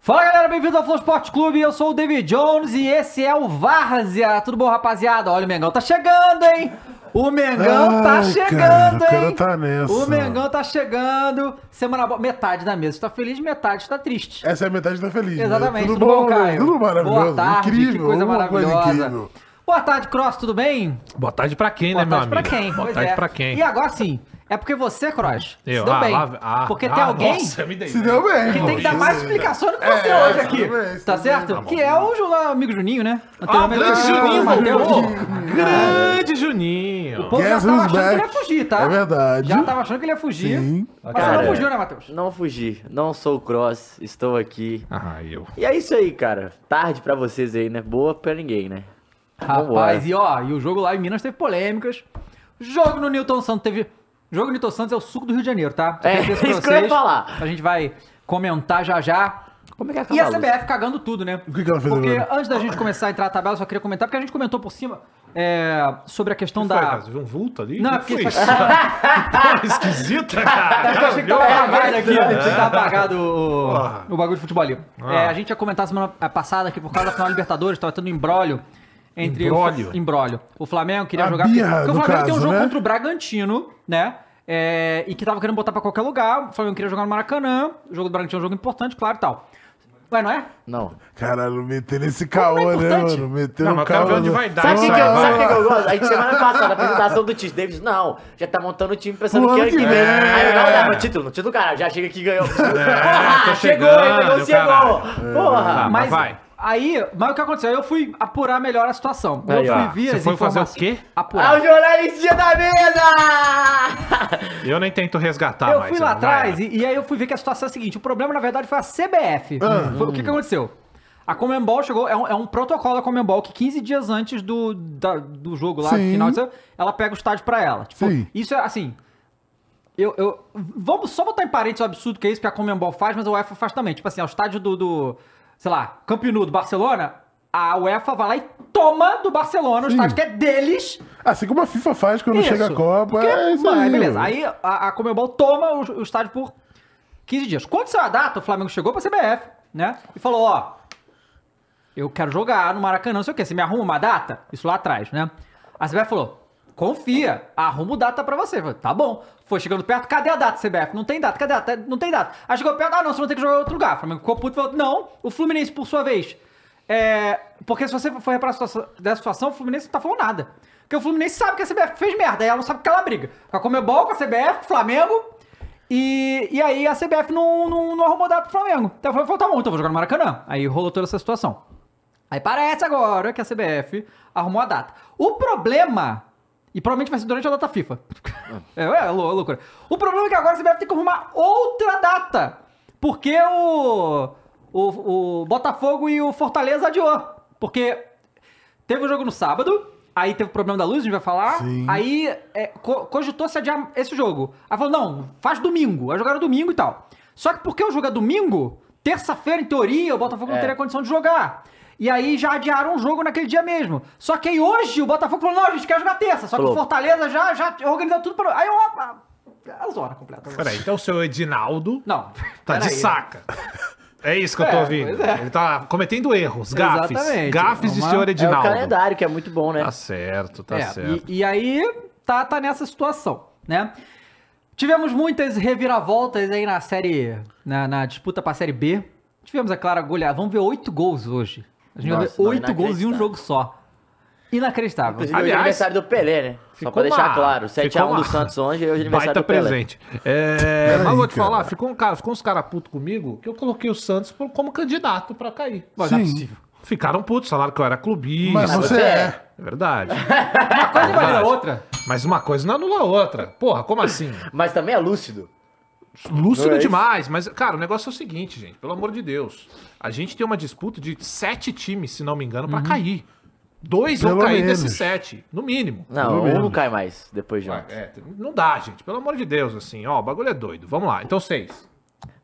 Fala galera, bem-vindos ao Flow Esporte Clube. Eu sou o David Jones e esse é o Várzea. Tudo bom, rapaziada? Olha, o Mengão tá chegando, hein? O Mengão tá Ai, cara, chegando, o cara hein? tá nessa. O Mengão tá chegando. Semana boa. Metade da mesa está feliz, metade está triste. Essa é a metade da feliz. né? Exatamente. Tudo, bom, Caio? né? Tudo maravilhoso. Boa tarde, incrível. que coisa uma maravilhosa. incrível. Boa tarde, Cross, tudo bem? Boa tarde pra quem, Boa né, tarde meu pra amigo? quem? Boa Pois tarde é. pra quem? E agora sim, é porque você, Cross, se Eu, deu ah, bem. lá- ah, porque ah, tem alguém Nossa, me dei Se bem. deu bem, que pô. tem que dar mais Sim. explicações do que você É, hoje tudo aqui. bem, tudo tá bem. certo? que é o Ju- amigo Juninho, né? Anteriormente- grande Juninho, Mateus. Ah, Juninho. Grande Juninho. O povo já Guess tava who's achando que ele ia back. fugir, tá? É verdade. Já tava achando que ele ia fugir. Sim. Mas Cara, ele não é. fugiu, né, Matheus? Não fugi, não sou o Cross, estou aqui. Ah, eu. E é isso aí, cara. Tarde pra vocês aí, né? Boa pra ninguém, né? Vambora. Rapaz, e ó, e o jogo lá em Minas teve polêmicas. Jogo no Newton Santos teve. Jogo no Newton Santos é o suco do Rio de Janeiro, tá? Só É, queria dizer pra isso que eu ia falar. A gente vai comentar já já. Como é que acaba E a luz? CBF cagando tudo, né? O que que ela fez Porque agora? antes da gente começar a entrar na tabela, eu só queria comentar, porque a gente comentou por cima é, sobre a questão Não da. dá. Cara, você viu um vulto ali? Não, é O porque que foi isso isso? Coisa esquisita, cara. Eu achei que tá tava apagado aqui, ó. Achei né? que tava apagado o, Porra. Ah. o bagulho de futebol ali. É, a gente ia comentar semana passada que por causa da final da Libertadores, tava tendo um embrólio entre Embrólio. o embrólio. O Flamengo queria A jogar birra, porque o no Flamengo tem um caso, jogo né? contra o Bragantino, né? É, e que tava querendo botar pra qualquer lugar. O Flamengo queria jogar no Maracanã. O jogo do Bragantino é um jogo importante, claro e tal. Ué, não é? Não. Caralho, metendo esse Como é caô, né, importante? mano? Metendo Não, mas eu quero ver onde vai dar. Tá, Sabe o que, isso que eu, aí. sabe o que que eu gosto? A gente semana passada, na apresentação do Tis Davis, não, já tá montando o time pensando Pro que ano ano que que vem. vem. Aí eu, não, não, meu título, no título, cara, já chega aqui e ganhou. tô Porra, chegou, chegando, chegou, chegou. caralho. Porra. Ah, Mas vai. Aí, mas o que aconteceu? Aí Eu fui apurar melhor a situação. Aí, eu fui ó. ver Você as foi fazer o informações- quê? Apurar. Ah, o jornalistinha da mesa! Eu nem tento resgatar eu mais. fui lá não, vai. atrás e, e aí eu fui ver que a situação é a seguinte: o problema, na verdade, foi a CBF. Ah. Foi- o que, que Hum. aconteceu? A Comembol chegou, é um, é um protocolo da Comembol que 15 dias antes do, da- do jogo lá, Sim. final, ela pega o estádio pra ela. Tipo, Sim. isso é assim. Eu, eu- vamos só botar em parênteses o absurdo que é isso que a Comembol faz, mas a UEFA faz também. Tipo assim, é o estádio do, do, sei lá, Camp Nou do Barcelona, a UEFA vai lá e toma do Barcelona, o Sim. estádio que é deles. Assim como a FIFA faz quando Isso. chega a Copa. Porque, é isso mano, aí. beleza. mano. Aí a, a Comebol toma o, o estádio por 15 dias. Quando saiu a data, o Flamengo chegou pra CBF, né? E falou, ó, eu quero jogar no Maracanã, não sei o quê. Você me arruma uma data? Isso lá atrás, né? A CBF falou, confia, arrumo data pra você. Eu Falei, tá bom. Foi chegando perto, cadê a data, CBF? Não tem data, cadê a data? Não tem data. Aí chegou perto, ah, não, você vai ter que jogar em outro lugar. O Flamengo ficou puto e falou, não. O Fluminense, por sua vez, é... Porque se você for reparar a situação, dessa situação, o Fluminense não tá falando nada. Porque o Fluminense sabe que a CBF fez merda, aí ela não sabe que ela briga. Com a Comebol, com a CBF, com o Flamengo... E, e aí a CBF não, não, não arrumou data pro Flamengo. Então o Flamengo falou, tá bom, então eu vou jogar no Maracanã. Aí rolou toda essa situação. Aí parece agora que a CBF arrumou a data. O problema. E provavelmente vai ser durante a data FIFA. é, é lou- loucura. O problema é que agora a CBF tem que arrumar outra data. Porque o. O, o Botafogo e o Fortaleza adiou. Porque teve o jogo no sábado, aí teve o problema da luz, a gente vai falar. Sim. Aí é, co- cogitou-se adiar esse jogo. Aí falou: não, faz domingo. Aí jogaram domingo e tal. Só que porque o jogo é domingo, terça-feira, em teoria, o Botafogo não É. teria condição de jogar. E aí já adiaram o jogo naquele dia mesmo. Só que aí hoje o Botafogo falou: não, a gente quer jogar terça. Só que o Falou. Fortaleza já, já organizou tudo pra. Aí, ó. A zona completa. Peraí, então o seu Edinaldo Não. tá de peraí. saca. É isso que eu É, tô ouvindo. pois é. Ele tá cometendo erros, gafes. Exatamente. Gafes de Uma- senhor É o Edinaldo. calendário, que é muito bom, né? Tá certo, tá É, certo. E, e aí tá, tá nessa situação, né? Tivemos muitas reviravoltas aí na série. Na, na disputa pra série B. Tivemos, é claro, a goleada. Vamos ver oito gols hoje. A gente vai Nossa, ver não, oito gols em um inacreditável. jogo só. Inacreditável. Inclusive, hoje é Aliás, aniversário do Pelé, né? Só ficou pra deixar uma- ficou claro, 7x1 uma- do Santos hoje, hoje é aniversário Baita do Pelé. presente. É, Peraí, mas vou te cara. falar, ficou, um cara, ficou uns caras putos comigo que eu coloquei o Santos por- como candidato pra cair. Mas não é Sim. possível. Ficaram putos, falaram que eu era clubista. Mas você é. É verdade. Uma coisa invalida a outra. Mas uma coisa não anula a outra. Porra, como assim? Mas também é lúcido. Lúcido Não é isso? demais. Mas, cara, o negócio é o seguinte, gente. Pelo amor de Deus. A gente tem uma disputa de sete times, se não me engano, pra cair. Dois Uhum. Pelo vão cair menos. desses sete, no mínimo. Não, um menos. não cai mais depois de ontem. É, não dá, gente. Pelo amor de Deus, assim. Ó, o bagulho é doido. Vamos lá. Então, seis.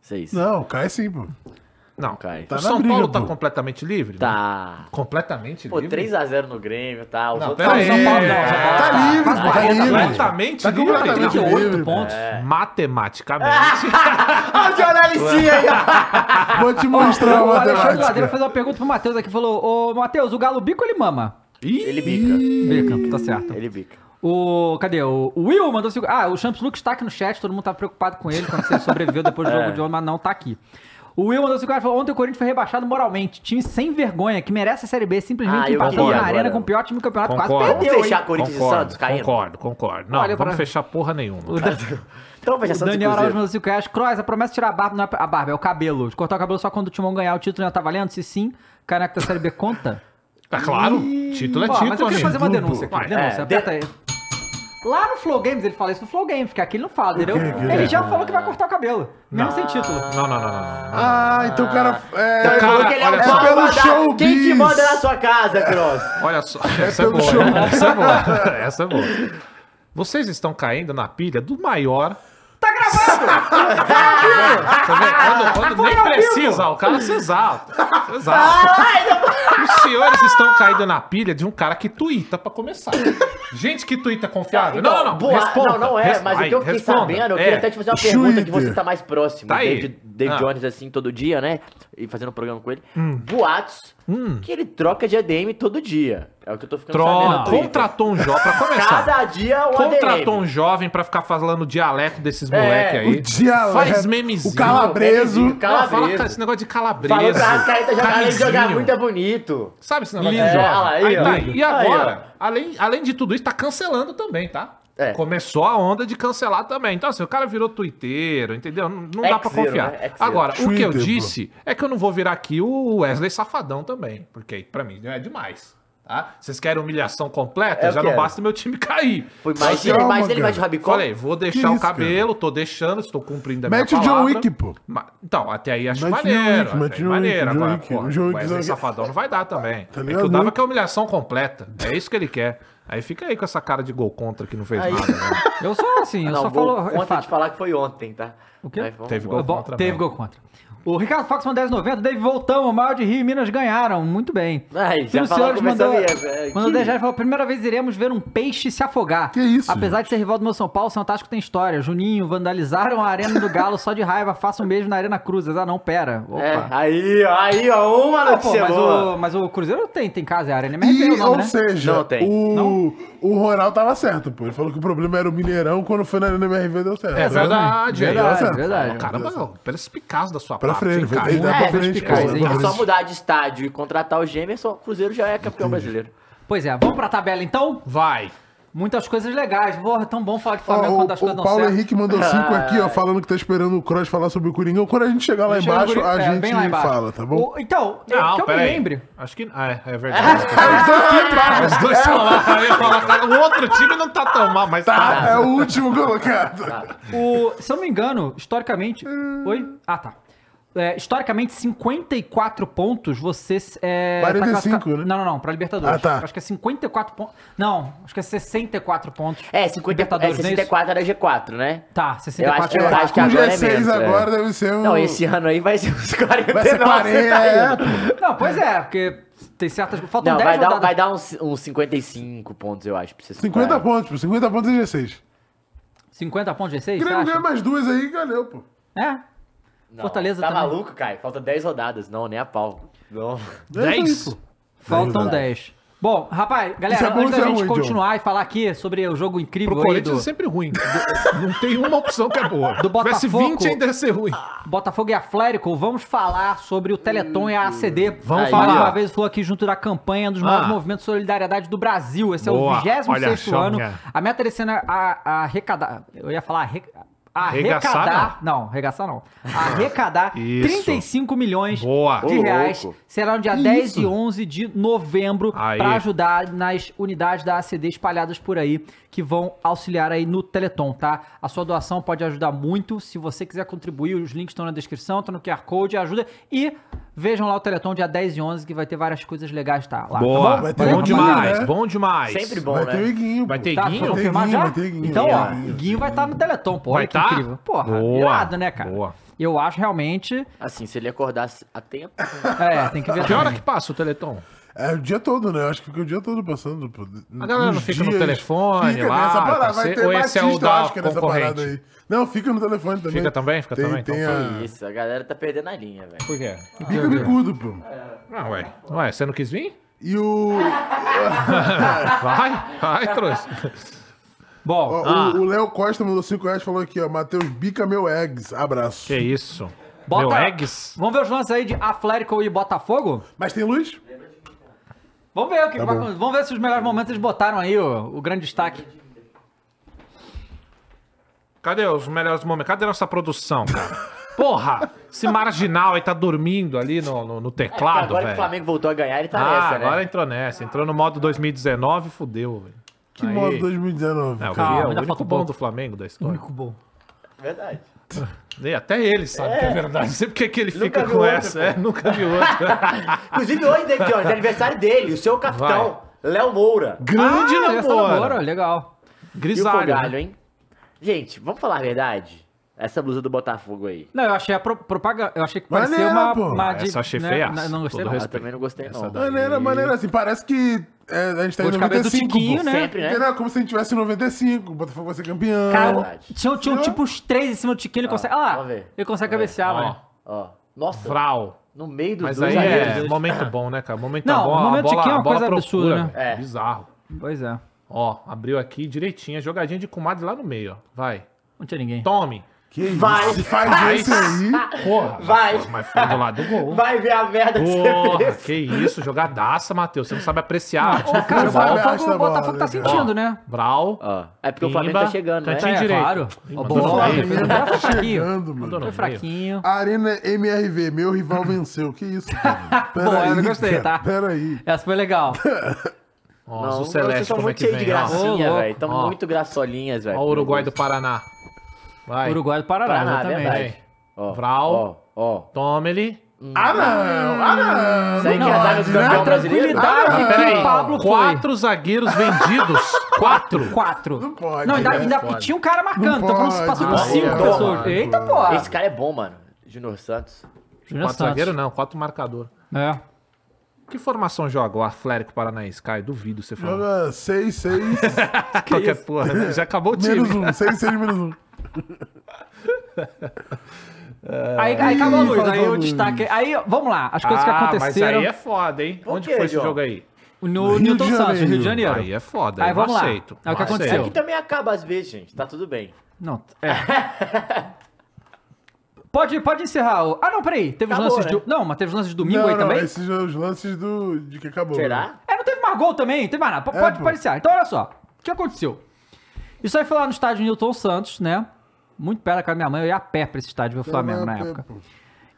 Seis. Não, cai sim, pô. Não. Cai. Tá o na São briga, Paulo tá pô. completamente livre? Tá. Completamente Pô, livre? 3x0 no Grêmio, tá? Os Não, outros- pera aí. São Paulo não, São Paulo Tá tá- livre, tá pô. Tá né? correndo, livre. completamente Tá livre. completamente 38 livre. pô. pontos. Matematicamente. Olha o jornalistinha aí, ó. Vou te Ó, mostrar o uma Alexandre Ladeira matemática. fez uma pergunta pro Matheus aqui, falou, ô Matheus, o galo bico ele mama? Ih, Ele bica. Bica, tá certo. Ele bica. O. Cadê? O o Will mandou cinco. Ah, o Champs Lucas tá aqui no chat, todo mundo tá preocupado com ele, quando você sobreviveu depois do É. jogo de ontem, mas não tá aqui. O Will mandou cinco reais e falou: ontem o Corinthians foi rebaixado moralmente. Time sem vergonha, que merece a Série B, simplesmente Ah, eu empatando queria na arena agora. com o pior time do campeonato. Concordo. Quase Vamos perdeu. fechar hein? é Corinthians e concordo, Santos caindo? concordo, concordo. Não, Olha vamos pra- fechar porra nenhuma. Então vai já O Santos e Daniel Araújo Cruzeiro. mandou 5 reais. Croz, a promessa de tirar a barba não é pra- a barba, é o cabelo. De cortar o cabelo só quando o Timão ganhar o título já tá valendo? Se sim, caneca da Série B conta? Tá claro, título é Ó, título, mas eu queria fazer uma amigo. denúncia aqui. né? Vai. denúncia, É, aperta aí. Lá no Flow Games ele fala isso no Flow Games, porque aqui ele não fala, entendeu? que- Ele já falou que vai cortar o cabelo, mesmo sem título. Não, não, não, não, não. Ah, então o cara. Então ele É, falou que ele é olha um só. pau Pelo mandado. showbiz. Quem te manda na sua casa, Cross? Olha só, essa é pelo boa, show. né? essa é boa, essa é boa. Vocês estão caindo na pilha do maior... Tá gravando! Você vê, quando, quando Foi nem ao vivo. precisa, o cara se exalta. Se Ah, exalta. Os senhores estão caindo na pilha de um cara que tuita pra começar. Gente que tuita confiável. Então, não, não, não. boa- responda. não, não é, Res- mas o aí, que eu fiquei responda. sabendo, eu É. queria até te fazer uma pergunta que Twitter. você tá mais próximo. Tá aí. David, David Ah. Jones, assim, todo dia, né? E fazendo um programa com ele. Hum. Boatos que ele troca de ADM todo dia. É o que eu tô ficando sabendo. no Troca. Twitter. Contratou um jovem pra começar. Cada dia um Contratou ADM. um jovem pra ficar falando o dialeto desses moleque É, aí. o dialeto, Faz memezinho. o calab- Calabreso. Não, Não, fala Calabreso. ca- esse negócio de Falou calabreso. pra Rascaeta jogar, Tá além de jogar camisinho. muito é bonito. Sabe esse negócio Lindo. de jovem? É, olha aí, Aí tá, E ó. Aí, agora, além, além de tudo isso, tá cancelando também, tá? É. Começou a onda de cancelar também. Então, assim, o cara virou twitteiro, entendeu? Não, não dá pra Xero, confiar. né? Xero. Agora, o que eu Twitter, bro. disse é que eu não vou virar aqui o Wesley Safadão também, porque aí, pra mim é demais. Tá? Vocês querem humilhação completa? Eu já não quero. basta meu time cair. Foi mais, Calma, mais dele, cara. mais de Rabicó. Falei, vou deixar Que o isso, cara? cabelo, tô deixando, estou cumprindo a Mete minha o John palavra. Wick, pô. Ma- Então, até aí acho Mete o John maneiro. Wick, mete até o aí John maneiro. Wick, o John Agora, Wick, pô, o John Wick joga- Wesley Safadão não vai dar também. Tá É que ligado? o dava que é humilhação completa. É isso que ele quer. Aí fica aí com essa cara de gol contra que não fez Aí. nada. Né? É Eu sou assim, eu Não, só gol falo. é contra fato. te falar que foi ontem, tá? O quê? Mas vamos Teve embora. gol. Bom, contra teve mesmo. gol contra. O Ricardo Fox mandou 10,90. Dave voltamos. O maior de Rio e Minas ganharam. Muito bem. Ai, já Silvio falou, Senhores começou mandou, a ver, é, mandou que- 10 reais e falou: primeira vez iremos ver um peixe se afogar. Que isso, Apesar de ser rival do meu São Paulo, o Santástico tem história. Juninho, vandalizaram a Arena do Galo só de raiva. Faça um beijo na Arena Cruzes. Ah, não, pera. Opa. É, aí, ó, aí, ó, uma Ah, pô, notícia mas, boa. o, mas o Cruzeiro tem, tem casa, é a Arena MRV, o E, nome, ou né? seja, Não tem. O, o Ronaldo tava certo, pô. Ele falou que o problema era o Mineirão, quando foi na NMRV deu certo. É verdade, é Verdade, verdade. verdade. Caramba, perspicaz da sua Pra parte. frente, hein, cara? ele dá pra É, frente, perspicaz, pô. hein? É Dá pra só frente. mudar de estádio e contratar o Gemerson, o Cruzeiro já é campeão brasileiro. Pois é, vamos pra tabela então. Vai. Muitas coisas legais. Porra, é tão bom falar de Flamengo Ó, quando as o, coisas o não Paulo certo. Ah. Henrique mandou cinco aqui, ó, falando que tá esperando o Cross falar sobre o Coringão. Quando a gente chegar tá lá Chega embaixo, no guri- a é, gente bem lá embaixo. fala, tá bom? O- então, eu, Não, que eu me pera aí. lembre. Acho que. Ah, é, é verdade. Tá, Ah. Os dois são lá. eu ia falar, cara, o outro time não tá tão mal, mas tá. é o último colocado. Ah, O, se eu não me engano, historicamente. Hum. Oi? Ah, tá. É, historicamente, 54 pontos você. É, 45, classificado- né? Não, não, não, pra Libertadores. Ah, tá. Acho que é 54 pontos. Não, acho que é 64 pontos. É, 50, é Libertadores, não é isso? 64 era G4, né? Tá, Eu acho 64 que- eu é acho que O agora é G6 menos, é. agora deve ser o... Não, esse ano aí vai ser uns 49. Vai tá ser 40, é, pô. Não, pois é, porque tem certas. Faltam Não, 10 vai dar, um- rodadas. vai dar uns, uns 55 pontos, eu acho. pra você 50 superar. pontos, pô. 50 pontos é G6. 50 pontos, 16? Grêmio você ganha acha? mais duas aí e valeu, pô. É. Não, Fortaleza tá também. maluco, Caio? Falta 10 rodadas. Não, nem a pau. Não. Dez? 10? Faltam Verdade. 10. Bom, rapaz, galera, Isso é bom, antes da isso é gente ruim, John. continuar e falar aqui sobre o jogo Pro incrível aí Corinthians do é sempre ruim. Não tem uma opção que é boa. Do Se tivesse Botafogo- 20 ainda ia ser ruim. Botafogo e a Flérico, vamos falar sobre o Teleton e a ACD. Mais Vamos falar. uma vez, falou aqui junto da campanha dos maiores Ah. movimentos de solidariedade do Brasil. Esse Boa. é o 26 Olha, ano. Chonha. A meta desse ano é a- a arrecadar. Eu ia falar arre- Arregaçar, Arrecadar. Não, arregaçar não. Arrecadar Isso. 35 milhões Boa. de Ô, reais. louco. Será no dia 10 e 11 de novembro Aí. para ajudar nas unidades da ACD espalhadas por aí que vão auxiliar aí no Teleton, tá? A sua doação pode ajudar muito. Se você quiser contribuir, os links estão na descrição, estão no QR Code, ajuda. E vejam lá o Teleton dia 10 e 11 que vai ter várias coisas legais, tá? Lá, Boa. Tá vai ter bom, uma demais, maneira, né? bom demais. Sempre bom, Vai né? ter o Iguinho, Vai pô. ter Tá, foi Guinho? confirmado Guinho, já? vai ter Guinho. então, ó, Guinho. Guinho vai estar no Teleton, pô. Vai Olha que tá? incrível. Porra, Boa. irado, né, cara? Boa. Eu acho realmente. Assim, se ele acordasse a tempo. É, tem que ver. Que hora também. que passa o Teleton? É o dia todo, né? Eu acho que fica o dia todo passando. Pô, A galera não Nos fica no dias. telefone lá, nessa pra parada. Vai ser- ter ou esse é o batista, da acho que, nessa concorrente? parada aí. Não, fica no telefone também. Fica também? Fica tem, também, então Tem Que a... Isso, a galera tá perdendo a linha, velho. Por quê? Bica bicudo, pô. Ah, ué. Ué, você não quis vir? E o... Vai, vai, trouxe. Bom, ó, Ah. o- o Léo Costa mandou 5 reais e falou aqui, ó. Matheus, bica meu eggs. Abraço. Que isso? bota. Meu eggs? Vamos ver os lances aí de Atlético e Botafogo? Mas tem luz? Vamos ver o que Tá vai bom. acontecer. Vamos ver se os melhores momentos eles botaram aí o, o grande destaque. Cadê os melhores momentos? Cadê nossa produção, cara? Porra! Esse marginal aí tá dormindo ali no, no- no É, porque teclado, agora que o velho. Flamengo voltou a ganhar, ele tá ah, nessa, né? agora entrou nessa. Entrou no modo 2019 e fudeu, velho. Que Aí. modo 2019, É, cara. o Calma, Guri é o ainda único falta bom pouco. do Flamengo da história. bom. Verdade. E Né, até ele sabe que é verdade. Não sei porque que ele Nunca fica vi com outro, essa. É, nunca vi outra. Inclusive hoje, David Jones, é aniversário dele, o seu capitão, Léo Moura. Grande ah, namoro. essa namora, legal. E o Grisalho. né? Fogalho, hein? Gente, vamos falar a verdade? Essa blusa do Botafogo aí. Não, eu achei a propaganda. Eu achei que Maneiro, parecia uma. pô. uma Essa eu achei né, feiaça. Não, não gostei Todo não. Ah, Eu respeito. também não gostei, Essa não. daí. Maneira, maneira assim. Parece que é, a gente tá Gol em de cabeça do 95. Tiquinho, pô. né? Sempre, né? Entendeu? É Como se a gente tivesse em 95. o Botafogo vai ser campeão. Cara, Verdade. tinham, tinham tipo os três em cima do Tiquinho, ele consegue. Ah, vamos lá, ver. ele consegue cabecear, né? Ó, mano. Ó, nossa, Vral. no meio dos Mas dois aí zagueiros. é momento bom, né, cara? Momento Não, bom. a momento de bola- quem é uma a bola coisa procura, absurda, né? velho. É. Bizarro. Pois é. Ó, abriu aqui direitinho. é Jogadinha de comadre lá no meio, ó. Vai. Não tinha ninguém. Tome. Que isso? Vai. Se faz esse aí. Porra. Vai. Mas foi- Mas foi do lado do gol. Vai ver a merda que você Porra, fez. que isso. Jogadaça, Matheus. Você não sabe apreciar. Tipo, Ah, Cara, o Vai, Botafogo, arrasta o a bola, Botafogo tá né, cara? sentindo, né? Vral. Ó, é porque o Pimba, Flamengo tá chegando, né? cantinho É, direito. claro. Ih, Ó, mandou boa. no meio. Flamengo tá fraquinho. Chegando, mano. Mandou Foi no meio. fraquinho. Arena MRV, meu rival venceu. Que isso, cara? Pera Boa, aí, eu gostei, cara, tá? Pera aí. Essa foi legal. Ó, Não, Azul vocês Celeste, estão como é muito que cheios de vem? Ó, gracinha, Ô, velho. Estão Ó. muito graçolinhas, velho. ó o Uruguai do Paraná. Vai. Uruguai é do Paraná, Paraná, exatamente. verdade. Ó, Vral. Ó, ó. Toma ele. Ah, não! Ah, não! Isso aí Não que é a zaga do pode, né? campeão brasileiro? Tranquilidade, Ah, que Peraí. o Pablo foi. Quatro zagueiros vendidos. Quatro. Quatro. Não pode, Não, ainda, né? ainda- Pode. e tinha um cara marcando, Não então como pode, se passou por não cinco pode. pessoas. Eita, porra. Esse cara é bom, mano. Junior Santos. Júnior Quatro zagueiros Santos. não, quatro marcador. É. Que formação joga o Atlético Paranaense? Caio, duvido você falar. Joga 6, 6, Ah, Qualquer porra, né? Já acabou o menos time. 1. 6, 6, menos 1. Aí, aí acabou a luz, faltou aí o luz. destaque. Aí, vamos lá, as coisas que Ah, Mas aí aconteceram é foda, hein? Onde quê, foi esse João? jogo aí? no Rio Newton de Santos, Rio de Janeiro. Janeiro. Aí é foda, Aí aí eu vamos lá. É o aceito. que Não aceito. aconteceu. Aqui também acaba às vezes, gente. Tá tudo bem. Não, é. pode, pode encerrar o. Ah, não, peraí. Teve os Acabou, lances né? de. Não, mas teve os lances de domingo Não, aí não, também? esses são os lances do, de que acabou. Será? É, não teve mais gol também, não teve mais nada. P- pode, pô. pode encerrar. Então, olha só. O que aconteceu? Isso aí foi lá no estádio Newton Santos, né? Muito perto da casa da minha mãe, eu ia a pé pra esse estádio ver o Flamengo na época.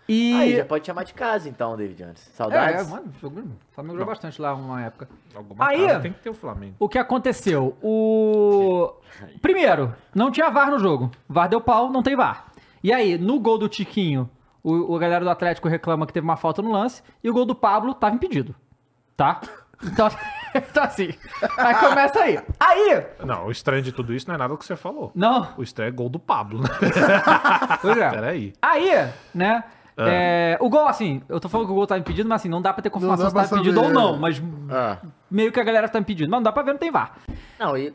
E. Aí já pode chamar de casa, então, David Jones. É, é, Saudades. mano, jogou- o Flamengo jogou bastante lá uma época. Alguma Aí- casa tem que ter o Flamengo. O que aconteceu? O. Primeiro, não tinha VAR no jogo. VAR deu pau, não tem VAR. E aí, no gol do Tiquinho, o, o galera do Atlético reclama que teve uma falta no lance, e o gol do Pablo tava impedido. Tá? Então, então assim. Aí começa aí. Aí! Não, o estranho de tudo isso não é nada do que você falou. Não, O estranho é gol do Pablo, né? pois é. Peraí. Aí, né? é, o gol, assim, eu tô falando que o gol tá impedido, mas assim, não dá pra ter confirmação dá se tá pra impedido ou saber, não, é. mas Ah. meio que a galera tá impedindo. Mas não dá pra ver, não tem VAR. Não, e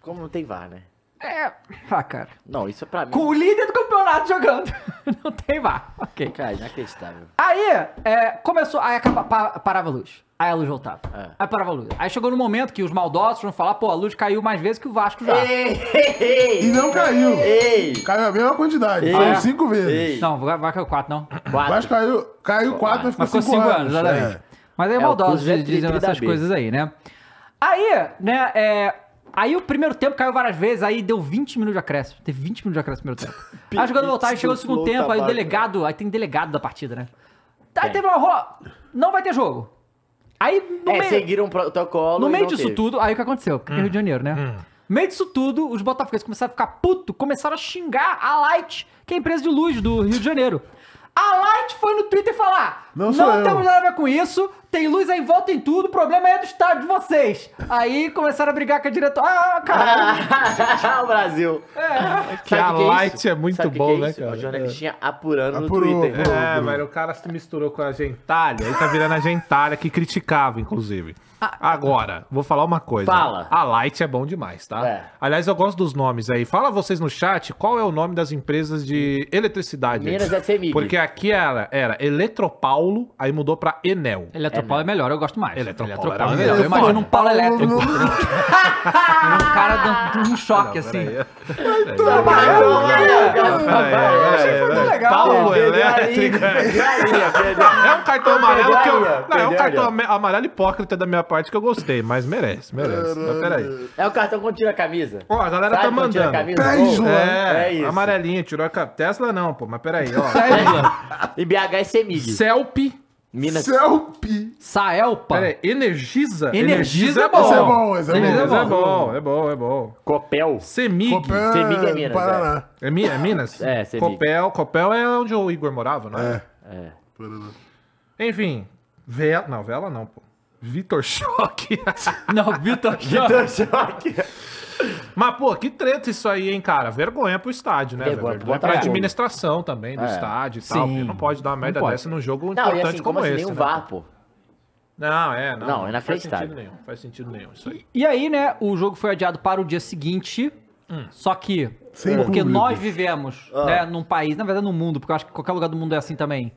como não tem VAR, né? É. Ah, cara. Não, isso é pra mim. Com o líder do campeonato jogando. Não tem VAR. Ok. Cara, inacreditável. Aí! Aí, é, começou, aí acaba, pa- parava a luz. Aí a luz voltava. É. Aí parava a luz. Aí chegou no momento que os maldosos vão falar, pô, a luz caiu mais vezes que o Vasco já. E não caiu. Ei! Caiu a mesma quantidade. São É. 5 vezes. Ei! Não, vai vai cair o 4, não. Mas Quatro. Mas caiu, caiu 4 e ficou ficou 5 anos. exatamente. É. Mas aí o maldosos Cruzeiro é tri- dizem tri da essas B. coisas aí, né? Aí, né, é, aí o primeiro tempo caiu várias vezes, aí deu 20 minutos de acréscimo. Teve 20 minutos de acréscimo no primeiro tempo. aí jogando voltar, aí chegou o segundo Flow tempo, aí o Tabaco. delegado, aí tem delegado da partida, né? Aí Tem. teve uma rola, não vai ter jogo. Aí no É, meio... seguiram o protocolo. No e meio não disso teve. tudo, aí o que aconteceu? Porque é Rio de Janeiro, né? No meio disso tudo, os botafoguenses começaram a ficar puto, começaram a xingar a Light, que é a empresa de luz do Rio de Janeiro. A Light foi no Twitter falar: Não Não, sou eu. temos nada a ver com isso. Tem luz aí em volta em tudo. O problema é do estádio de vocês. Aí começaram a brigar com a diretora. Ah, cara. o Brasil. Que a o isso? Light é muito Sabe o que bom, que é né, isso? cara? A jornalistinha apurando Apurou, no Twitter. apurou. É, mas o cara se misturou com a gentalha, ele tá virando a gentalha que criticava, inclusive. Agora, vou falar uma coisa. Fala. A Light é bom demais, tá? É. Aliás, eu gosto dos nomes aí. Fala vocês no chat qual é o nome das empresas de eletricidade. Minas SMIG. Porque aqui era, era Eletropaulo, aí mudou pra Enel. Eletropaulo é melhor, eu gosto mais. Eletropaulo Eletropaulo é era melhor. Eu melhor. imagino um pau elétrico. Não, um cara dando dando um choque, assim. Eu achei foi muito legal. Paulo Perdeu a Elétrico. linha, perdeu a linha, perdeu a É um cartão amarelo que eu. Perdeu Ah, a linha, Não, é um perdeu a cartão linha. ame- amarelo hipócrita da minha parte que eu gostei, mas merece, merece. Mas peraí. É o cartão quando tira a camisa. Ó, a galera Sabe tá quando tira a mandando. camisa? Pés Gol. zoando. É, É isso. amarelinha, tirou a capa. Tesla não, pô, mas peraí, ó. E BH é semig. Celpe, é. Minas. Selfie. Saelpa. peraí, Energisa. Energisa é Esse é bom. bom, esse é Energisa bom. é bom, é bom, é bom. Copel. Semig. Copel Semig é Minas, Paraná. É, Mi- é Minas? É, Semig. Copel, Copel é onde o Igor morava, não é? É. Paraná. Enfim, Vela. Não, Vela não, pô. Vitor Choque. Não, tá Vitor Vitor Choque. Mas, pô, que treta isso aí, hein, cara? Vergonha pro estádio, né? Vergonha Vergonha, pro vergonha pra Botafogo. administração também do É. estádio e tal. Sim. porque Não pode dar uma merda pode. dessa num jogo Não, e importante assim, como, como, assim, esse. nem um né? VAR, pô. Não, é, não. Não, é faz sentido inacreditável. nenhum. Faz sentido nenhum isso aí. E aí, né, o jogo foi adiado para o dia seguinte. Só que, Sem porque público. nós vivemos Ah. né, num país, na verdade no mundo, porque eu acho que qualquer lugar do mundo é assim também,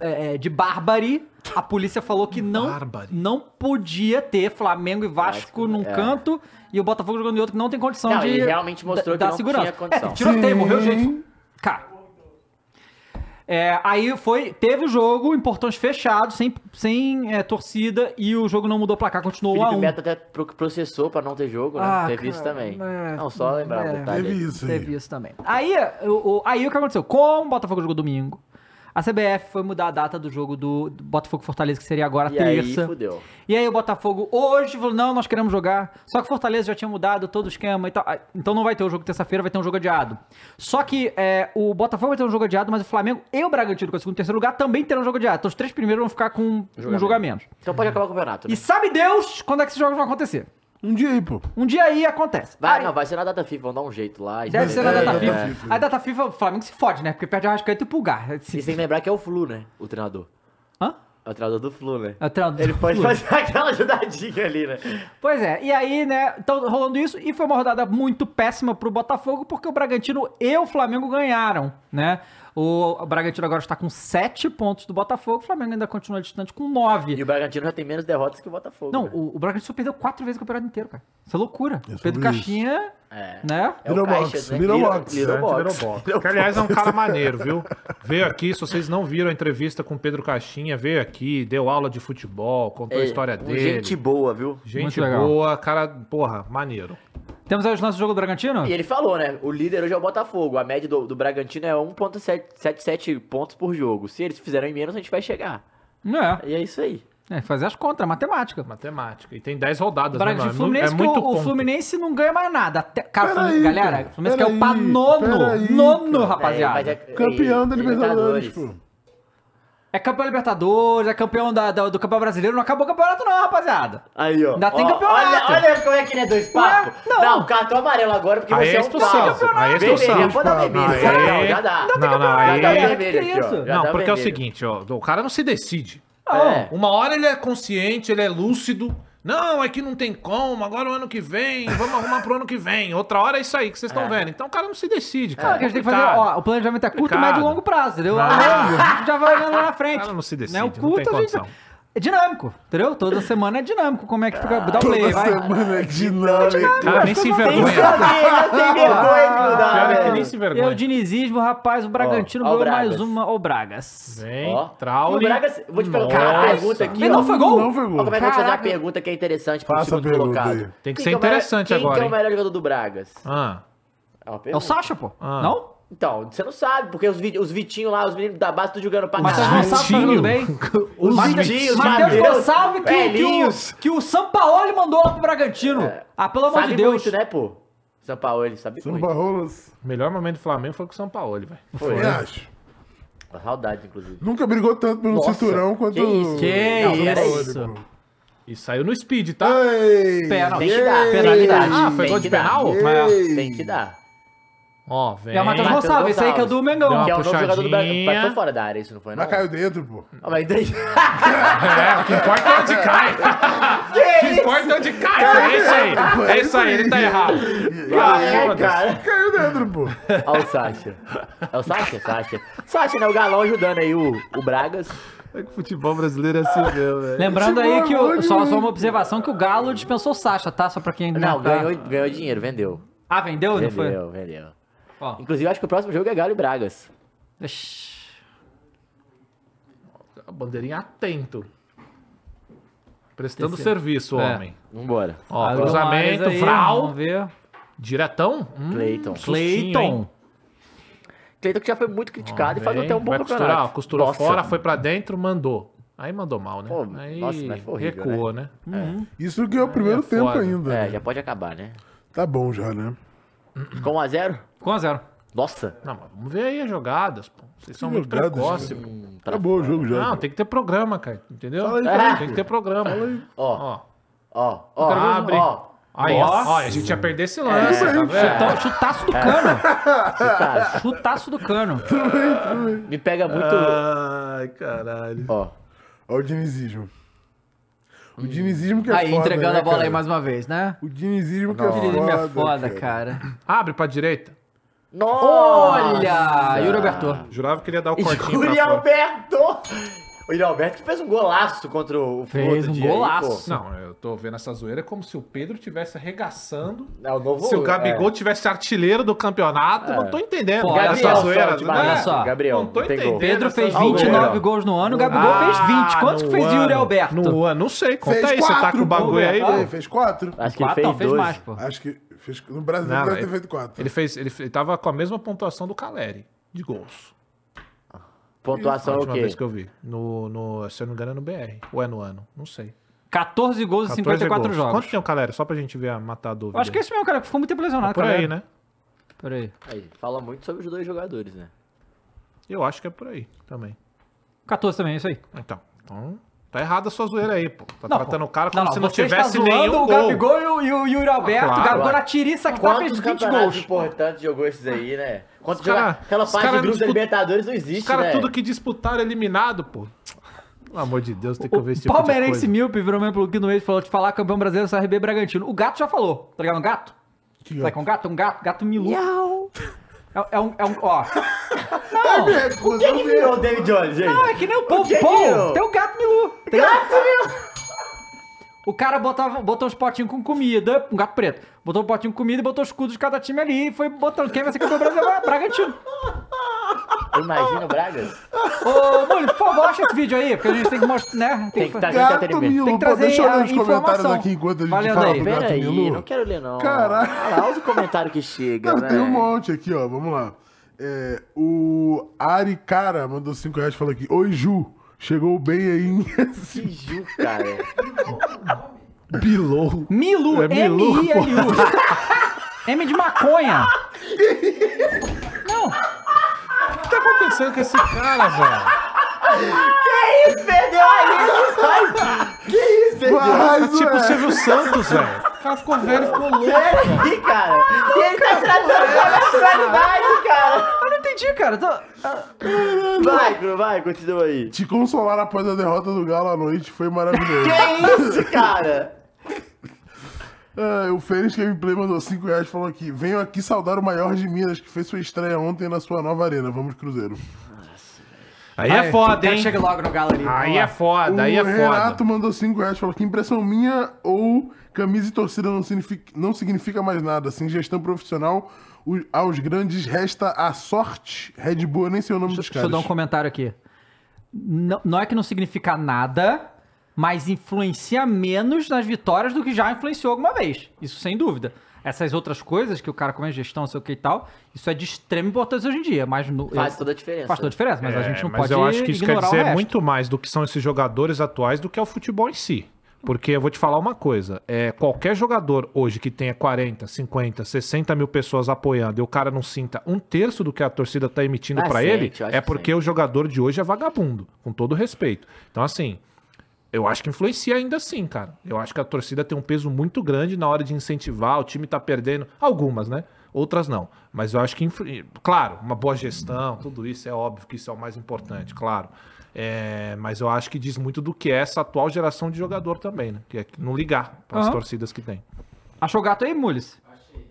é, é, de bárbare, a polícia falou que não, Bárbare. não podia ter Flamengo e Vasco Vasco, num é. canto e o Botafogo jogando em outro que não tem condição Não, de. ele realmente mostrou da- dar que não segurança. tinha condição. É, tiroteio, Sim. morreu gente. Cara. É, aí foi, teve o jogo em portões fechados, sem, sem é, torcida, e o jogo não mudou o placar, continuou um a Felipe um. Neto até pro- processou pra não ter jogo, né? Ah, Teve isso cara, também. é. Não, só lembrar É. o detalhe. Teve isso aí. Teve isso também. Aí o, o- aí o que aconteceu? Como o Botafogo jogou domingo, a CBF foi mudar a data do jogo do do Botafogo e Fortaleza, que seria agora E aí, terça. fudeu. e aí o Botafogo hoje falou, não, nós queremos jogar. Só que o Fortaleza já tinha mudado todo o esquema e tal. Ah, Então não vai ter o jogo terça-feira, vai ter um jogo adiado. Só que é, o Botafogo vai ter um jogo adiado, mas o Flamengo e o Bragantino, que é o segundo e terceiro lugar, também terão um jogo adiado. Então os três primeiros vão ficar com um jogo a menos. Então pode acabar o campeonato, né? E sabe Deus quando é que esses jogos vão acontecer. Um dia aí, pô. Um dia aí acontece. Vai, Aí- não, vai ser na data FIFA, vão dar um jeito lá. e- Deve ser na É, data é. FIFA. A data FIFA, o Flamengo se fode, né? Porque perde a Rascaeta e Assim, o Pulgar. E Esse- você tem que lembrar que é o Flu, né? O treinador. Hã? É o treinador do Flu, né? É o treinador Ele do pode Flu. fazer aquela ajudadinha ali, né? Pois é, e aí, né? Então, rolando isso, e foi uma rodada muito péssima pro Botafogo, porque o Bragantino e o Flamengo ganharam, né? O Bragantino agora está com 7 pontos do Botafogo, o Flamengo ainda continua distante com 9. E o Bragantino já tem menos derrotas que o Botafogo. Não, né? o, o Bragantino só perdeu 4 vezes o campeonato inteiro, cara. Isso é loucura. É sobre Pedro isso. Caixinha, É. né? É o Little Caixas, Box, né? Little Little- Box. Little Grande Box. Little Box. Que, aliás, é um cara maneiro, viu? Veio aqui, se vocês não viram a entrevista com o Pedro Caixinha, veio aqui, deu aula de futebol, contou a É, história um dele. Gente boa, viu? Gente Muito legal. boa, cara, porra, maneiro. Temos aí os nossos jogos do Bragantino? E ele falou, né? O líder hoje é o Botafogo. A média do, do Bragantino é 1,77 pontos por jogo. Se eles fizerem em menos, a gente vai chegar. Não é. E é isso aí. é. Fazer as contas, matemática. Matemática. E tem 10 rodadas, Bragantino né, e mano? É Fluminense, muito que o- o, ponto. Fluminense não ganha mais nada. Até, cara, o Peraí, Fluminense- galera, cara. o Fluminense caiu pra Peraí, nono. peraí, nono, cara. rapaziada. É, É, mas é- Campeão da é- Libertadores, pô. campeão da Libertadores, é campeão da- da- do Campeão Brasileiro. Não acabou o campeonato, não, rapaziada. Aí, ó. Ainda tem Ó, campeonato. Olha, olha como é que ele é dois papos. Ué, não. Não, cartão amarelo agora, porque Aí você é é um expulsão, papo. aí é expulsão. Vermelho, pode dar Aí- vermelho. Já dá, já dá. Não, não, campeonato, aí- é cara. Já dá Que vermelho aqui, ó. isso? Já Não, dá porque é o vermelho. seguinte, ó, o cara não se decide. Não. É. Uma hora ele é consciente, ele é lúcido. Não, é que não tem como, agora o ano que vem, vamos arrumar pro ano que vem. Outra hora é isso aí que vocês estão vendo. Então o cara não se decide, cara. Cara, que a gente tem que fazer, Complicado. ó, É, o planejamento é curto, Complicado. médio e longo prazo, entendeu? Ah. A longo, a gente já vai olhando lá na frente. Cara, Tá. não se decide, Né, O não tem curto, a gente... condição. É dinâmico, entendeu? Toda semana é dinâmico, como é que fica... Dá o Toda play, vai. semana é dinâmica. Cara, nem se Tem envergonha. vergonha, Ah, tem vergonha de mudar. Pior é que velho. nem E se aí o envergonha. dinizismo, rapaz, o Bragantino ó o ganhou mais Bragas. uma, o Bragas. Vem, Ó. E o Trauli. Braga, vou te perguntar uma Nossa. pergunta aqui. E não ó. foi gol? Não foi Ó, Como gol. é que eu vou te fazer uma Caraca. pergunta que é interessante pro Faça a segundo pergunta colocado? aí. Tem que Quem ser é o melhor- interessante agora, Quem hein? que é o melhor jogador do Bragas? Ah, É, uma É o pergunta. Sacha, pô. Ah. Não? Então, você não sabe, porque os, vi- os Vitinho lá, os meninos da base, estão jogando pra Mas caralho. Matheus Gonçalves tá jogando bem. Os Matheus- Vitinhos, Matheus Matheus, Gonçalves que, que, velhinhos. É. o, que o Sampaoli mandou lá pro Bragantino. Ah, pelo amor sabe de Deus. muito, né, pô? São Paulo, ele sabe São muito. Barrolas. melhor momento do Flamengo foi com o São Paulo, velho. Eu acho. Tá saudade, inclusive. Nunca brigou tanto pelo Nossa, cinturão quanto. que isso? Que Não, não falou, isso? né, pô? E saiu no speed, tá? Ei! Pênalti. Tem que dar. Penalidade. Ah, foi Tem gol que de dar. penal? Ei! Tem que dar. Ó, velho. É o Matheus Matheus Gonçalves, esse aí que é o do Deu Mengão. uma que é o novo jogador do Brasil. puxadinha. Passou fora da área, isso não foi, não? Mas caiu dentro, pô. Ah, mas daí... É, o que importa é onde cai. O que importa é onde cai. É isso aí. É isso aí, ele tá errado. Ah, é, foda-se. cara. Caiu dentro, pô. Olha o Sasha. É o Sasha? Sasha. Sasha, né? O galão ajudando aí o, o Bragas. É que o futebol brasileiro é assim mesmo, velho. Lembrando Esse aí gol que é bom o, só, demais. só uma observação que o Galo dispensou o Sacha, tá? Só pra quem Não, tá. ganhou, ganhou dinheiro, vendeu. Ah, vendeu? Não foi? Vendeu, vendeu. Ó. Inclusive, eu acho que o próximo jogo é Galo e Bragas. Ixi. A bandeirinha atento. Prestando serviço, É. homem. Vambora. Ó, Alô, cruzamento, Mares aí, Vral. Vamos ver. Diretão? Hum, Cleiton. sustinho, hein? Cleiton que já foi muito criticado e faz Vem, até um bom vai costurar, ó, campeonato. costurou Nossa. fora, foi pra dentro, mandou. Aí mandou mal, né? Pô, Aí nossa, mas foi horrível, recuou, né? Isso que é o primeiro é tempo foda. ainda. É, né? já pode acabar, né? Tá bom já, né? Ficou 1x0? Com a zero. Nossa. Não, mas vamos ver aí as jogadas, pô. Vocês são muito jogadas, precoces. pô. Hum, tá Acabou o jogo já. Não, tem que ter programa, cara. Entendeu? Fala aí, fala aí, tem que pô. ter programa. Ó, Ó. ó, ó. quero ver abre. Ó, Aí, ó, ó, a gente ia perder esse lance, tá É. vendo? Então, chutaço do cano. cara, Chutaço do cano. me pega muito... Ah. Ai, caralho. Ó. Olha o dinizismo. O dinizismo que é Aí, foda, entregando né, a bola aí cara? mais uma vez, né? O dinizismo que é O Dinizismo foda. é foda, cara. Abre pra direita. Nossa! Olha! Yuri Alberto. Jurava que ele ia dar o cortinho Yuri pra fora. Alberto! O Yuri Alberto que fez um golaço contra o Fez o outro um dia aí, golaço. Não, eu tô vendo essa zoeira é como se o Pedro tivesse arregaçando. pô. É o novo- Se o Gabigol é. tivesse artilheiro do campeonato, não tô entendendo. Pô, Olha olha essa só, zoeira. de né? olha bagaço, só. é, Gabriel, Não tô não tem entendendo. gol. Pedro fez Essa zoeira. 29 gols no ano, o Gabigol Ah, fez 20. Quantos que no fez Yuri ano. Alberto? No ano, não sei. Conta Fez aí, você tá quatro, com o bagulho pô, aí. é, Fez quatro? Acho que Quatro, fez, não, fez dois. mais, pô. Acho que fez, no Brasil Não, deve ter ele- feito quatro. Ele fez, ele, ele tava com a mesma pontuação do Caleri de gols. Pontuação a é o última quê? vez que eu vi. No, no, se eu não me engano, é no BR. Ou é no ano? Não sei. 14 gols em 14 54 gols. jogos. Quanto tem o Caleri? Só pra gente ver, a- matar a dúvida. Eu acho que é esse mesmo, cara, que ficou muito tempo lesionado, por cara. aí, né? Por aí. Aí, fala muito sobre os dois jogadores, né? Eu acho que é por aí também. 14 também, isso aí. Então, então tá errada a sua zoeira aí, pô. Tá Não, tratando pô. o cara como Não, não, se não você está tivesse zoando nenhum o gol. Ah, Gabigol e o, e o Yuri Alberto. claro. O Gabigol na tiriça que tá fez 20 gols. importantes jogou esses aí, né? Quantos Os cara- joga... Aquela os parte cara de grupos da disputa- Libertadores não existe, Os caras né? tudo que disputaram eliminado, pô. Pelo amor de Deus, tem que ver esse tipo de Palmeirense coisa. Milpe virou mesmo plugin no meio e falou: te falar campeão brasileiro CRB Bragantino. O gato já falou, tá ligado? Um gato? Que Sabe tá gato? com um gato? Um gato, gato milu. É, é um, é um. Ó. Ai, Não! me recuso, Quem eu que me- virou o David Jones, gente? Não, é que nem o Paul. que que Paul eu? tem o gato Milu. Tem gato Milu. O cara botava, botou uns potinhos com comida, um gato preto. Botou um potinho com comida e botou o escudo de cada time ali e foi botando. Quem vai ser campeão brasileiro? é Bragantino. Imagina o Bragas. Ô, Mano, por favor, acha esse vídeo aí, porque a gente tem que mostrar, né? Tem que tá- Gato Tem que Milu, pô, trazer deixa eu a ler os comentários informação. aqui enquanto a gente Valendo fala aí. do Pera Gato Peraí, Milu. não quero ler, não. Caralho. Olha lá, olha os comentários que chegam, Não, né? tem um monte aqui, ó. Vamos lá. É, o Ari Cara mandou 5 reais e falou aqui. Oi, Ju. Chegou bem aí em Que ju, cara. Bilou. Milu, É Milu, M-I-L-U. M de maconha. Não, O que tá acontecendo com esse cara, velho? É Perdeu a Tá Mas, tipo o ué, Silvio Santos, velho. O cara ficou velho, ficou louco. Peraí, cara. E ele tá tratando com a nacionalidade, cara. eu não entendi, cara. Tô... Vai, Gru, vai, continua aí. Te consolar após a derrota do Galo à noite foi maravilhoso. Que é isso, cara? Ah, o Fênix Gameplay mandou 5 reais e falou aqui: Venho aqui saudar o maior de Minas, que fez sua estreia ontem na sua nova arena. Vamos, Cruzeiro. Aí é foda, hein? Chega logo no galo ali. Aí é o foda, aí é Renato foda. mandou 5 reais e falou que impressão minha ou camisa e torcida não significa, não significa mais nada. Sem gestão profissional, o- aos grandes resta a sorte. Red Bull, eu nem sei o nome dos Deixa caras. eu dar um comentário aqui. Não, não é que não significa nada, mas influencia menos nas vitórias do que já influenciou alguma vez. Isso sem dúvida. Essas outras coisas que o cara come gestão, não sei o que e tal, isso é de extrema importância hoje em dia. Mas no- Faz eu- toda a diferença. Faz toda a diferença, mas a É, gente não mas pode eu acho que isso quer ignorar o dizer resto. muito mais do que são esses jogadores atuais do que é o futebol em si. Porque eu vou te falar uma coisa: é, qualquer jogador hoje que tenha 40, 50, 60 mil pessoas apoiando e o cara não sinta um terço do que a torcida tá emitindo Ah, pra sente, ele, eu acho é que porque o jogador de hoje é vagabundo, com todo respeito. Então, assim, eu acho que influencia ainda assim, cara. Eu acho que a torcida tem um peso muito grande na hora de incentivar, o time tá perdendo. Algumas, né? Outras não. Mas eu acho que, influ- claro, uma boa gestão, tudo isso é óbvio que isso é o mais importante, claro. É, mas eu acho que diz muito do que é essa atual geração de jogador também, né? Que é não ligar para as Aham. torcidas que tem. Achou o gato aí, Mules?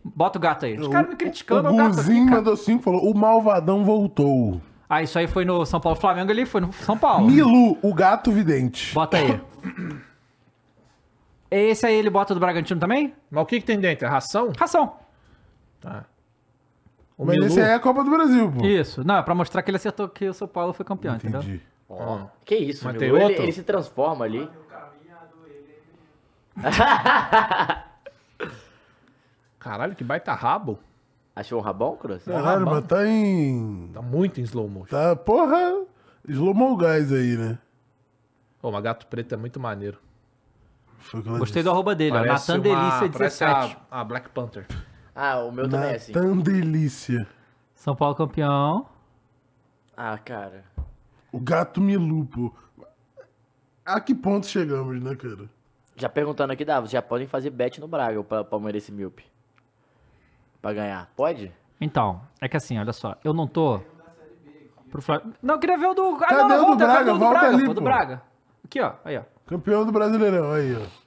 Bota o gato aí. Os caras me criticando, é o o gato aqui, Guzinho cara. mandou cinco e falou: o malvadão voltou. Ah, isso aí foi no São Paulo Flamengo ali, foi no São Paulo. Milu, o gato vidente. Bota aí. Esse aí ele bota do Bragantino também? Mas o que, que tem dentro? É ração? Ração. Tá. O Mas Milu- esse aí é a Copa do Brasil, pô. Isso. Não, é pra mostrar que ele acertou que o São Paulo foi campeão, entendeu? Entendi. Ó, que isso, Mas Milu? tem Ele- outro? Ele, se transforma ali. Caralho, que baita rabo. Achou um rabão, Cruz? Caralho, mas tá em. Tá muito em slow motion. Tá, porra. Slow mo guys aí, né? Pô, mas gato preto é muito maneiro. Foi o que ela Gostei do arroba dele, ó. Parece Natan uma- Delícia parece 17. a, a Black Panther. Ah, o meu disse. também é assim. Natan Delícia. São Paulo campeão. Ah, cara. O gato Milu, pô. A que ponto chegamos, né, cara? Já perguntando aqui, Davos, já podem fazer bet no Braga pra Palmeiras e Milp. Pra ganhar. Pode? Então, é que assim, olha só, eu não tô. Pro Flamengo. Não, eu queria ver o do. Ah, não, Cadê o do não, volta, cadê Braga? o do Volta Braga, ali, pô, do pô. Tá Braga. Aqui, ó, aí, ó. Campeão do Brasileirão, aí, ó.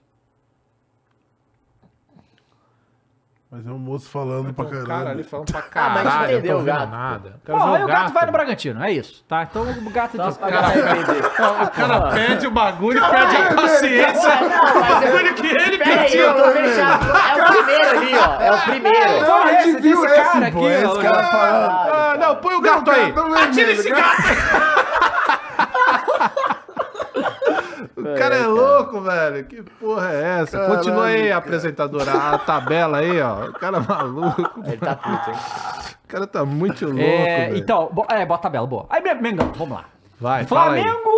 Mas é um moço falando pra Tem um cara caralho. ali falando pra Ah, mas caralho. Ah, entendeu não o tô vendo gato, nada. Pô, aí o gato, vai no Bragantino, é isso, tá? Então o gato diz. pra galera entender. O cara pede o bagulho, perde a paciência. Não, mas é eu- Olha que ele Pera aí, pediu. eu tô fechado. É o primeiro ali, ó. É o primeiro. Não, a gente esse, viu desse esse, cara pô, aqui, esse ó, cara tá falando. Ah, não, põe o gato Não, aí. gato vermelho, Atira esse gato. O cara é louco, velho. Que porra é essa? Continua aí, apresentadora. A tabela aí, ó. O cara é maluco. Ele tá puto, hein? O cara tá muito louco, É, velho. então, bo- é, bota a bela, boa. Aí, Mengão, vamos lá. Vai, fala aí. Flamengo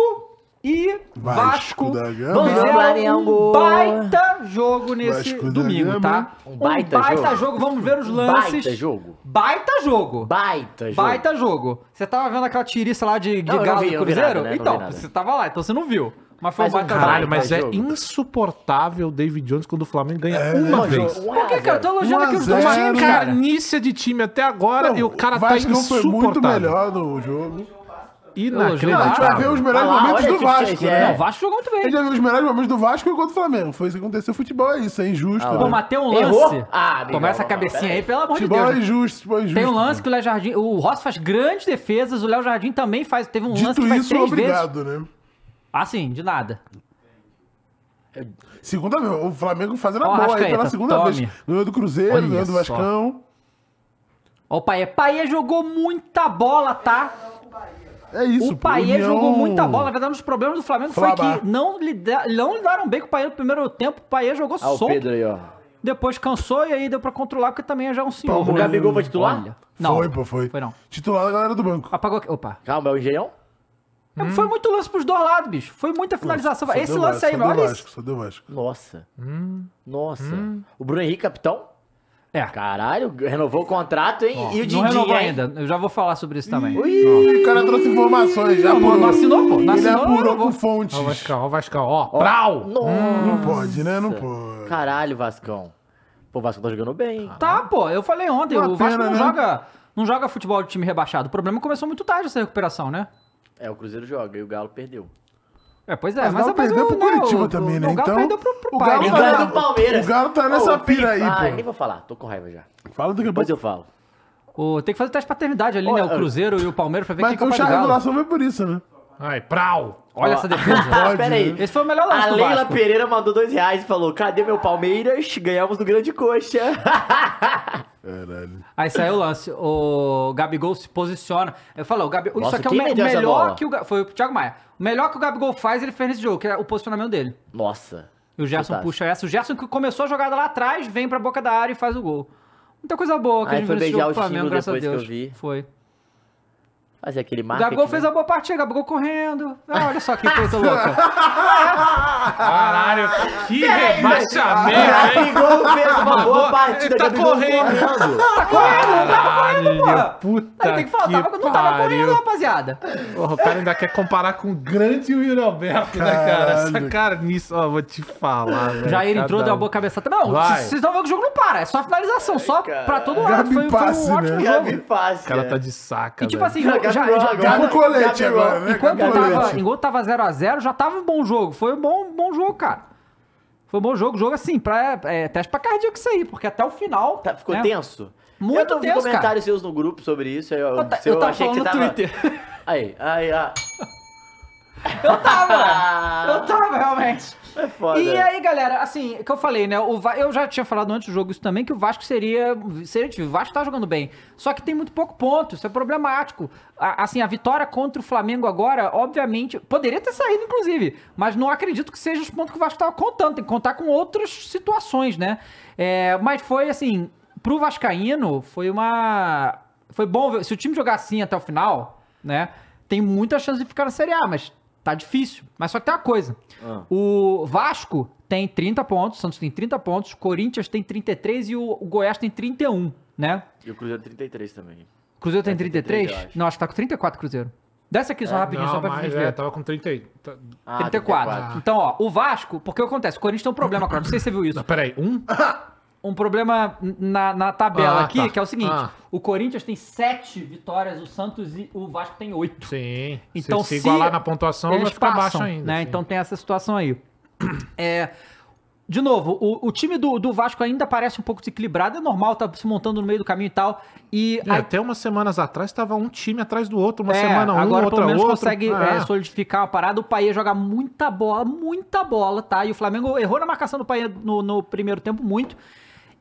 e Vasco Vasco. da Gama. Vamos Vamos, ver um Flamengo. baita jogo nesse Vasco da domingo, Gama. tá? Um baita jogo. Um Vamos ver os lances. Baita jogo. Baita jogo. Baita jogo. Baita jogo. Você tava vendo aquela tiriça lá de, de Não, eu não Galo vi, e eu não vi Cruzeiro? nada, né? Não vi Então, nada. você tava lá, então você não viu. Mas foi um Mas um baita caralho, Caralho, jogo. mas tá é jogo. insuportável o David Jones quando o Flamengo ganha uma Não, vez. jogo, um a Por que, cara? Eu tô zero. elogiando aqui os dois Um a times, zero. cara. Carnícia de time até agora e o cara tá Vasco foi muito insuportável. melhor no jogo. Não, A gente vai ver Inacreditável. os melhores Ah lá, momentos olha do que Vasco, diferença, né? Não, o Vasco jogou muito A bem. gente já viu os melhores momentos do Vasco contra o Flamengo. Foi isso que aconteceu. Futebol é isso, é injusto. Ah, Pô, né? mas tem um Errou? lance. Ah, amigão, Toma essa vamos lá, cabecinha pera aí, pelo amor de Futebol Deus. é né? injusto, futebol é injusto. Tem um lance que o Léo Jardim. O Rossi faz grandes defesas, o Léo Jardim também faz. Teve um lance Dito que faz isso, três vezes. obrigado, né? Ah, sim, de nada. Segunda vez, o Flamengo fazendo Ó, a bola aí Arrascaeta, pela segunda tome. vez. Ganhou do Cruzeiro, Olha ganhou do só. Vascão. Ó, o Paia. Paia jogou muita bola, tá? É isso, o Paia União- jogou muita bola. Na verdade, um dos problemas do Flamengo foi Flabá. que não, lida- não lidaram bem com o Paia no primeiro tempo. O Paia jogou Ah, o solto, Pedro aí, ó. depois cansou e aí deu pra controlar, porque também já é um senhor. Pô, O Gabigol foi titular? Olha. Não. Foi, pô, foi. Foi não. Titular da galera do banco. Apagou aqui. Opa. Calma, é o Engenhão? Não Foi muito lance pros dois lados, bicho. Foi muita finalização. Hum. Só deu Esse lance Vasco, aí, só meu. deu Olha isso. Vasco, Só deu Vasco. Nossa. Nossa. O Bruno Henrique, capitão? É. Caralho, renovou o contrato, hein? e o não Dindinho, renovou hein? ainda. Eu já vou falar sobre isso também. O cara trouxe informações, já Não, não apurou. assinou, pô. Não Ele assinou, apurou não vou- com fontes. Ó, o Vascão, ó, o Vascão, ó. Prau! Não Nossa. pode, né? Não pode. Caralho, Vascão. Pô, o Vasco tá jogando bem, hein? Tá, pô, eu falei ontem, Uma o Vasco pena, não né? joga. Não joga futebol de time rebaixado. O problema é que começou muito tarde essa recuperação, né? É, o Cruzeiro joga e o Galo perdeu. É, pois é, Mas, mas, mas é o perdeu pro né, Curitiba o- também, o- né? O Galo então, perdeu pro, pro o Bayern. Galo, E ganha tá, do Palmeiras. o Galo tá nessa Ô, pira aí, Ah, nem pô. Tá vou falar, tô com raiva já. Fala é daqui a Depois pouco. eu falo. O- tem que fazer teste de paternidade ali, né? O Olha, Cruzeiro e o Palmeiras pra ver quem Mas que é o o chá do de Galo. revelação foi por isso, né? Ai, prau! Olha essa defesa. pode, Pera aí. Esse foi o melhor lance Ah, A do Leila Vasco. Pereira mandou dois reais e falou: Cadê meu Palmeiras? Ganhamos do Grande Coxa. Caralho. Aí saiu o lance. O Gabigol se posiciona. Eu falo, o Gabigol. Nossa, isso aqui é o quem me- meteu essa melhor bola? que o. Ga- Foi o Thiago Maia. O melhor que o Gabigol faz, ele fez nesse jogo, que é o posicionamento dele. Nossa. E o Gerson Fantástico. puxa essa. O Gerson que começou a jogada lá atrás, vem pra boca da área e faz o gol. Muita coisa boa que Aí a gente foi viu nesse beijar jogo do o Flamengo, Chilo graças a depois que Deus. eu vi. Foi. Fazer é aquele O marketing. Gabigol fez né? a boa partida, o Gabigol correndo. Ah, olha só que coisa louca. Caralho, Caralho, que Ah, rebaixamento, hein? Gabigol fez uma boa Agora- partida, ele tá Gabigol correndo. Tá correndo, não tava correndo, Caralho, porra. puta Aí tem que falar, tava, Tá que não tava correndo, pariu. rapaziada. Porra, o cara ainda quer comparar com o grande Yuri Alberto, né, cara? Essa Caralho. carniça, ó, vou te falar, velho. Já ele entrou, Cada deu uma um. boa cabeçada. Não, Vai. vocês estão vendo que o jogo não para, é só finalização, só cara. pra todo lado. Gabi Foi, foi passe, um né? ótimo correndo. jogo. Gabi passe, O cara tá cara. de saca, E tipo velho. assim, Não, já, Gabigol já- agora. Gabi colete Gabi agora, Gol. né? enquanto Gabi tava, colete. enquanto tava 0x0, já tava um bom jogo. Foi um bom, bom jogo, cara. Foi um bom jogo, jogo assim, pra, é, teste pra cardíaco isso aí, porque até o final. Tá- ficou né? tenso? Muito eu não vi tenso, cara. comentários seus no grupo sobre isso. Eu, Eu, ta- seu- eu tava achei falando que no tava... Twitter. Aí, aí, ah. Eu tava! Ah, Tá. eu tava, realmente. é foda. E aí, galera, assim, o que eu falei, né? O Va- Eu já tinha falado antes do jogo isso também, que o Vasco seria. seria difícil. o Vasco tá jogando bem. Só que tem muito pouco ponto, isso é problemático. A- assim, a vitória contra o Flamengo agora, obviamente, poderia ter saído, inclusive. Mas não acredito que seja os pontos que o Vasco tava contando. Tem que contar com outras situações, né? É, mas foi assim, pro Vascaíno, foi uma. Foi bom ver. Se o time jogar assim até o final, né? Tem muita chance de ficar na Série A, mas tá difícil. Mas só que tem uma coisa. Ah. O Vasco tem 30 pontos, o Santos tem 30 pontos, o Corinthians tem 33 e o o Goiás tem 31, né? E o Cruzeiro 33 também. O Cruzeiro tem É, 33, 33? eu acho. Não, acho que tá com 34 Cruzeiro. Desce aqui só rapidinho, só Não, pra gente mas, ver. é, tava com 30 e... tá- Ah, 34. Então, ó, o Vasco, porque acontece, o Corinthians tem um problema, cara, não sei se você viu isso. Não, peraí, um? Um problema na, na tabela Ah, aqui, tá. que é o seguinte: Ah. o Corinthians tem 7 vitórias, o Santos e o Vasco tem 8. Sim. Então, se, se, se igualar na pontuação, vai eles ficar passam, baixo ainda. assim. Né? sim. Então tem essa situação aí. É, de novo, o, o time do, do Vasco ainda parece um pouco desequilibrado, é normal, tá se montando no meio do caminho e tal. E É, aí- até umas semanas atrás tava um time atrás do outro, uma é, semana um, agora outra pelo menos outro. consegue Ah, é, solidificar a parada. O Paê joga muita bola, muita bola, tá? E o Flamengo errou na marcação do Paê no, no primeiro tempo muito.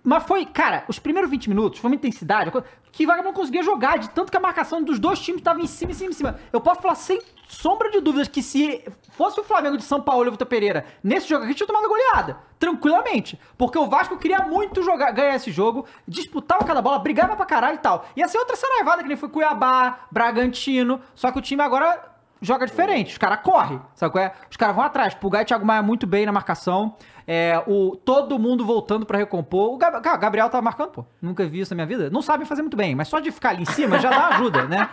Mas foi, cara, os primeiros 20 minutos foi uma intensidade uma coisa que o Wagner não conseguia jogar, de tanto que a marcação dos dois times estava em cima, em cima, em cima. Eu posso falar sem sombra de dúvidas que se fosse o Flamengo de São Paulo e o Vitor Pereira nesse jogo aqui, tinha tomado goleada, tranquilamente. Porque o Vasco queria muito jogar, ganhar esse jogo, disputava cada bola, brigava pra caralho e tal. Ia ser outra saraivada que nem foi Cuiabá, Bragantino, só que o time agora joga diferente. Os caras correm, sabe qual é? Os caras vão atrás. Pulgar e Thiago Maia muito bem na marcação. É, o, todo mundo voltando pra recompor. O Gab- cara, o Gabriel tava marcando, pô. Nunca vi isso na minha vida. Não sabem fazer muito bem, mas só de ficar ali em cima já dá ajuda, né?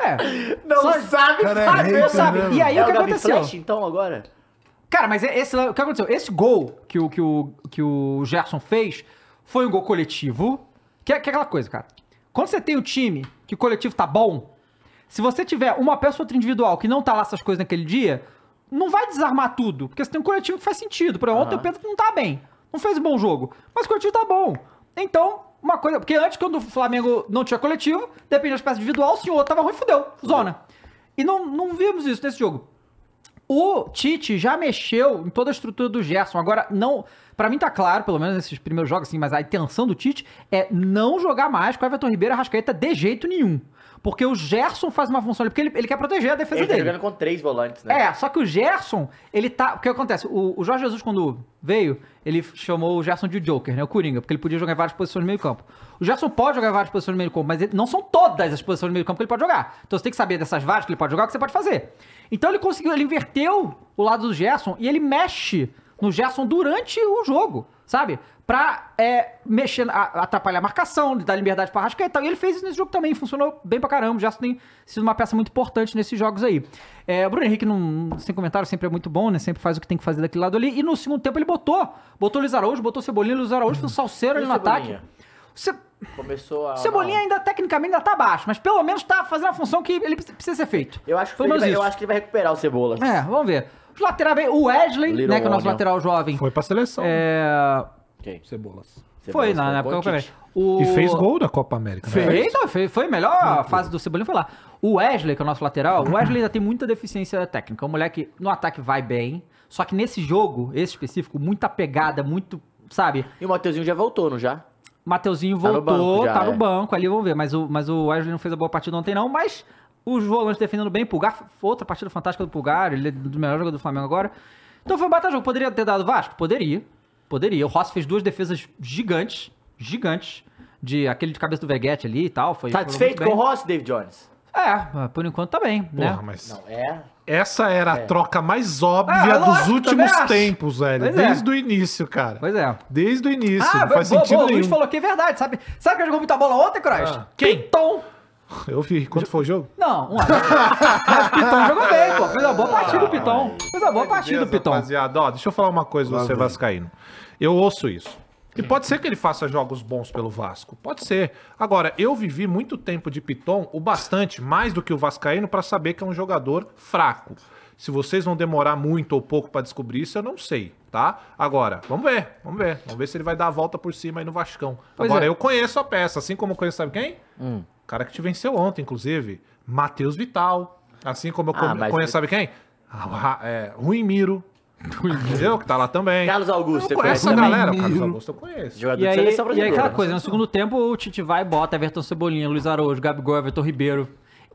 É. Não Só- sabe Cara, é fazer. Ah, não hater, sabe. né, E aí é o que Gabi aconteceu? Flash, então, agora? Cara, mas é- esse, lan- o que aconteceu? Esse gol que o, que o, que o Gerson fez foi um gol coletivo. Que é, que é aquela coisa, cara. Quando você tem um time que o coletivo tá bom, se você tiver uma peça ou outra individual que não tá lá essas coisas naquele dia, não vai desarmar tudo. Porque você tem um coletivo que faz sentido. Por exemplo, ontem o Aham. Pedro não tá bem. Não fez um bom jogo. Mas o coletivo tá bom. Então, uma coisa. Porque antes, quando o Flamengo não tinha coletivo, dependia das peças individual, o senhor tava ruim, fudeu. Zona. E não, não vimos isso nesse jogo. O Tite já mexeu em toda a estrutura do Gerson. Agora, não. Pra mim tá claro, pelo menos nesses primeiros jogos, assim, mas a intenção do Tite é não jogar mais com o Everton Ribeiro e Arrascaeta de jeito nenhum. Porque o Gerson faz uma função ali, porque ele, ele quer proteger a defesa Ele tá dele. jogando com três volantes, né? É, só que o Gerson, ele tá. O que acontece? O, o Jorge Jesus, quando veio, ele chamou o Gerson de Joker, né? O Coringa, porque ele podia jogar em várias posições no meio-campo. O Gerson pode jogar em várias posições no meio-campo, mas ele- não são todas as posições no meio-campo que ele pode jogar. Então você tem que saber dessas várias que ele pode jogar, o que você pode fazer. Então ele conseguiu, ele inverteu o lado do Gerson e ele mexe no Gerson durante o jogo, sabe? Pra é, mexer, a- atrapalhar a marcação, dar liberdade pra Rascaeta e tal. E ele fez isso nesse jogo também, funcionou bem pra caramba. O Gerson tem sido uma peça muito importante nesses jogos aí. É, o Bruno Henrique, não, sem comentário, sempre é muito bom, né? Sempre faz o que tem que fazer daquele lado ali. E no segundo tempo ele botou. Botou o Luiz Araújo, botou o Cebolinha, o Luiz Araújo fez o Salseiro Uhum. E ali o no ataque. Cebolinha? O Ce- Começou a... o Cebolinha ainda, tecnicamente, ainda tá baixo, mas pelo menos tá fazendo a função que ele precisa ser feito. Eu acho, que Pelo ele menos vai, isso. eu acho que ele vai recuperar o Cebola. É, vamos ver. Os laterais bem, o Wesley, Little né, que é o nosso Onion. lateral jovem. Foi pra seleção. né? É, Ok. Cebolas. foi Cebola na, na com época que eu Tite. falei. O... E fez gol da Copa América. né? Fez, não, fez, foi a melhor fase do Cebolinha, foi lá. O Wesley, que é o nosso lateral, o Wesley ainda tem muita deficiência técnica. É um moleque no ataque vai bem, só que nesse jogo, esse específico, muita pegada, muito, sabe? E o Mateuzinho já voltou, não já? Mateuzinho Tá no voltou, tá no banco banco, já, é. ali, vamos ver. Mas o, mas o Wesley não fez a boa partida ontem, não. Mas os volantes defendendo bem. Pulgar, outra partida fantástica do Pulgar. Ele é do melhor jogador do Flamengo agora. Então foi um baita jogo. Poderia ter dado Vasco? Poderia. Poderia. O Rossi fez duas defesas gigantes. Gigantes. De aquele de cabeça do Veguete Tá ali e tal. Foi, foi muito Satisfeito bem. com o Rossi, David Jones? É, por enquanto tá bem, Porra, né? mas... Não, é... Essa era a troca mais óbvia Ah, dos lógico, também últimos acho. tempos, velho. Pois é. Desde o início, cara. Pois é. Desde o início. ah, não faz boa, sentido boa, o nenhum. Luiz falou que é verdade. Sabe, sabe que jogou muita bola ontem, Cross? Ah, quem? Piton. Eu vi. Quanto foi o jogo? Não, um a zero. Mas o Piton jogou bem, pô. Fez uma boa partida o Piton. Fez uma boa partida o Ah, Deus, Piton. Rapaziada, ó, deixa eu falar uma coisa, você vem. vascaíno. Eu ouço isso. E pode ser que ele faça jogos bons pelo Vasco. Pode ser. Agora, eu vivi muito tempo de Piton, o bastante, mais do que o Vascaíno, pra saber que é um jogador fraco. Se vocês vão demorar muito ou pouco pra descobrir isso, eu não sei, tá? Agora, vamos ver, vamos ver. Vamos ver se ele vai dar a volta por cima aí no Vascão. Pois Agora, é. Hum. eu conheço a peça, assim como eu conheço, sabe quem? O cara que te venceu ontem, inclusive. Matheus Vital. Assim como eu Ah, come- mas- conheço, sabe quem? Ah, o Ra- é, Rui Miro. Entendeu? Que tá lá também. Carlos Augusto, eu você conheço conhece essa também? galera. O Carlos Miro. Augusto eu conheço. Jogador E de aí, e seleção aí brasileira. aquela coisa, no segundo tempo o Tite vai e bota Everton Cebolinha, Luiz Araújo, Gabigol, Everton Ribeiro.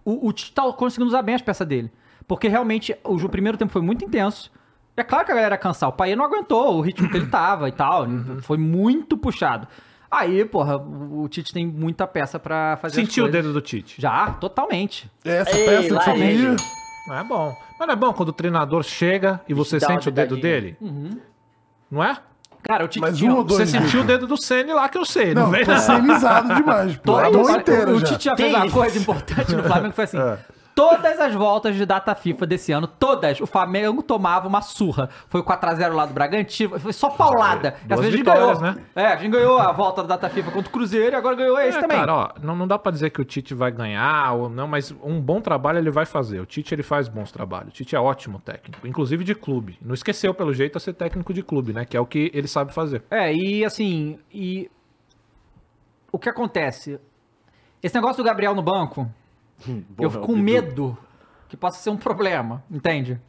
O, o Tite tá conseguindo usar bem as peças dele. Porque realmente o, o primeiro tempo foi muito intenso. É claro que a galera ia cansar. O Paê não aguentou o ritmo que ele tava e tal. Foi muito puxado. Aí, porra, o o Tite tem muita peça pra fazer as Sentiu o coisas. dedo do Tite. Já, totalmente. É essa Ei, peça lá que ele. sabia. Não é bom. Mas não é bom quando o treinador chega e você dá uma sente o dedo pitadinha. dele? Não é? Cara, o Tite Mas tinha... um ou dois? Você Doido. sentiu o dedo do Sene lá que eu sei. Não, Não, vem tô não. senizado demais, pô. é A Todas- mão o, inteira o já. Tite já fez Tem uma isso. coisa importante no Flamengo que foi assim. Todas as voltas de data FIFA desse ano, todas, o Flamengo tomava uma surra. Foi o 4x0 lá do Bragantino, foi só paulada. E Duas às vezes a gente vitórias, ganhou. né? É, a gente ganhou a volta da data FIFA contra o Cruzeiro e agora ganhou esse É, também. Cara, ó, não, não dá pra dizer que o Tite vai ganhar ou não, mas um bom trabalho ele vai fazer. O Tite ele faz bons trabalhos. O Tite é ótimo técnico, inclusive de clube. Não esqueceu pelo jeito a ser técnico de clube, né? Que é o que ele sabe fazer. É, e assim, e o que acontece? Esse negócio do Gabriel no banco, Hum, eu fico com medo que possa ser um problema, entende?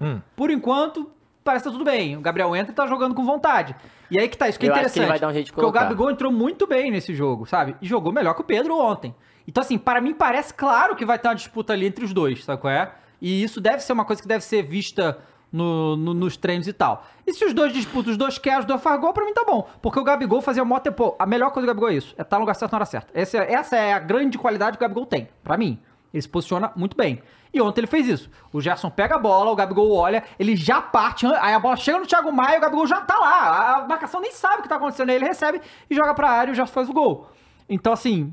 Hum. Por enquanto, parece que tá tudo bem. O Gabriel entra e tá jogando com vontade. E aí que tá, isso que é Eu acho que interessante. ele vai dar um jeito de porque o colocar. Gabigol entrou muito bem nesse jogo, sabe? E jogou melhor que o Pedro ontem. Então, assim, para mim parece claro que vai ter uma disputa ali entre os dois, sabe qual é? E isso deve ser uma coisa que deve ser vista no- no- nos treinos e tal. E se os dois disputam, os dois querem, os dois fazem gol, pra mim tá bom. Porque o Gabigol fazia mó tempo. A melhor coisa do Gabigol é isso. É estar no lugar certo na hora certa. Essa, é- essa é a grande qualidade que o Gabigol tem, pra mim. Ele se posiciona muito bem. E ontem ele fez isso. O Gerson pega a bola, o Gabigol olha, ele já parte, aí a bola chega no Thiago Maia, o Gabigol já tá lá. A marcação nem sabe o que tá acontecendo, aí ele recebe e joga pra área e já faz o gol. Então, assim,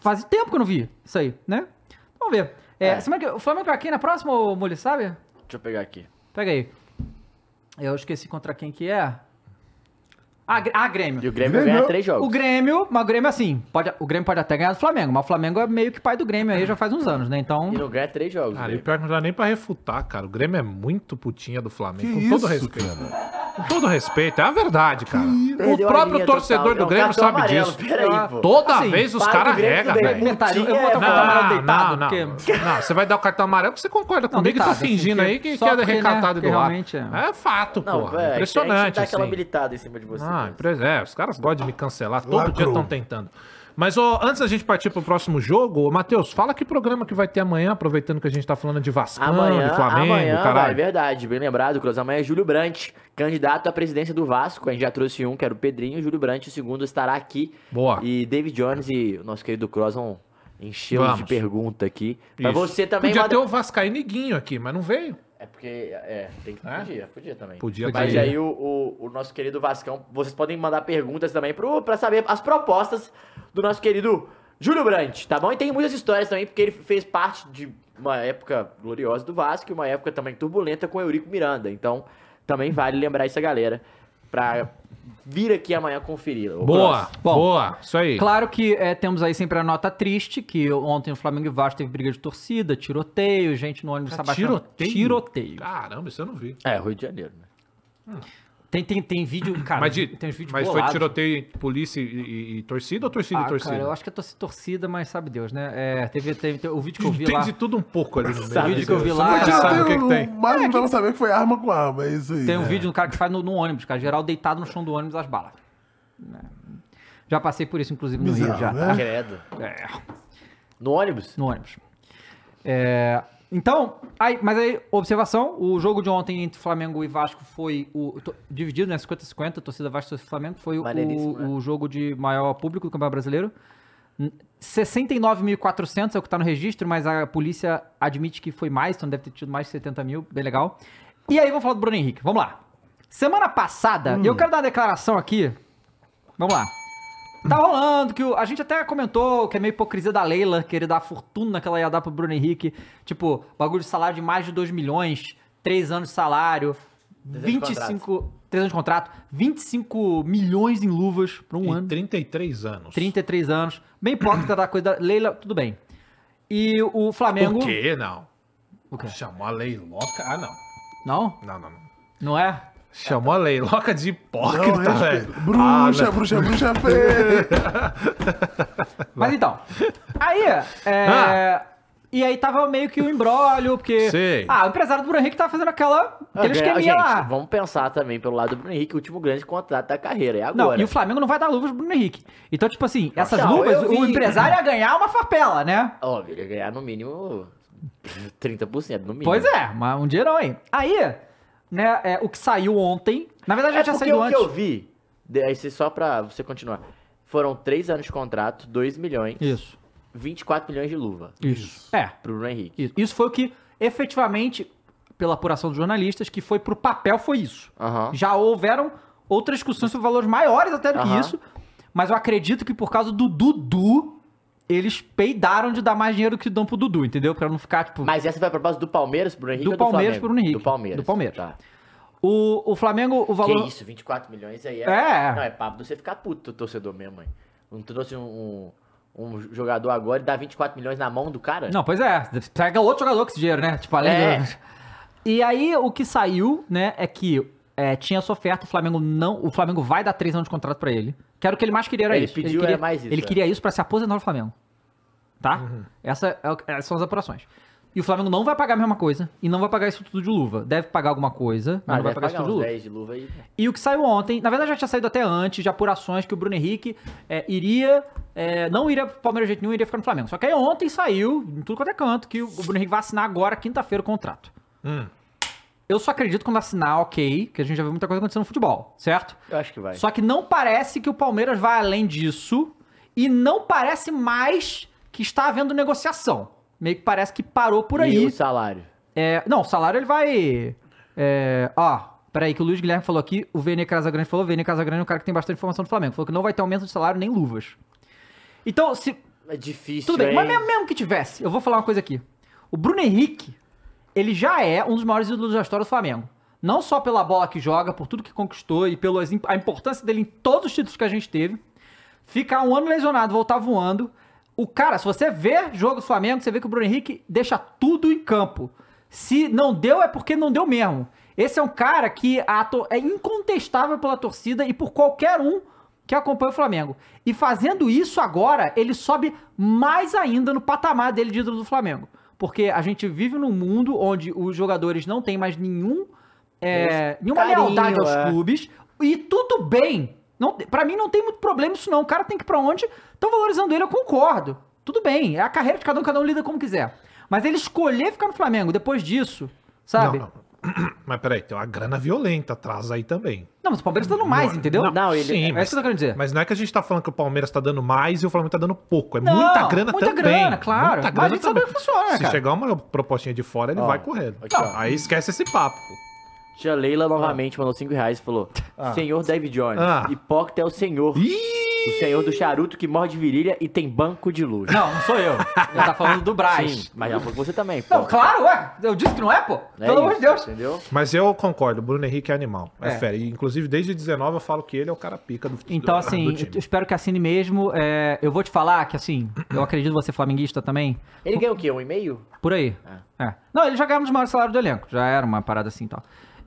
faz tempo que eu não vi isso aí, né? Vamos ver. É, É. semana que- o Flamengo é aqui na próxima, ô, Muli, sabe? Deixa eu pegar aqui. Pega aí. Eu esqueci contra quem que é. Ah, Grê- ah Grêmio. E o Grêmio vai ganhar Grêmio. três jogos. O Grêmio, mas o Grêmio assim, pode, o Grêmio pode até ganhar do Flamengo, mas o Flamengo é meio que pai do Grêmio aí já faz uns anos, né? Então. E não ganha três jogos. Cara, e Grêmio. pior que não dá nem pra refutar, cara. O Grêmio é muito putinha do Flamengo. Que com todo isso, respeito. Com todo respeito. É a verdade, cara. O Perdeu a próprio linha torcedor total. É do um Grêmio cartão sabe amarelo, disso. Ah, Peraí, pô. Toda Assim, vez os para caras o Grêmio regam, do Grêmio. velho. Metade, eu vou botar o Não, cartão amarelo deitado, não, porque. não, você vai dar o cartão amarelo porque você concorda comigo e deitado, tá fingindo assim, aí que, só que é porque, né, recatado porque do lado. realmente é. É. fato, Não, pô. é, a gente Impressionante. dá aquela assim. habilitada em cima de você. Ah, né? impre- é, os caras gostam de me cancelar. Todo dia Lacrou. estão tentando. Mas ó, antes da gente partir pro próximo jogo, ô, Matheus, fala que programa que vai ter amanhã, aproveitando que a gente tá falando de Vascão, Amanhã, de Flamengo, amanhã, vai, é caralho. verdade, bem lembrado, Cruz. Amanhã é Júlio Brandt, candidato à presidência do Vasco. A gente já trouxe um, que era o Pedrinho. Júlio Brandt, o segundo, estará aqui. Boa. E David Jones e o nosso querido Cruz vão enchê-los de Vamos. pergunta aqui. Pra Isso. você também Podia manda- ter o Vascaíno e Guinho aqui, mas não veio. É porque, é, tem que... É? Podia, podia também. Podia, Mas podia. aí o, o- o nosso querido Vascão, vocês podem mandar perguntas também pro, pra saber as propostas do nosso querido Júlio Brandt, tá bom? E tem muitas histórias também, porque ele fez parte de uma época gloriosa do Vasco e uma época também turbulenta com o Eurico Miranda. Então, também vale lembrar essa galera pra vir aqui amanhã conferir. Ô, Boa, Cross, Bom, boa. Isso aí. Claro que é, temos aí sempre a nota triste, que ontem no Flamengo e Vasco teve briga de torcida, tiroteio, gente no ônibus Ah, Sebastião. tiroteio? Tá Tiroteio. Caramba, isso eu não vi. É, Rio de Janeiro, né? Tem, tem, tem vídeo, cara, mas de- tem uns vídeos mas foi bolados. tiroteio em polícia e, e- e torcida ou torcida Ah, e torcida? cara, eu acho que é torci- torcida, mas sabe Deus, né? É, teve, teve, teve- o vídeo que eu vi Tem lá, de tudo um pouco ali no meio. Sabe né? que eu vi Você lá, nunca cara. sabe o que, que tem. Mas não dava pra saber que foi arma com arma, é isso aí. tem um É. vídeo do cara que faz no, no ônibus, cara, geral deitado no chão do ônibus, as balas. Né? Já passei por isso, inclusive, no Rio, Bizarro, já. né? tá? Credo. É. No ônibus? no ônibus. É, então, aí, mas aí, observação, o jogo de ontem entre Flamengo e Vasco foi o to- dividido, né, 50-50, torcida Vasco e torcida Flamengo, foi o, Maneiríssimo, né? o jogo de maior público do Campeonato Brasileiro. N- 69.400 é o que tá no registro, mas a polícia admite que foi mais, então deve ter tido mais de 70 mil, bem legal. E aí, vou falar do Bruno Henrique, vamos lá. Semana passada, Hum. e eu quero dar uma declaração aqui, vamos lá. Tá rolando, que o- a gente até comentou que é meio hipocrisia da Leila querer dar a fortuna que ela ia dar pro Bruno Henrique. Tipo, bagulho de salário de mais de 2 milhões, 3 anos de salário, Três anos de 25. 3 anos de contrato, 25 milhões em luvas pra um Em ano. 33 anos. 33 anos. Bem hipócrita da coisa da Leila, tudo bem. E um? o Flamengo. Por quê? Não. O quê? Chamou a Leiloca. Ah, não. Não? Não, não, não. Não é? Chamou a Leiloca de Não, hipócrita, tá, velho. respeito. Bruxa, Ah, não. bruxa, bruxa feia. Mas então. Aí, é. Ah. E aí tava meio que o embrólio, porque. Sei. Ah, o empresário do Bruno Henrique tava fazendo aquela. Aquele ganha- esqueminha Ah, é, gente, lá. vamos pensar também pelo lado do Bruno Henrique, o último grande contrato da carreira. É Não, agora. e o Flamengo não vai dar luvas pro Bruno Henrique. Então, tipo assim, essas Não, luvas, eu o vi. empresário ia ganhar uma farpela, né? Óbvio, ele ia ganhar no mínimo 30%, no mínimo. Pois é, mas um dinheirão aí. Aí, né, é, o que saiu ontem. Na verdade, já É tinha porque saído o que antes. eu vi, de- aí, se- só pra você continuar, foram 3 anos de contrato, 2 milhões, Isso. 24 milhões de luva Isso. É. pro Bruno Henrique. Isso. Isso foi o que, efetivamente, pela apuração dos jornalistas, que foi pro papel, foi isso. Aham. Já houveram outras discussões sobre valores maiores até do que Aham. isso, mas eu acredito que por causa do Dudu, eles peidaram de dar mais dinheiro que dão pro Dudu, entendeu? Pra não ficar, tipo... Mas essa foi a proposta do Palmeiras pro Bruno Henrique Do ou Palmeiras Flamengo? pro Bruno Henrique. Do Palmeiras. Do Palmeiras. Tá. O, o Flamengo, o valor... Que isso, 24 milhões aí é... É. Não, é papo de você ficar puto, torcedor mesmo, hein? Não trouxe um, um, um jogador agora e dá 24 milhões na mão do cara? Não, pois é. Pega outro jogador com esse dinheiro, né? Tipo, além É. do... E aí, o que saiu, né, é que é, tinha essa oferta, o Flamengo não... O Flamengo vai dar três anos de contrato pra ele. Que era o que ele mais queria, era Ele isso. pediu, ele queria, era mais isso, Ele é. queria isso pra se aposentar no Flamengo. Tá? Essa é o- essas são as apurações. E o Flamengo não vai pagar a mesma coisa. E não vai pagar isso tudo de luva. Deve pagar alguma coisa, mas Ah, não vai deve pagar isso pagar tudo de uns luva. 10 de luva aí. E o que saiu ontem, na verdade já tinha saído até antes, de apurações que o Bruno Henrique é, iria, é, não iria pro Palmeiras de jeito nenhum, iria ficar no Flamengo. Só que aí ontem saiu, em tudo quanto é canto, que o Bruno Henrique vai assinar agora, quinta-feira, o contrato. Hum. Eu só acredito quando assinar, ok, que a gente já viu muita coisa acontecendo no futebol, certo? Eu acho que vai. Só que não parece que o Palmeiras vai além disso e não parece mais que está havendo negociação. Meio que parece que parou por aí. E o salário? É, não, o salário ele vai. É, ó, peraí, que o Luiz Guilherme falou aqui, o VN Casagrande falou, o VN Casagrande é um cara que tem bastante informação do Flamengo. Falou que não vai ter aumento de salário nem luvas. Então, se. É difícil, Tudo bem, hein? mas mesmo, mesmo que tivesse, eu vou falar uma coisa aqui. O Bruno Henrique, ele já é um dos maiores ídolos da história do Flamengo. Não só pela bola que joga, por tudo que conquistou e pela a importância dele em todos os títulos que a gente teve. Ficar um ano lesionado, voltar voando. O cara, se você vê jogo do Flamengo, você vê que o Bruno Henrique deixa tudo em campo. Se não deu, é porque não deu mesmo. Esse é um cara que a to- é incontestável pela torcida e por qualquer um que acompanha o Flamengo. E fazendo isso agora, ele sobe mais ainda no patamar dele de ídolo do Flamengo. Porque a gente vive num mundo onde os jogadores não têm mais nenhum, é, nenhuma Carinho, lealdade aos é. clubes clubes. E tudo bem. Não, te- pra mim não tem muito problema isso não. O cara tem que ir pra onde estão valorizando ele, eu concordo. Tudo bem, é a carreira de cada um, cada um lida como quiser. Mas ele escolher ficar no Flamengo depois disso, sabe? Não, Não, não. Mas peraí, tem uma grana violenta atrás aí também. mas o Palmeiras tá dando mais, entendeu? não, ele- é Sim, isso que eu mas, tô querendo dizer. mas não é que a gente tá falando que o Palmeiras tá dando mais e o Flamengo tá dando pouco. É Não, muita grana muita também. grana, claro. Mas Muita a grana gente sabe também. que funciona, Se cara. chegar uma propostinha de fora, ele Ó, vai correndo. aqui, ó. Aí esquece esse papo. Tia Leila Ah. novamente mandou 5 reais e falou: Senhor David Jones, Ah. hipócrita é o senhor. Ih! O senhor do charuto que morde virilha e tem banco de luz. Não, não sou eu. Ele tá falando do Braz. Sim, mas ela falou que você também, pô. Não, claro, ué. Eu disse que não é, pô. É Pelo amor de isso, Deus. Entendeu? Mas eu concordo, o Bruno Henrique é animal. É, É. fera. E, inclusive, desde 19 eu falo que ele é o cara pica do Então, do- assim, do time. eu espero que assine mesmo. É, eu vou te falar que, assim, eu acredito você flamenguista também. Ele ganhou o quê? Um e-mail? Por aí. É. Não, ele já ganhava um dos maiores salários do elenco. Já era uma parada assim e tal.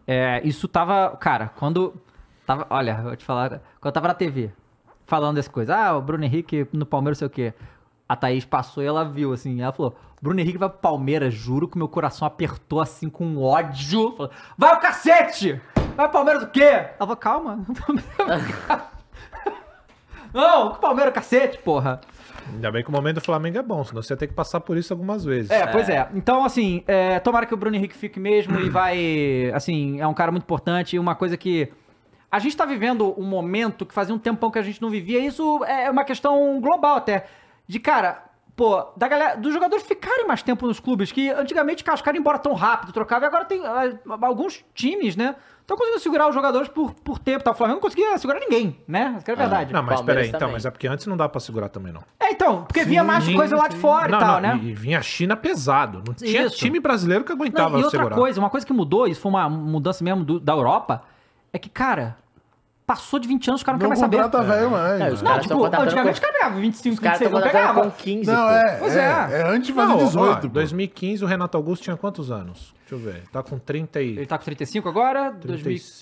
É, isso tava. Cara, quando. Tava, olha, vou te falar. Quando eu tava na TV, falando dessa coisa. Ah, o Bruno Henrique no Palmeiras, sei o quê. A Thaís passou e ela viu, assim. Ela falou: Bruno Henrique vai pro Palmeiras, juro que meu coração apertou assim com ódio. Falou, vai o cacete! Vai pro Palmeiras o quê? Ela falou: calma. Não, que Palmeiras, cacete, porra. Ainda bem que o momento do Flamengo é bom, senão você ia ter que passar por isso algumas vezes. É, pois é. Então, assim, é, tomara que o Bruno Henrique fique mesmo e vai. Assim, é um cara muito importante. E uma coisa que. A gente tá vivendo um momento que fazia um tempão que a gente não vivia. e Isso é uma questão global até. de, cara, pô, da galera, dos jogadores ficarem mais tempo nos clubes, que antigamente cara, os caras iam embora tão rápido, trocava, e agora tem ah, alguns times, né? Estão conseguindo segurar os jogadores por, por tempo, tá? O Flamengo não conseguia segurar ninguém, né? Isso que é a verdade. Não, mas Palmeiras peraí, então, também. mas é porque antes não dá pra segurar também, não. É, então, porque vinha mais coisa lá de fora não, e tal, não, né? E, e vinha a China pesado. Não tinha Isso. time brasileiro que aguentava Não, e outra segurar. coisa, uma coisa que mudou, isso foi uma mudança mesmo do- da Europa, é que, cara, passou de 20 anos, o cara não, Não quer mais saber. contrata velho mais. É, né? os Não, caras tipo, tão contratando antigamente os com- caras ganhavam 25, Os caras 26, estão não contratando pegava. com 15. Não, pô. é. Pois é, é. é antes de fazer Não, 18. ó, pô. 2015, o Renato Augusto tinha quantos anos? Deixa eu ver. Tá com 30 e... Ele tá com 35 agora, 35,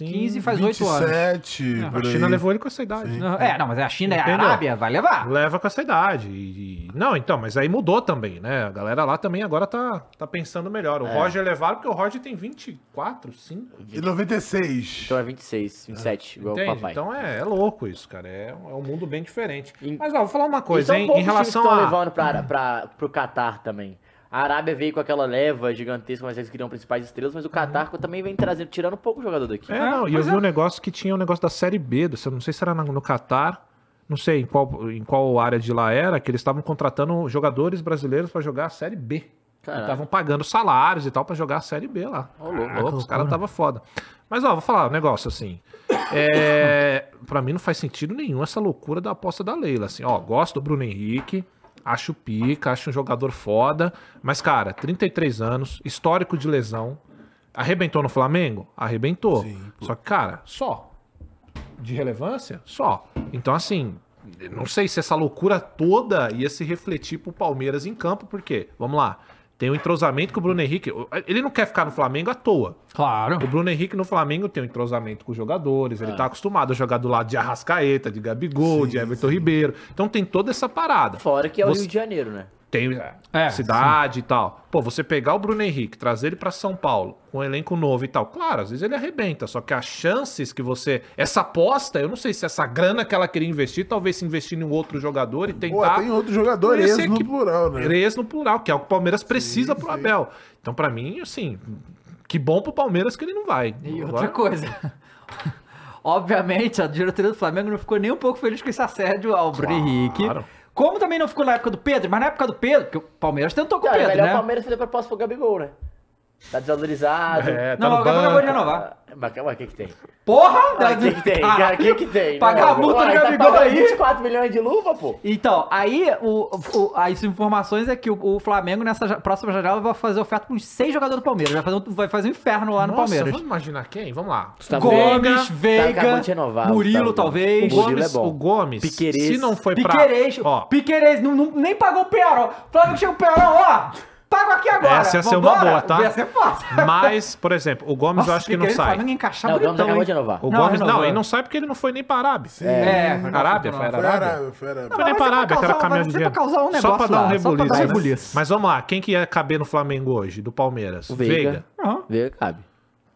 2015 faz 8 anos. 27. A por China aí. levou um ele com essa idade. Não, É, não, mas a China é a Entendeu? Arábia, vai levar. Leva com essa idade. E, e- Não, então, mas aí mudou também, né? A galera lá também agora tá, tá pensando melhor. É. O Roger levaram, porque o Roger tem 24, 5. E 96. Então é 26, Ah, 27, igual o entende? papai. Então é, é louco isso, cara. É, um- é um mundo bem diferente. Em- Mas ó, vou falar uma E é, coisa, são hein? Em poucos times que relação estão a. levando pra, pra, pro Catar também. A Arábia veio com aquela leva gigantesca, mas eles queriam principais estrelas, mas o Catar também vem trazendo, tirando pouco jogador daqui. É, não, e eu Mas vi Uhum. é. um negócio que tinha um negócio da Série B, do- não sei se era na- no Catar, não sei em qual, em qual área de lá era, que eles estavam contratando jogadores brasileiros pra jogar a Série B. Caralho. tá Estavam pagando salários e tal pra jogar a Série B lá. Caraca, os caras tava foda. Mas ó, vou falar um negócio assim. É, para mim não faz sentido nenhum essa loucura da aposta da Leila. Assim, ó, gosto do Bruno Henrique, acho pica, acho um jogador foda. Mas, cara, 33 anos, histórico de lesão. Arrebentou no Flamengo? Arrebentou. só que, cara, só. De relevância? Só. Então, assim, não sei se essa loucura toda ia se refletir pro Palmeiras em campo, porque, vamos lá, tem um entrosamento com o Bruno Henrique. Ele não quer ficar no Flamengo à toa. Claro. O Bruno Henrique no Flamengo tem um entrosamento com os jogadores, É. ele tá acostumado a jogar do lado de Arrascaeta, de Gabigol, de Everton Ribeiro. Então tem toda essa parada. Fora que é o Você- Rio de Janeiro, né? Tem É, cidade e tal. Pô, você pegar o Bruno Henrique, trazer ele pra São Paulo, com um elenco novo e tal. Claro, às vezes ele arrebenta, só que as chances que você. Essa aposta, eu não sei se essa grana que ela queria investir, talvez se investir em um outro jogador e Pô, tentar. tem outro jogador, Poderia esse ser no que- plural, né? Três no plural, que é o que o Palmeiras precisa pro Abel. Então, pra mim, assim, que bom pro Palmeiras que ele não vai. E outra Agora- coisa. Obviamente, a diretoria do Flamengo não ficou nem um pouco feliz com esse assédio ao Bruno Henrique. Como também não ficou na época do Pedro, mas na época do Pedro, porque o Palmeiras tentou com o Cara, é Pedro, melhor né? o Palmeiras fazer proposta pro Gabigol, né? Tá desvalorizado. É, tá Não, no agora acabou de banco. renovar. Ah, Mas calma, o que que tem? Porra! Ah, O que que tem? Cara, o que que tem? Tá Pagar a Não, multa do ué, tá Gabigol pagando aí. 24 milhões de luva, pô. Então, aí o, o- as informações é que o, o Flamengo, nessa ja- próxima janela, vai fazer oferta para uns seis jogadores do Palmeiras. Vai fazer, um- vai fazer um inferno lá no Nossa, Palmeiras. Vamos imaginar quem? Vamos lá. Gustavo Gomes, Veiga, tá Veiga, acabando de renovar, Murilo, Gustavo. talvez. O Murilo Gomes- é bom. O Gomes, Piquerez. se não foi pra... Piquerez, Ó, Piquerez, não, não- nem pagou o Pearol. O Flamengo chega o Pearol, ó, pago aqui agora. Essa ia ser uma Vambora? boa, tá? Ia ser fácil. Mas, por exemplo, o Gomes eu acho que não Piquerez, O sai. Flamengo ia encaixar Não, o Gomes bonitão, acabou hein? de renovar. O Não, é. Gomes não, renovou. ele não sai porque ele não foi nem pra Arábia. É, foi Arábia, foi Foi Arábia. Arábia, foi Arábia. Foi mas nem pra é pra Arábia, que era causar- caminhão mas de é pra dinheiro. causar um Só negócio pra dar um lá, só pra rebuliço. dar um né? rebuliço. Mas vamos lá, quem que ia caber no Flamengo hoje, do Palmeiras? O Veiga. Aham. Veiga cabe.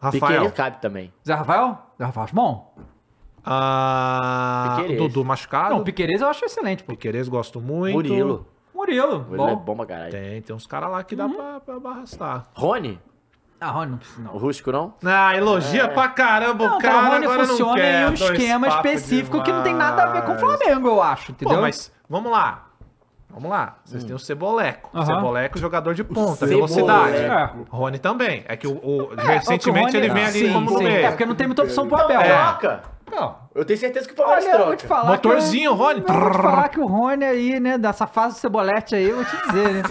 Rafael. Piqueires cabe também. Zé Rafael? Zé Rafael, bom. Ah, Piquerez. Dudu machucado. Não, o Piquerez eu acho excelente, pô. Piquerez gosto muito. Murilo. Murilo, Murilo é bom. bom pra caralho. Tem, tem uns caras lá que dá Uhum. pra, pra arrastar. Rony? Ah, Rony, não precisa não. O Rústico não? Ah, elogia pra caramba Não, o cara, cara, o Rony agora não funciona quer, em um dois esquema papo específico que não tem nada a ver com o demais. Flamengo, eu acho, entendeu? Pô, mas vamos lá. Vamos lá. Vocês têm o Ceboleco. Aham. Ceboleco, é jogador de ponta, Ceboleco. velocidade. É. Rony também. É que o, o- É, recentemente o que o Rony- ele vem ali sim, como É. no sim. meio. É, porque não tem muita opção pro Abel. né? Troca! Não. Eu tenho certeza que o Olha, Palmeiras eu vou te troca. falar Motorzinho, que eu- Rony. Eu vou te falar que o Rony aí, né, dessa fase do cebolete aí, eu vou te dizer, né?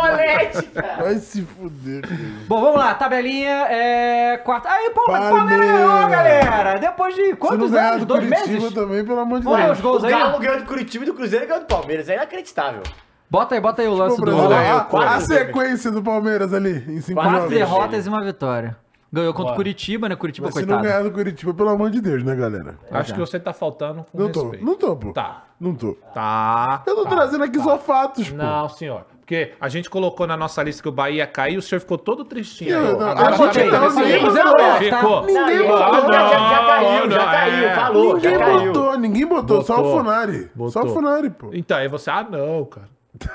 Cebolete, cara! Vai se fuder, cara. Bom, vamos lá, tabelinha, é... Quarta... Aí, pô, mas o Palmeiras Palmeiras. ganhou, galera! Depois de Se não quantos ganhar anos? do Dois Curitiba meses? também, pelo amor de Vamos ver os Deus. gols o aí? Galo ganhou do Curitiba e do Cruzeiro ganhou do Palmeiras. É inacreditável. Bota aí, bota aí o lance Pô, do... Brasil, Gol, a- quatro. a sequência do Palmeiras ali, em cinco Quatro Quatro jogos. derrotas. derrotas e uma vitória. Ganhou contra o Curitiba, né? Curitiba, Mas se não coitado. ganhar do Curitiba, pelo amor de Deus, né, galera? Acho que você tá faltando com Não tô, respeito. não tô, pô. Tá. Não tô. Tá. Eu tô tá. trazendo aqui só fatos, pô. Não, senhor. Porque a gente colocou na nossa lista que o Bahia ia cair e o senhor ficou todo tristinho. Eu- Agora não, tá eu botei, bem. não, ninguém Ficou. né? botou, tá? Ficou. Ninguém Não, botou. não, Já, já Não, caiu, já não, caiu, é. falou, Ninguém já caiu. botou, ninguém botou, só Botou. o Funari. Só Botou. o Funari, pô. Então, aí você, ah, não, cara.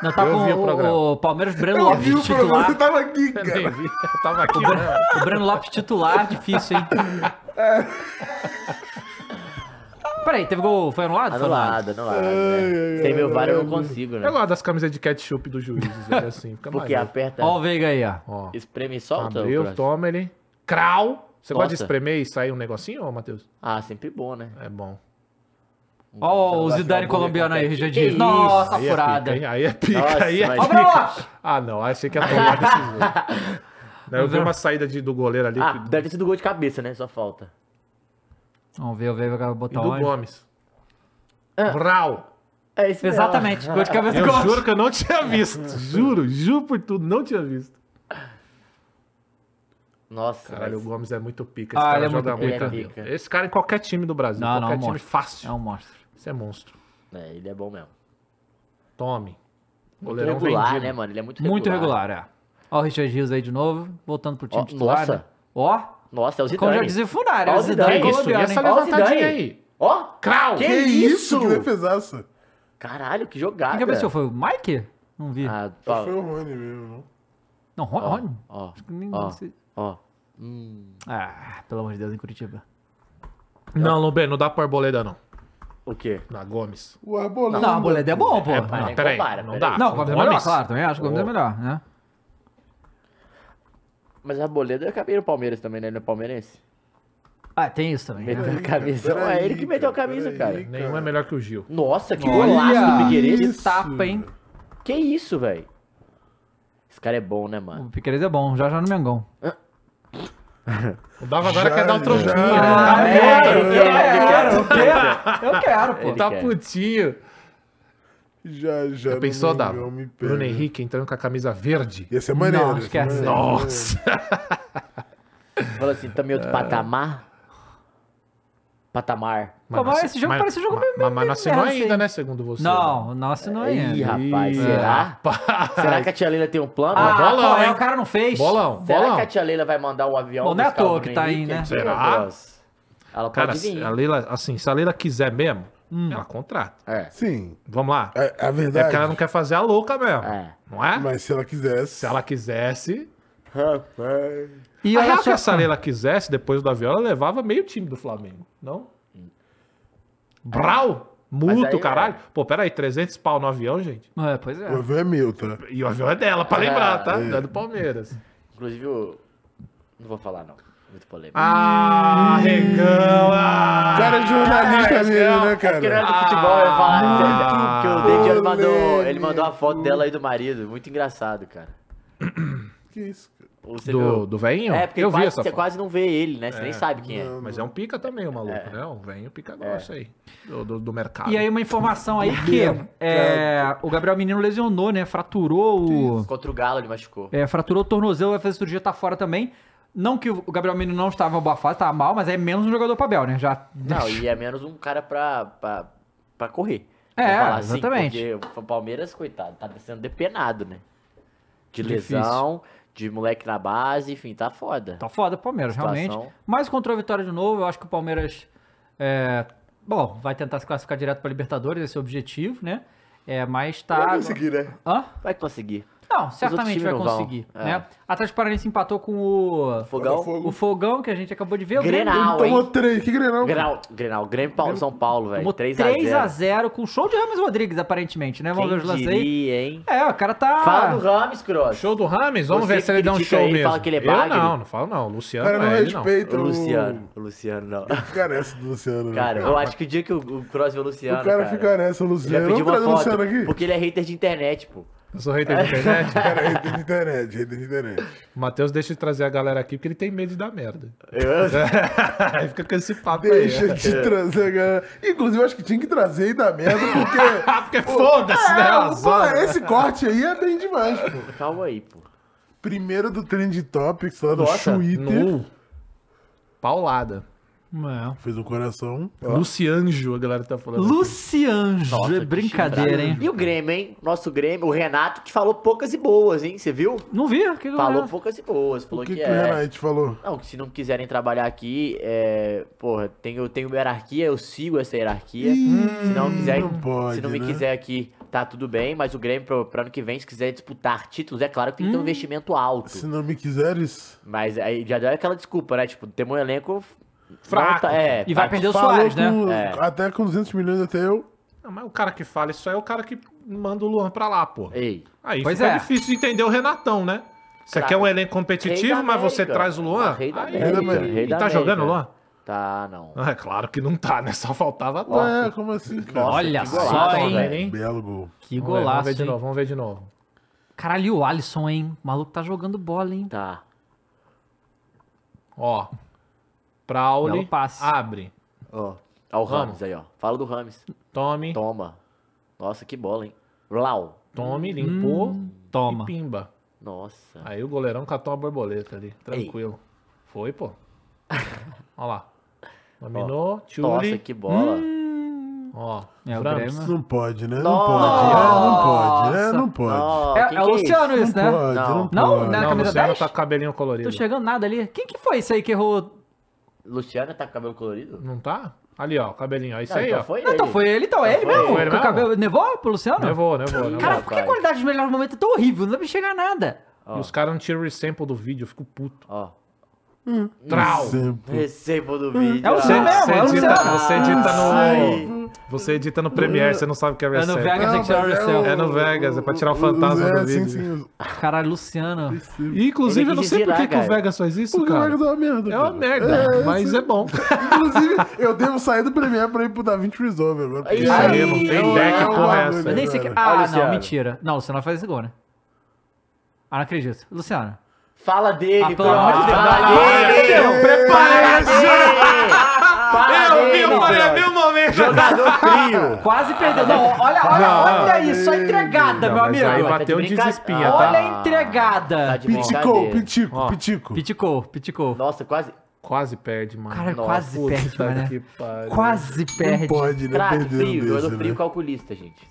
Não, tá Eu vi com o programa. o, o Palmeiras Breno Eu vi Lopes o programa, você titular. tava aqui, Eu nem cara. vi. Eu tava aqui, né? É. O Breno Lopes titular, difícil, hein? peraí, teve gol, foi Tá anulado? Foi Anulado, anulado. né? Tem meu VAR, eu não consigo, né? Eu gosto das camisas de ketchup dos juízes, olha assim, fica Porque maneiro. aperta, Ó o Veiga aí, ó. Ó, espreme e solta. é o abriu, próximo. toma ele. Crau! Você gosta de Nossa. espremer e sair um negocinho, ô, Matheus? Ah, sempre bom, né? É bom. Ó o Então, Zidane vai colombiano aí, Richard Que Dias. isso, Nossa, Aí é furada. pica, hein? Aí é pica, Nossa, aí é mas- Ó o pica. Brauach! Ah, não, aí achei que ia tomar desses outros. Não, Eu vi uma saída de, do goleiro ali Ah, que- deve ter sido gol de cabeça, né? Só falta. Vamos ver o Veiga vai e botar do onde. Gomes. Ah. Brau! É isso mesmo. Exatamente, gol de cabeça do Eu Gomes. juro que eu não tinha visto. Juro, juro por tudo, não tinha visto. Nossa, Caralho, o mas- Gomes é muito pica. Esse Ah, cara ele é joga muito muito. pica. né? Ele é pica. Esse cara em qualquer time do Brasil. Não, não, qualquer time monstro. fácil. É um monstro. Isso é monstro. é, ele é bom mesmo. Tome. Muito Goleirão regular, vendido. né, mano? Ele é muito regular. Muito regular, é. Ó o Richard Rios aí de novo, voltando pro time Ó, titular. nossa. né? Ó, Nossa, é o Zidane. como já dizia o Funari, é Ó o o Zidane Zidane. Isso, e colombiano, hein? essa Olha o levantadinha Zidane. aí? Ó, Crau! Que Que isso? isso? Que defesaça. caralho, que jogada. Quem cabeceou? Foi o Mike? Não vi. Ah, Acho que Foi ó, o Rony mesmo, não? não, Ron- ó, Rony? ó, Acho que nem- ó, se- ó. Hum, Ah, pelo amor de Deus, em Curitiba. Não, Lumber, não dá pra arboleda, não. o quê? Na Gomes. O Arboleda. Não, o Boleda é bom, pô. É, não, não, nem peraí. compara, Não peraí. dá. não, o Gomes é melhor, Gomes. claro, também acho que o Gomes é melhor, né? Mas a Boleda acabei no Palmeiras também, né? Ele não é palmeirense? Ah, tem isso também. né? Meteu a camisa. peraí, é ele que meteu a cara, camisa, peraí. cara. Nenhum é melhor que o Gil. Nossa, que Olha! um golaço do Piqueires. Que tapa, hein? Que isso, velho? Esse cara é bom, né, mano? O Piqueires é bom, já já no Mengão. O Dava agora Já, quer dar um já. troquinho. Ah, Tá é, puto. ele quer, eu quero, eu quero, pô. Ele Tá quer. putinho. Já, já. Já pensou, no Dava? Mengão me pega. é Bruno Henrique entrando com a camisa verde. Ia ser maneiro. Não, ia ser esquece. maneiro. Nossa! Fala assim, também É. outro patamar. Patamar. Pô, mas esse jogo parece um jogo meio- mas, mas, meio não assinou merda, ainda, assim. né? Segundo você. Não, nossa, não é. Ih, ainda. rapaz, Ih, será? rapaz. Será que a tia Leila tem um plano? Ah, bolão, qual é? hein? O cara não fez. Bolão, será bolão. que a tia Leila vai mandar o avião? Bom, não é à buscar o toa Bruno que tá aí, Henrique né? aqui, Será? ó, Deus? Ela Cara, pode vir. a Leila, assim, se a Leila quiser mesmo, Hum. ela contrata. É, Sim, Vamos lá. É, é, a porque verdade. ela não quer fazer a louca mesmo. é. Não é? Mas se ela quisesse. Se ela quisesse. Rapaz. E E a olha real que só, essa Leila quisesse, depois do avião, ela levava meio time do Flamengo. Não? Brau! Mas Muito, aí, é caralho. Pô, peraí, 300 pau no avião, gente. É, pois é. O avião é meu, tá? E o avião é dela, pra lembrar, tá? É. É do Palmeiras. Inclusive, o... não vou falar, não. Muito polêmico. Ah, regão! ah! Cara de jornalista mesmo, né, É porque não era cara? do futebol, eu ia Ah, falar. que o Dediano mandou, ele polêmico. mandou a foto dela aí do marido. Muito engraçado, cara. Que isso, cara? Ou Você Do, viu? do veinho? É, porque eu quase- vi essa você foto. quase não vê ele, né? Você nem sabe quem é. Mas é um pica também, o maluco, né? Um veinho pica grosso aí. Do, do, do mercado. E aí uma informação aí que é, o Gabriel Menino lesionou, né? Fraturou o. Contra o Galo ele machucou. é, fraturou o tornozelo, vai fazer cirurgia, tá fora também. Não que o Gabriel Menino não estava em boa fase, tava mal, mas é menos um jogador pra Bel, né? Já. Não, e é menos um cara pra, pra, pra correr. É, Vamos falar assim, exatamente. porque o Palmeiras, coitado, tá sendo depenado, né? De Difícil. lesão, de moleque na base, enfim, tá foda. Tá foda o Palmeiras, Situação. realmente. Mas encontrou a vitória de novo. Eu acho que o Palmeiras. é, bom, vai tentar se classificar direto pra Libertadores, esse é o objetivo, né? É, mas tá. Vai conseguir, né? Hã? Vai conseguir. Não, outros certamente times vai não vão. conseguir. É. Né? Atlético Paranaense empatou com o. Fogão. Botafogo. O Fogão, que a gente acabou de ver. O Grenal. Grêmio Não, Tomou hein? três, que grenal. Grenal, Grenal, Grêmio Paulo, São Paulo, velho. tomou 3x0. 3x0 com o show de Ramos Rodrigues, aparentemente, né? Vamos ver os Quem lances aí. diria, hein? É, o cara tá. Fala do Rames, Cross. Show do Rames? Vamos Você ver se ele que dá um critica show ele, mesmo. fala que ele é eu bagre. não, não falo não. O Luciano Cara, não é ele, não. respeita O o... Luciano. O Luciano não. Fica nessa do Luciano. né? Cara, eu acho que o dia que o, o Cross vê o Luciano. O cara fica nessa, o Ele vai Luciano. pedir Vamos uma trazer o foto. Luciano aqui? Porque ele é hater de internet, pô. Eu sou hater É. da internet. Cara, ele tem internet, ele tem internet. O Matheus deixa de trazer a galera aqui porque ele tem medo de dar merda. Eu- aí fica com esse papo aí. é. Deixa de trazer, cara. Inclusive, eu acho que tinha que trazer e dar merda, porque... Ah, porque foda-se, né? Ela É, pô, zona. esse corte aí é bem demais, pô. Calma aí, pô. Primeiro do Trend Topics lá no Nossa, Twitter. Nu. Paulada. É. Fez um coração. Lucianjo, a galera tá falando. Lucianjo. Nossa, é que brincadeira, hein? E o Grêmio, hein? Nosso Grêmio, o Renato, que falou poucas e boas, hein? Você viu? Não vi. o Que que Falou eu- poucas e boas. Falou O que, que, que, o é. Renate falou? Não, que se não quiserem trabalhar aqui, é. Porra, tenho, tenho minha hierarquia, eu sigo essa hierarquia. se não quiser. não pode, se não me né? quiser aqui, tá tudo bem, mas o Grêmio, pro, pro ano que vem, se quiser disputar títulos, é claro que tem que ter Hum. um investimento alto. Se não me quiseres... Mas aí já deu aquela desculpa, né? Tipo, temos um elenco fraco. Volta- é, E vai tá- perder o Falou Soares, né? com- É. Até com 200 milhões até eu. Não, mas o cara que fala isso aí é o cara que manda o Luan pra lá, pô. Ei. Aí Pois fica é. difícil de entender o Renatão, né? Você Cara, quer um elenco Rei competitivo, da mas você América. Ah, traz o Luan? Rei da Aí- América. América. Rei E da tá jogando o Luan? América. Tá, não. Ah, é claro que não tá, né? Só faltava Ó, tá. Ué, como assim, cara? Olha que só, golaço, hein? velho. Belo gol. Que Vamos ver, Vamos golaço, ver de hein? novo, vamos ver de novo. Caralho, e o Alisson, hein? O maluco tá jogando bola, hein? Tá. Ó. Prauli, Belo passe. abre. Ó. Ó o Rames Vamos. aí, ó. Fala do Rames. Tome, Toma. Nossa, que bola, hein? Lau. tome, limpou Toma. e pimba. Nossa. Aí o goleirão catou uma borboleta ali, tranquilo. Foi, pô. Ó lá. Dominou, Nossa, Tchuli, que bola. ó. É, o Franks. Grêmio. Não pode, né? Não Nossa! pode. É, não pode. É, não pode. Ó, É, que é o que isso? Luciano isso, né? Não pode, Não. não Não, pode. né? Não, camisa Luciano 10? tá com cabelinho colorido. Tô chegando nada ali. Quem que foi isso aí que errou? Luciano tá com cabelo colorido? Não tá? Ali, ó, cabelinho. ó. Isso Não, aí, então ó. foi Não, então ele. foi ele, então. É ele Foi mesmo? ele Com o mesmo? cabelo... Nevou pro Luciano? Nevou, nevou, nevou. Cara, por que a Rapaz. qualidade dos melhores momentos é tão horrível? Não dá pra enxergar nada. E os caras não tiram o resample do vídeo, eu fico puto. Ó. Trau! Sempre. Recebo do vídeo. É o Ah, Luciano mesmo. Você é o edita, Luciano. você edita no. Ai. Você edita no Premiere, você não sabe o que é É no resample. Vegas, tem que tirar o o- Luciano. É no Vegas, é pra tirar o o- fantasma um é, do sim, vídeo. sim, Caralho, Luciano. sim. E, inclusive, Ele eu não quis sei por girar, que, que o cara. Vegas faz isso, Porque o cara. Vegas é uma merda. É uma cara. merda, mas é bom. Inclusive, eu devo sair do Premiere pra ir pro Da Vinci Resolve agora. porque Isso aí, não tem é ideia que um porra é bagulho, essa. Eu nem sei que... cara. Ah, não, Luciano. mentira. Não, o Luciano vai fazer esse gol, né? Ah, não acredito. Luciano. Fala dele, Ah, pelo amor de Deus. Fala Não, não, não, dele. não, não, Fala dele, brother. momento. Jogador frio. Quase perdeu. Não, olha, olha, Ah. Não, olha isso. A entregada, Não, meu mas aí amigo. vai- bateu tá de de brincadeira. espinha, Olha tá? a entregada. Tá de Pitico, brincadeira. pitico, Ó. pitico. Piticou, piticou. Nossa, quase. Quase perde, mano. Cara, Nossa, quase Puta perde, mano. que pariu. Quase Não perde. pode, né? Craque Perdendo frio, jogador desse, frio né? calculista, gente.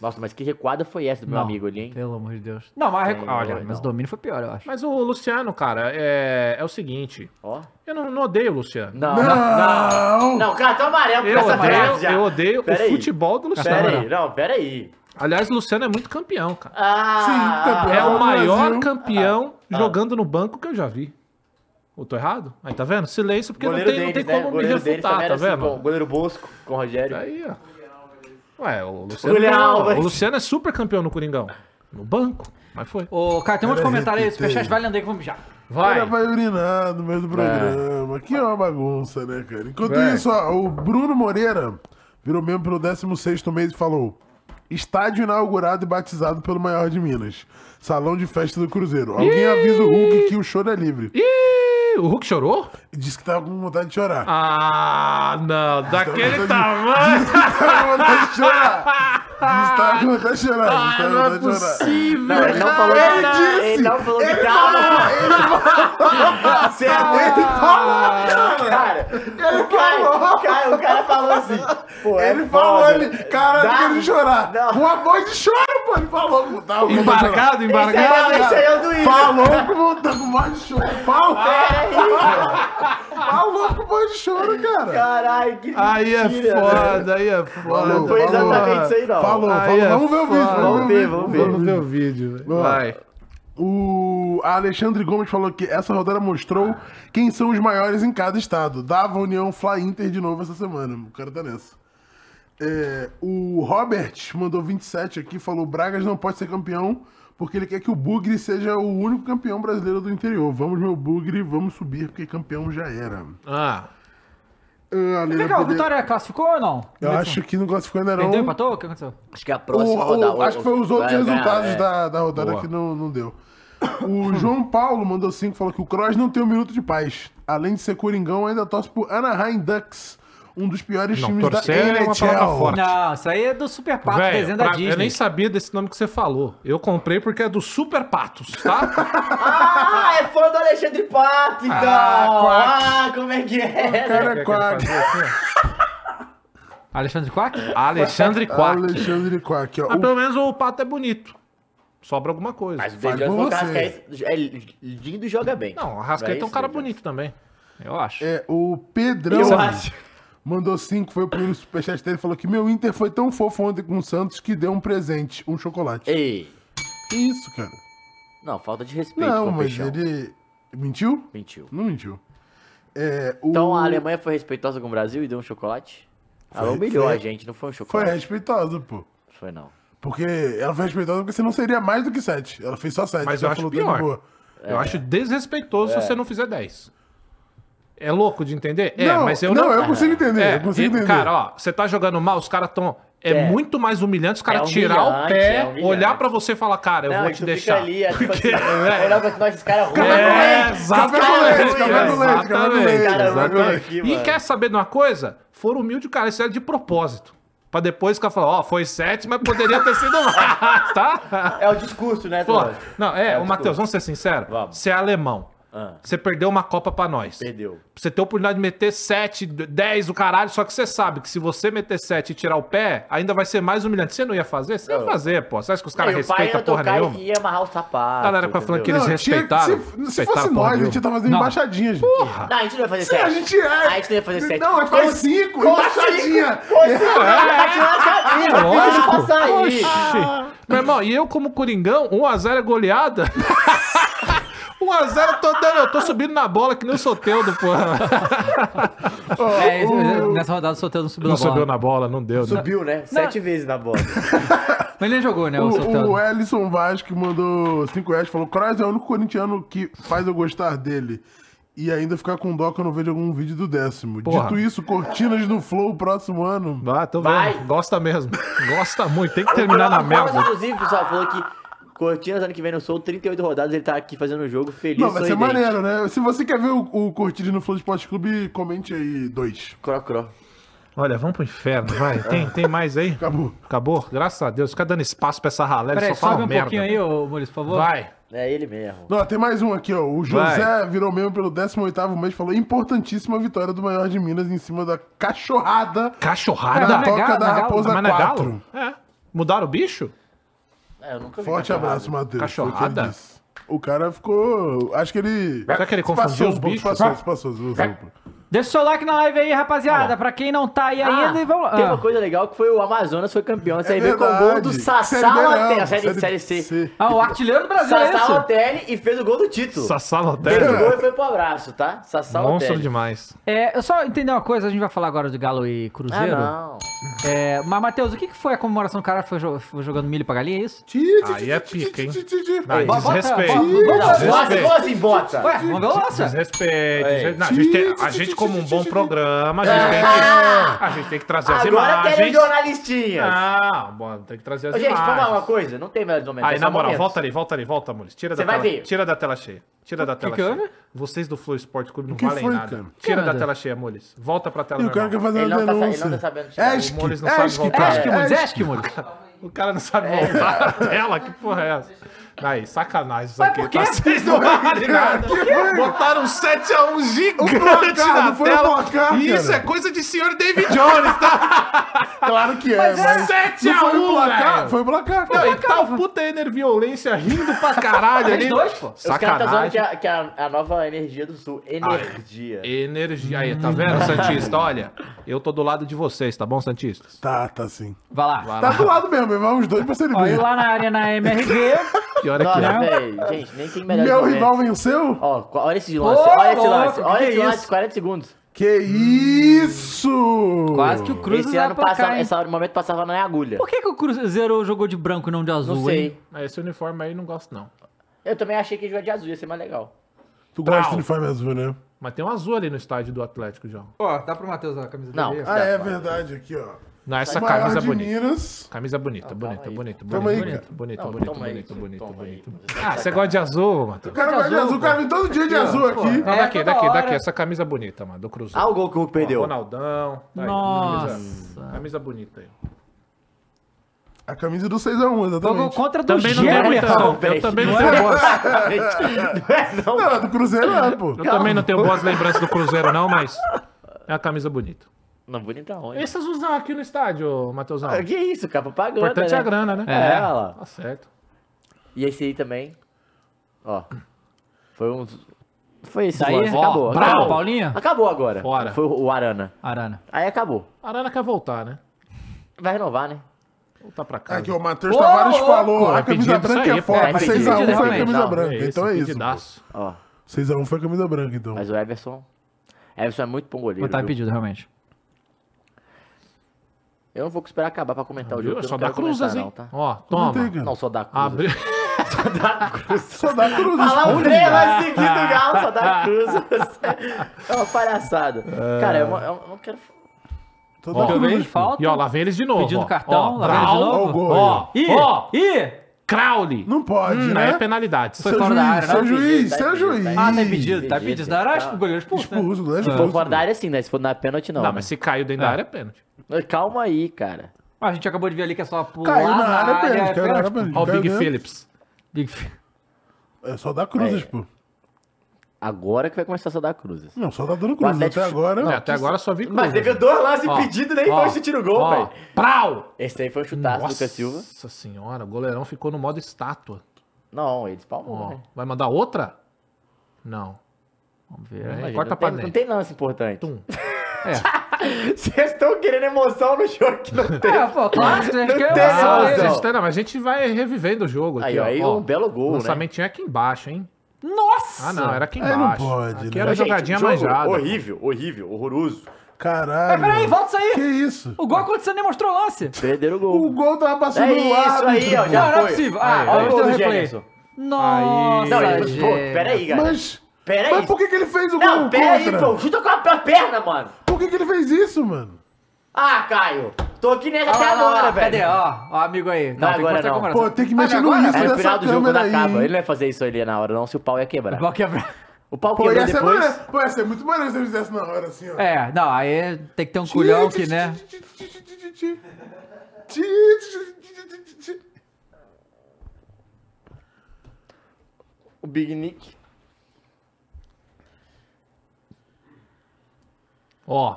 Nossa, mas que recuada foi essa do meu Não, amigo ali, hein? Pelo amor de Deus. Não, mas, Tem, olha, não. mas o domínio foi pior, eu acho. Mas o Luciano, cara, é, é o seguinte. Ó. Eu não, não odeio o Luciano. Não, não, não. Não, cartão amarelo por Eu essa frase odeio, já. eu odeio Pera o aí. futebol do Luciano. Pera aí, não, pera aí. Aliás, o Luciano é muito campeão, cara. Ah, Sim, É Ah, o maior Brasil. campeão jogando no banco que eu já vi. Eu tô errado? Aí tá vendo? Silêncio, porque não tem, não né? tem como me refutar, tá assim, com o vendo? goleiro Bosco, com o Rogério. Aí, ó. Ué, o Luciano. Julião não, Alves. o Luciano é super campeão no Coringão. No banco. Mas foi. Ô, cara, tem um monte de Pera aí, comentário aí, que superchat, tem. vai lendo aí que eu vou mijar. Ela Vai. vai urinar no meio do programa. Que é uma bagunça, né, cara? Enquanto Vai. isso, ó, o Bruno Moreira virou membro pelo 16 mês e falou: Estádio inaugurado e batizado pelo maior de Minas. Salão de festa do Cruzeiro. Alguém avisa o Hulk que o choro é livre. Ih, o Hulk chorou? E disse que tava com vontade de chorar. Ah, não. Daquele tamanho. Tava com vontade de chorar. Disse que tava com vontade de chorar. Disse que Ah, tava com não é vontade de chorar. possível. Não, ele não falou Ele de disse! Ele não falou de Ele calma. Você é muito... Ele falou! Cara, o cara, o cara, o cara falou assim. Pô, é Ele falou, foda. ele, cara, eu Dá- quero chorar. Não. Com a voz de choro, pô, ele falou. com- Tá, com- Embargado, Esse aí embargado. é- esse aí é o do Ah, é. Igor. Falou com, tá com voz de choro. Falou, Pera aí. falou com voz um de choro, cara. Caralho, que Aí é mentira, velho. foda, aí é foda. Falou, Foi falou. exatamente isso aí, não. Falou, Aí falou. é Vamos ver o vídeo, foda. vamos ver o vídeo. Vamos ver, Vamos ver o vídeo, velho. Vai. O Alexandre Gomes falou que essa rodada mostrou quem são os maiores em cada estado. Dava União Fly Inter de novo essa semana. O cara tá nessa. É, o Robert mandou 27 aqui, falou: Bragas não pode ser campeão porque ele quer que o Bugre seja o único campeão brasileiro do interior. Vamos, meu Bugre, vamos subir porque campeão já era. Ah, Ah, a Leila Vem cá, o poder- Vitória classificou ou não? Eu acho que não classificou ainda não. Perdeu, empatou? O que aconteceu? Acho que é a O- próxima o- rodada. acho que foi os outros vai ganhar, resultados é. da, da rodada Boa. que não, não deu. O João Paulo mandou cinco, falou que o Cross não tem um minuto de paz. Além de ser Coringão, ainda torce por Anaheim Ducks, um dos piores Não, times da torcer é uma palavra NHL. forte. Não, isso aí é do Super Pato, Véi, desenho da pra- Disney. eu nem sabia desse nome que você falou. Eu comprei porque é do Super Patos, tá? Ah, é fã do Alexandre Pato, então! Ah, como é que é? Cara, quack. Alexandre Quack? Alexandre Quack. Alexandre Quack, ó. Mas O- pelo menos o Pato é bonito. Sobra alguma coisa. Mas o Faz Dejan com foi um você. Arrascaeta- é lindo e joga bem. Não, o Arrascaeta é um isso, né? cara Dejan. bonito também. Eu acho. é, o Pedrão Eu acho. mandou cinco, foi o primeiro superchat dele, falou que meu Inter foi tão fofo ontem com o Santos que deu um presente, um chocolate. Ei. Que isso, cara? Não, falta de respeito Não, com o mas Peixão. ele... Mentiu? Mentiu. Não mentiu. É, o- Então a Alemanha foi respeitosa com o Brasil e deu um chocolate? Ela Foi- humilhou foi- a gente, não foi um Foi chocolate. respeitosa, pô. Foi, não. Porque ela foi respeitosa porque senão seria mais do que 7. Ela fez só 7. Mas eu acho pior. É. Eu acho desrespeitoso se você não fizer 10. É louco de entender? É, não, mas eu não, não. eu consigo entender. É, eu consigo e, entender. Cara, ó, você tá jogando mal, os caras tão. É, É. muito mais humilhante os caras É tirar o humilhante, pé, é humilhante. olhar pra você e falar, cara, eu não, vou e te tu deixar. Fica ali, é, tipo Porque- assim, olhar pra nós, esse cara é ruim. É, Café com leite, café com leite, café com leite. exatamente. Cara, vai exatamente. tá aqui, E mano. quer saber de uma coisa? For humilde, cara, isso é de propósito. Pra depois ficar falando, ó, foi sete, mas poderia ter sido mais, tá? É o discurso, né, Pô, Tomás? não, é, É, o Matheus, desculpa. vamos ser sinceros? Vamos. Você é alemão. Ah, Você perdeu uma Copa pra nós. perdeu. Você tem a oportunidade de meter 7, 10, o caralho, só que você sabe que se você meter 7 e tirar o pé, ainda vai ser mais humilhante. Você não ia fazer? Você ia Não. fazer, pô. Você acha que os caras E o pai respeitam ia porra tocar nenhuma? e ia amarrar o sapato. A galera fica falando que eles Não, tinha- respeitaram. Se, se Respeitaram fosse nós, a porra gente ia nenhuma. estar fazendo Não. embaixadinha, gente. Porra! Não, a gente não ia fazer Sim, sete. a gente é. A gente não ia fazer sete. Não, a gente faz cinco, embaixadinha. É. Embaixadinha. Deixa eu passar aí. é. Oxi. Meu irmão, e eu como Coringão, 1x0 é goleada? 1x0 eu tô dando, eu tô subindo na bola que nem o Soteudo, Tá porra. É, nessa rodada o Soteldo não subiu Não na bola. subiu na bola, não deu, né? Subiu, né? Sete vezes na bola. Mas ele nem jogou, né, o, Soteldo. O, o Ellison Vaz, que mandou 5 reais, falou: Cross é o único corintiano que faz eu gostar dele. E ainda ficar com dó que eu não vejo algum vídeo do décimo. Porra. Dito isso, cortinas do Flow próximo ano. Ah, tô Vai. vendo. Gosta mesmo. Gosta muito. Tem que terminar na merda. inclusive, pessoal, falou que Cortinas ano que vem no Sul, 38 rodadas, ele tá aqui fazendo o jogo feliz, Não, vai ser sorridente. maneiro, né? Se você quer ver o, o Cortinas no Flow Esporte Clube, comente aí dois. Cro, cro. Olha, vamos pro inferno, vai. É. Tem, tem mais aí? Acabou. Acabou? Graças a Deus. Fica dando espaço pra essa ralé, ele Peraí, só fala sobe um merda. pouquinho aí, ô Maurício, por favor. Vai. É ele mesmo. Não, tem mais um aqui, ó. O José Vai. virou membro pelo 18º mês, falou importantíssima vitória do maior de Minas em cima da cachorrada Cachorrada. na não é toca galo, da não é galo, Raposa Mas não é 4. galo? É. Mudaram o bicho? É, eu nunca vi Forte cachorrada. abraço, Matheus. Cachorrada? Foi o que ele disse. O cara ficou. Acho que ele. Será que ele se confundiu passou os um pouco, bichos? se Passou, se passou, se É. passou, se passou. Deixa o seu like na live aí, rapaziada. Pra quem não tá aí Ah, ainda, e vamos... Tem Ah. uma coisa legal que foi o Amazonas foi campeão da Série B com o É verdade. gol do Série B Sassá não, Lotelli. Série, Série série C. C. Ah, o artilheiro do Brasil é Sassá isso? Lotelli e fez o gol do título. Sassá Fez o Lotério. gol e foi pro abraço, tá? Sassá Monstro Lotelli. demais. É, eu só entender uma coisa, a gente vai falar agora de Galo e Ah, Cruzeiro. não. É, mas, Matheus, o que, que foi a comemoração do cara que foi, jo- foi jogando milho pra galinha, é isso? Ti, ti, Aí ti, é ti, pica, ti, hein? ti, ti, ti. Não, bota- desrespeito. bota- Bota, Desrespeito. bota em bota. Ué, vamos ver o lance. Desrespeito. Ei. desrespeito. Não, a, gente tem- a gente, como um bom programa, a gente tem que, a gente tem que trazer as Ah! Agora eu quero imagens. jornalistinha. Não, bom, tem que trazer as Ô, gente, imagens. vamos falar uma coisa. Não tem melhores momentos. Aí, é na só moral, momentos. volta ali, volta ali, volta, Mules. Tira Você da vai tela, ver. Tira da tela cheia. Tira da tela que cheia. houve? Vocês do Flow Esporte Clube não que valem foi, nada. cara? Tira da nada? tela cheia, Mules. Volta pra tela E o cara normal. quer fazer Ele uma não tá sa- ele não denúncia. É tá É, sabendo tirar. Esque, O Moles não sabe esque, voltar. esque, Esquimo, esque. Esquimo. O cara não sabe É. voltar a tela, que porra é essa? Aí, sacanagem isso Mas aqui. por quê? Tá, Vocês não valem nada. Botaram 7x1 gigante placar, na não foi o tela. placar, E isso cara. é coisa de senhor David Jones, tá? Claro que é, mas. Não foi o 7x1, placar, velho. foi o placar. Não, cara. e tal puta Ener Violência rindo pra caralho ali. Fez dois, pô. Os caras tá falando que, é Sacanagem. a, que a, a nova energia do sul. Energia. Energia. Aí, tá Hum. vendo, Santista? Olha, eu tô do lado de vocês, tá bom, Santistas? Tá, tá sim. Vai lá. Ah. Tá do lado mesmo, vai uns dois pra série Ó, e B. lá na área na MRV. Pior é que Nossa, é. velho. Gente, nem tem melhores Meu momentos. rival venceu? Ó, qu- olha esse lance, Ô, olha esse lance, louco, olha que é esse lance, isso? 40 segundos. Que isso! Quase que o Cruzeiro esse vai ano pra passava, cá, hein? esse ano- momento passava na agulha. Por que, que o Cruzeiro jogou de branco e não de azul, Não hein? sei. Mas Esse uniforme aí não gosto, não. Eu também achei que jogar de azul ia ser mais legal. Tu gosta Brau. de uniforme azul, né? Mas tem um azul ali no estádio do Atlético, João. Ó, dá pro Matheus a camisa Não. dele aí? Ah, é verdade, aqui, ó. Não, essa Maior camisa de bonita. Minas. Camisa bonita, bonita, aí. bonita, Toma bonita, aí, bonita, cara. bonita, Não, bonita, toma aí, bonita, toma bonita, aí. bonita. Ah, você gosta de azul, Matheus? O cara vai de azul, o cara vem todo dia de azul aqui. Não, É, daqui, toda daqui, hora. daqui, essa camisa é bonita, mano, do Cruzeiro. Ah, o gol que o Hulk perdeu. Ronaldão. Tá aí, Nossa. Camisa, camisa bonita aí. A camisa do 6x1, Jogou exatamente. contra do Também não Gêmeo, tem Gêmeo, muita, irmão, não. Eu velho. também não Não tenho é? boas. não é não. Não, a do Cruzeiro é, pô. Eu também não tenho boas lembranças do Cruzeiro, não, mas é uma camisa bonita. Não, bonita onde? Esse azulzão aqui no estádio, Matheusão. Ah, Que isso, capa pagando, importante né? é a grana, né? É, olha lá. Tá certo. E esse aí também. Ó. Foi um... Foi esse Daí, lance, ó, acabou. bravo, acabou. Paulinha. Acabou agora. Fora. Foi o Arana. Arana. Aí acabou. A Arana quer voltar, né? Vai renovar, né? Voltar pra casa. Aqui, ó, É o Matheus Ô, Tavares louco! falou, a É camisa pedido branca isso aí, é foda, é mas pedido, 6x1 foi a realmente. camisa Não, branca, então é isso. é pô. pedidaço. Ó. 6x1 foi a camisa branca, então. Mas o Everson. Everson é muito bom goleiro. tá Botar viu? pedido, tá realmente. Eu não vou esperar acabar pra comentar o jogo. Viu? porque Só eu não dá quero cruzas, hein? comentar, Ó, Não toma. tem, cara. Não, tá? não, só dá cruzas. Abre. Só dá cruzas. Só dá cruzes. Falar o pô. três lá em seguida, o Galo só dá cruzas. tá? É uma palhaçada. Cara, eu, eu não quero... Só Ó, dá Eu vejo cruzes. pô. falta. E ó, lá vem eles de novo. Pedindo ó. cartão, ó, lá vem eles de Brown, novo. Ó, o gol. Ó, Ih! ó, Ih! Crowley. Não pode, Hum, aí né? é penalidade. Foi Seu fora da área, né? juiz, seu juiz, Tá seu juiz. impedido, Ah, tá impedido, tá Impedido, impedido. Não era tá. o goleiro expulso, né? Expulso, né? Se for Expulso. fora da área, sim, né? Se for na pênalti, não. Não, mas se caiu dentro da área é pênalti. Calma aí, cara. A gente acabou de ver ali que é só pular Caiu na área, é é pênalti. Caiu na área, é pênalti. pênalti. Ó o Caiu Big dentro. Phillips. Big F- É só dá cruzes, pô. Agora que vai começar a só dar cruzes. Não, só tá dando O cruzes. Atlético- Até agora. É, até agora só vi cruzas. Mas teve dois lances Ó, impedidos, nem ó, foi chute no gol, ó, velho. Brau! Esse aí foi um chutaço do Nossa Lucas Silva. senhora, o goleirão ficou no modo estátua. Não, ele espalmou, Ó, né? vai mandar outra? Não. Vamos ver. Aí, Imagina, corta não, pra tem, não dentro. tem lance importante. Tum. É. Vocês estão querendo emoção no jogo que não tem. É, pô, clássico, né? Acho que é tem emoção razão. Ah, mesmo. Zé. gente, tá- não, mas a gente vai revivendo o jogo aqui, Aí, ó. aí ó. um belo O gol, né? lançamento é aqui embaixo, hein? Nossa! Ah, não, era aqui Aí não embaixo. pode, aqui né? era Gente, jogadinha jogo manjada. Horrível, horrível, horroroso. Caralho. Peraí, volta isso Que aí! isso? O gol aconteceu nem mostrou o lance! Perderam o O gol. gol tava passando É no isso árbitro, aí, ó, pô. já Não, não é foi. possível! Ah, Aí, olha aí. o teu Aí. replay. Aí. Nossa, Não, ele... Pô, gente. peraí, galera. Mas, Peraí. mas por que, que ele fez o gol Não, pera aí, contra? pô. Chuta com a a perna, mano. por que, que ele fez isso, mano? Ah, Caio. Tô aqui nessa Olha até lá, olha lá, agora, Cadê? velho. Ó, ó, amigo aí. Não, agora mostrar a não. comparação. Pô, tem que Ah, mexer não, no agora? isso Aí no é final dessa do jogo câmera quando aí. acaba. Ele não vai fazer isso ali na hora, não, se o pau ia O quebrar. pau quebrar. O pau Pô, quebrou ia ser, depois. maneiro- pô, ia ser muito maneiro se ele fizesse na hora, assim, ó. É, não, aí tem que ter um culhão que, né? O Big Nick. Ó.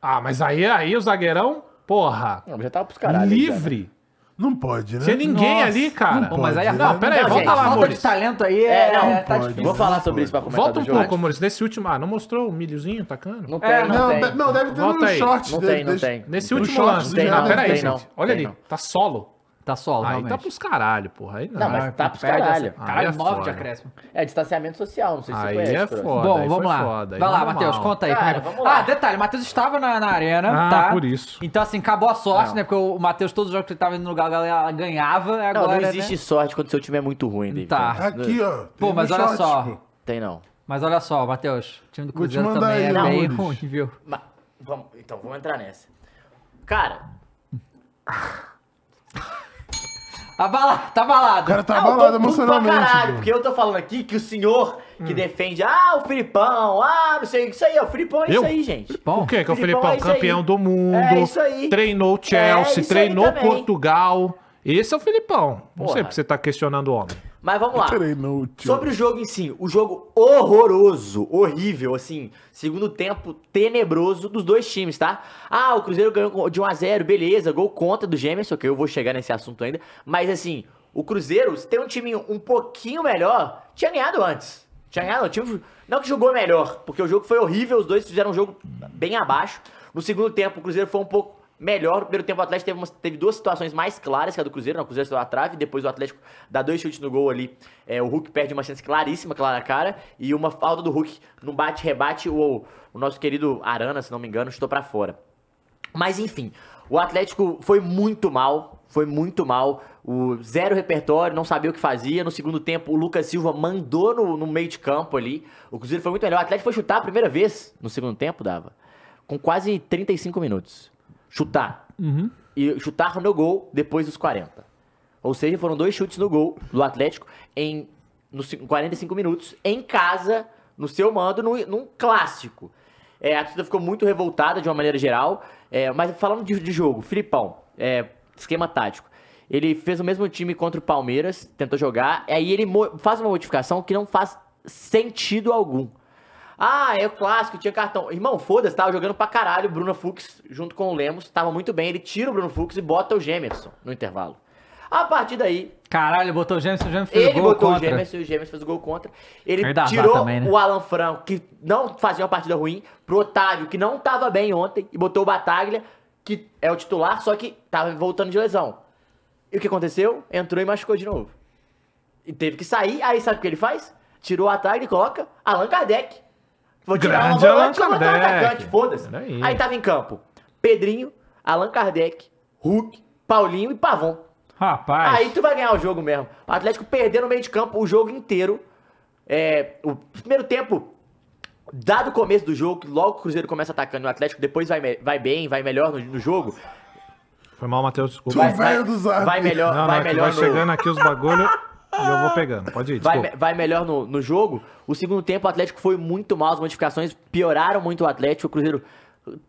Ah, mas aí, aí o zagueirão, porra, Não, mas já tava pros caralho. livre. Não pode, né? Tinha ninguém Nossa, ali, cara. Pô, mas aí a Não, falta, pera aí, não, volta gente, lá, a falta Maurício. de talento aí é, É, não, tá pode. Já. difícil. Vou falar sobre isso pra comentar Volta um tá do jogo. pouco, Maurício. Nesse último. Ah, não mostrou o milhozinho tacando? Não É, tem, não, Não, tem. de- não, deve ter Volta no aí. short. Não deve- tem, não deixa- tem. Nesse No último short lance. do Não, Jordan. pera aí, Tem gente. não, Olha tem ali. não. Tá solo. Tá solo, Aí realmente. tá pros caralho, porra. Aí não. Não, mas Caralho, tá pros perde caralho. essa- Caralho, Aí é 9 de foda. acrescimo. É distanciamento social, não sei se Aí você conhece. é Cross. foda. Bom, aí vamos foi lá. foda, aí Vai lá, foi Matheus, mal. conta aí. Cara, como é que- vamos lá. Ah, detalhe, o Matheus estava na, na arena, Ah, tá? por isso. Então, assim, acabou a sorte, Não. né? Porque o Matheus, todos os jogos que ele tava indo no lugar, a galera ganhava. Agora, Não, não né? existe sorte quando seu time é muito ruim, David. Tá. Aqui, ó. tem Pô, no mas olha short, tipo. só. pô. Tem não. Mas olha só, Matheus, o time do Vou te Cruzeiro mandar também é aí, bem Lourdes. ruim, viu? Mas, vamos, então, vamos entrar nessa. Cara, Tá balado, tá O balado. cara tá Ah, eu tô abalado puto pra emocionalmente. Hum. caralho, pô. porque eu tô falando aqui que o senhor que defende, ah, o Filipão, ah, não sei, isso aí, ó, o Filipão é Eu? isso aí, gente. Bom, O que que é o Filipão, Felipão? é isso aí. Campeão do mundo. É isso aí. Treinou o É Chelsea, isso treinou aí também. Portugal. Esse é o Felipão. Não Porra. sei porque você tá questionando o homem. Mas vamos lá. Peraí, não, tio. Sobre o jogo em si, o jogo horroroso, horrível, assim, segundo tempo tenebroso dos dois times, tá? Ah, o Cruzeiro ganhou com- de 1 a 0 beleza, gol contra do Gemerson, que eu vou chegar nesse assunto ainda, mas assim, o Cruzeiro, se tem um time um pouquinho melhor, tinha ganhado antes. Tinha ganhado, o time não que jogou melhor, porque o jogo foi horrível, os dois fizeram um jogo bem abaixo. No segundo tempo, o Cruzeiro foi um pouco melhor. No primeiro tempo, o Atlético teve, umas- teve duas situações mais claras que a do Cruzeiro. Não, o Cruzeiro saiu à trave, depois o Atlético dá dois chutes no gol ali. É, o Hulk perde uma chance claríssima, clara a cara, e uma falta do Hulk num bate-rebate. O, o nosso querido Arana, se não me engano, chutou pra fora. Mas enfim, o Atlético foi muito mal, foi muito mal. O zero repertório, não sabia o que fazia. No segundo tempo, o Lucas Silva mandou no, no meio de campo ali. O Cruzeiro foi muito melhor. O Atlético foi chutar a primeira vez no segundo tempo, dava. Com quase 35 minutos. Chutar. E chutar no gol depois dos 40. Ou seja, foram dois chutes no gol do Atlético em nos cin- 45 minutos, em casa, no seu mando, num, num clássico. É, a torcida ficou muito revoltada de uma maneira geral. É, mas falando de, de jogo, Filipão, é, esquema tático. Ele fez o mesmo time contra o Palmeiras, tentou jogar, aí ele mo- faz uma modificação que não faz sentido algum. Ah, é o clássico, tinha cartão. Irmão, foda-se, tava jogando pra caralho o Bruno Fux junto com o Lemos, tava muito bem. Ele tira o Bruno Fux e bota o Gemerson no intervalo. A partir daí, Caralho, botou o James, o James fez ele o gol botou contra. o Gemerson e o Gemerson fez o gol contra. Ele Aí dá azar tirou também, né? o Alan Franco, que não fazia uma partida ruim, pro Otávio, que não tava bem ontem, e botou o Bataglia, que é o titular, só que tava voltando de lesão. E o que aconteceu? Entrou e machucou de novo. E teve que sair, aí sabe o que ele faz? Tirou o Ataglia e coloca Allan Kardec. Vou tirar Grande uma Allan volante, vou botar um Kardec. atacante, foda-se. Peraí. Aí tava em campo Pedrinho, Allan Kardec, Hulk, Paulinho e Pavon. Rapaz. Aí tu vai ganhar o jogo mesmo. O Atlético perdeu no meio de campo o jogo inteiro. É, o primeiro tempo, dado o começo do jogo, que logo o Cruzeiro começa atacando, o Atlético depois vai, me- vai bem, vai melhor no, no jogo. Foi mal, Matheus, desculpa. Vai- Vai, velho do Zap. vai melhor, não, não, vai é que vai melhor no, chegando aqui os bagulho e eu vou pegando. Pode ir, vai, desculpa. me- vai melhor no, no jogo. O segundo tempo, o Atlético foi muito mal, as modificações pioraram muito o Atlético. O Cruzeiro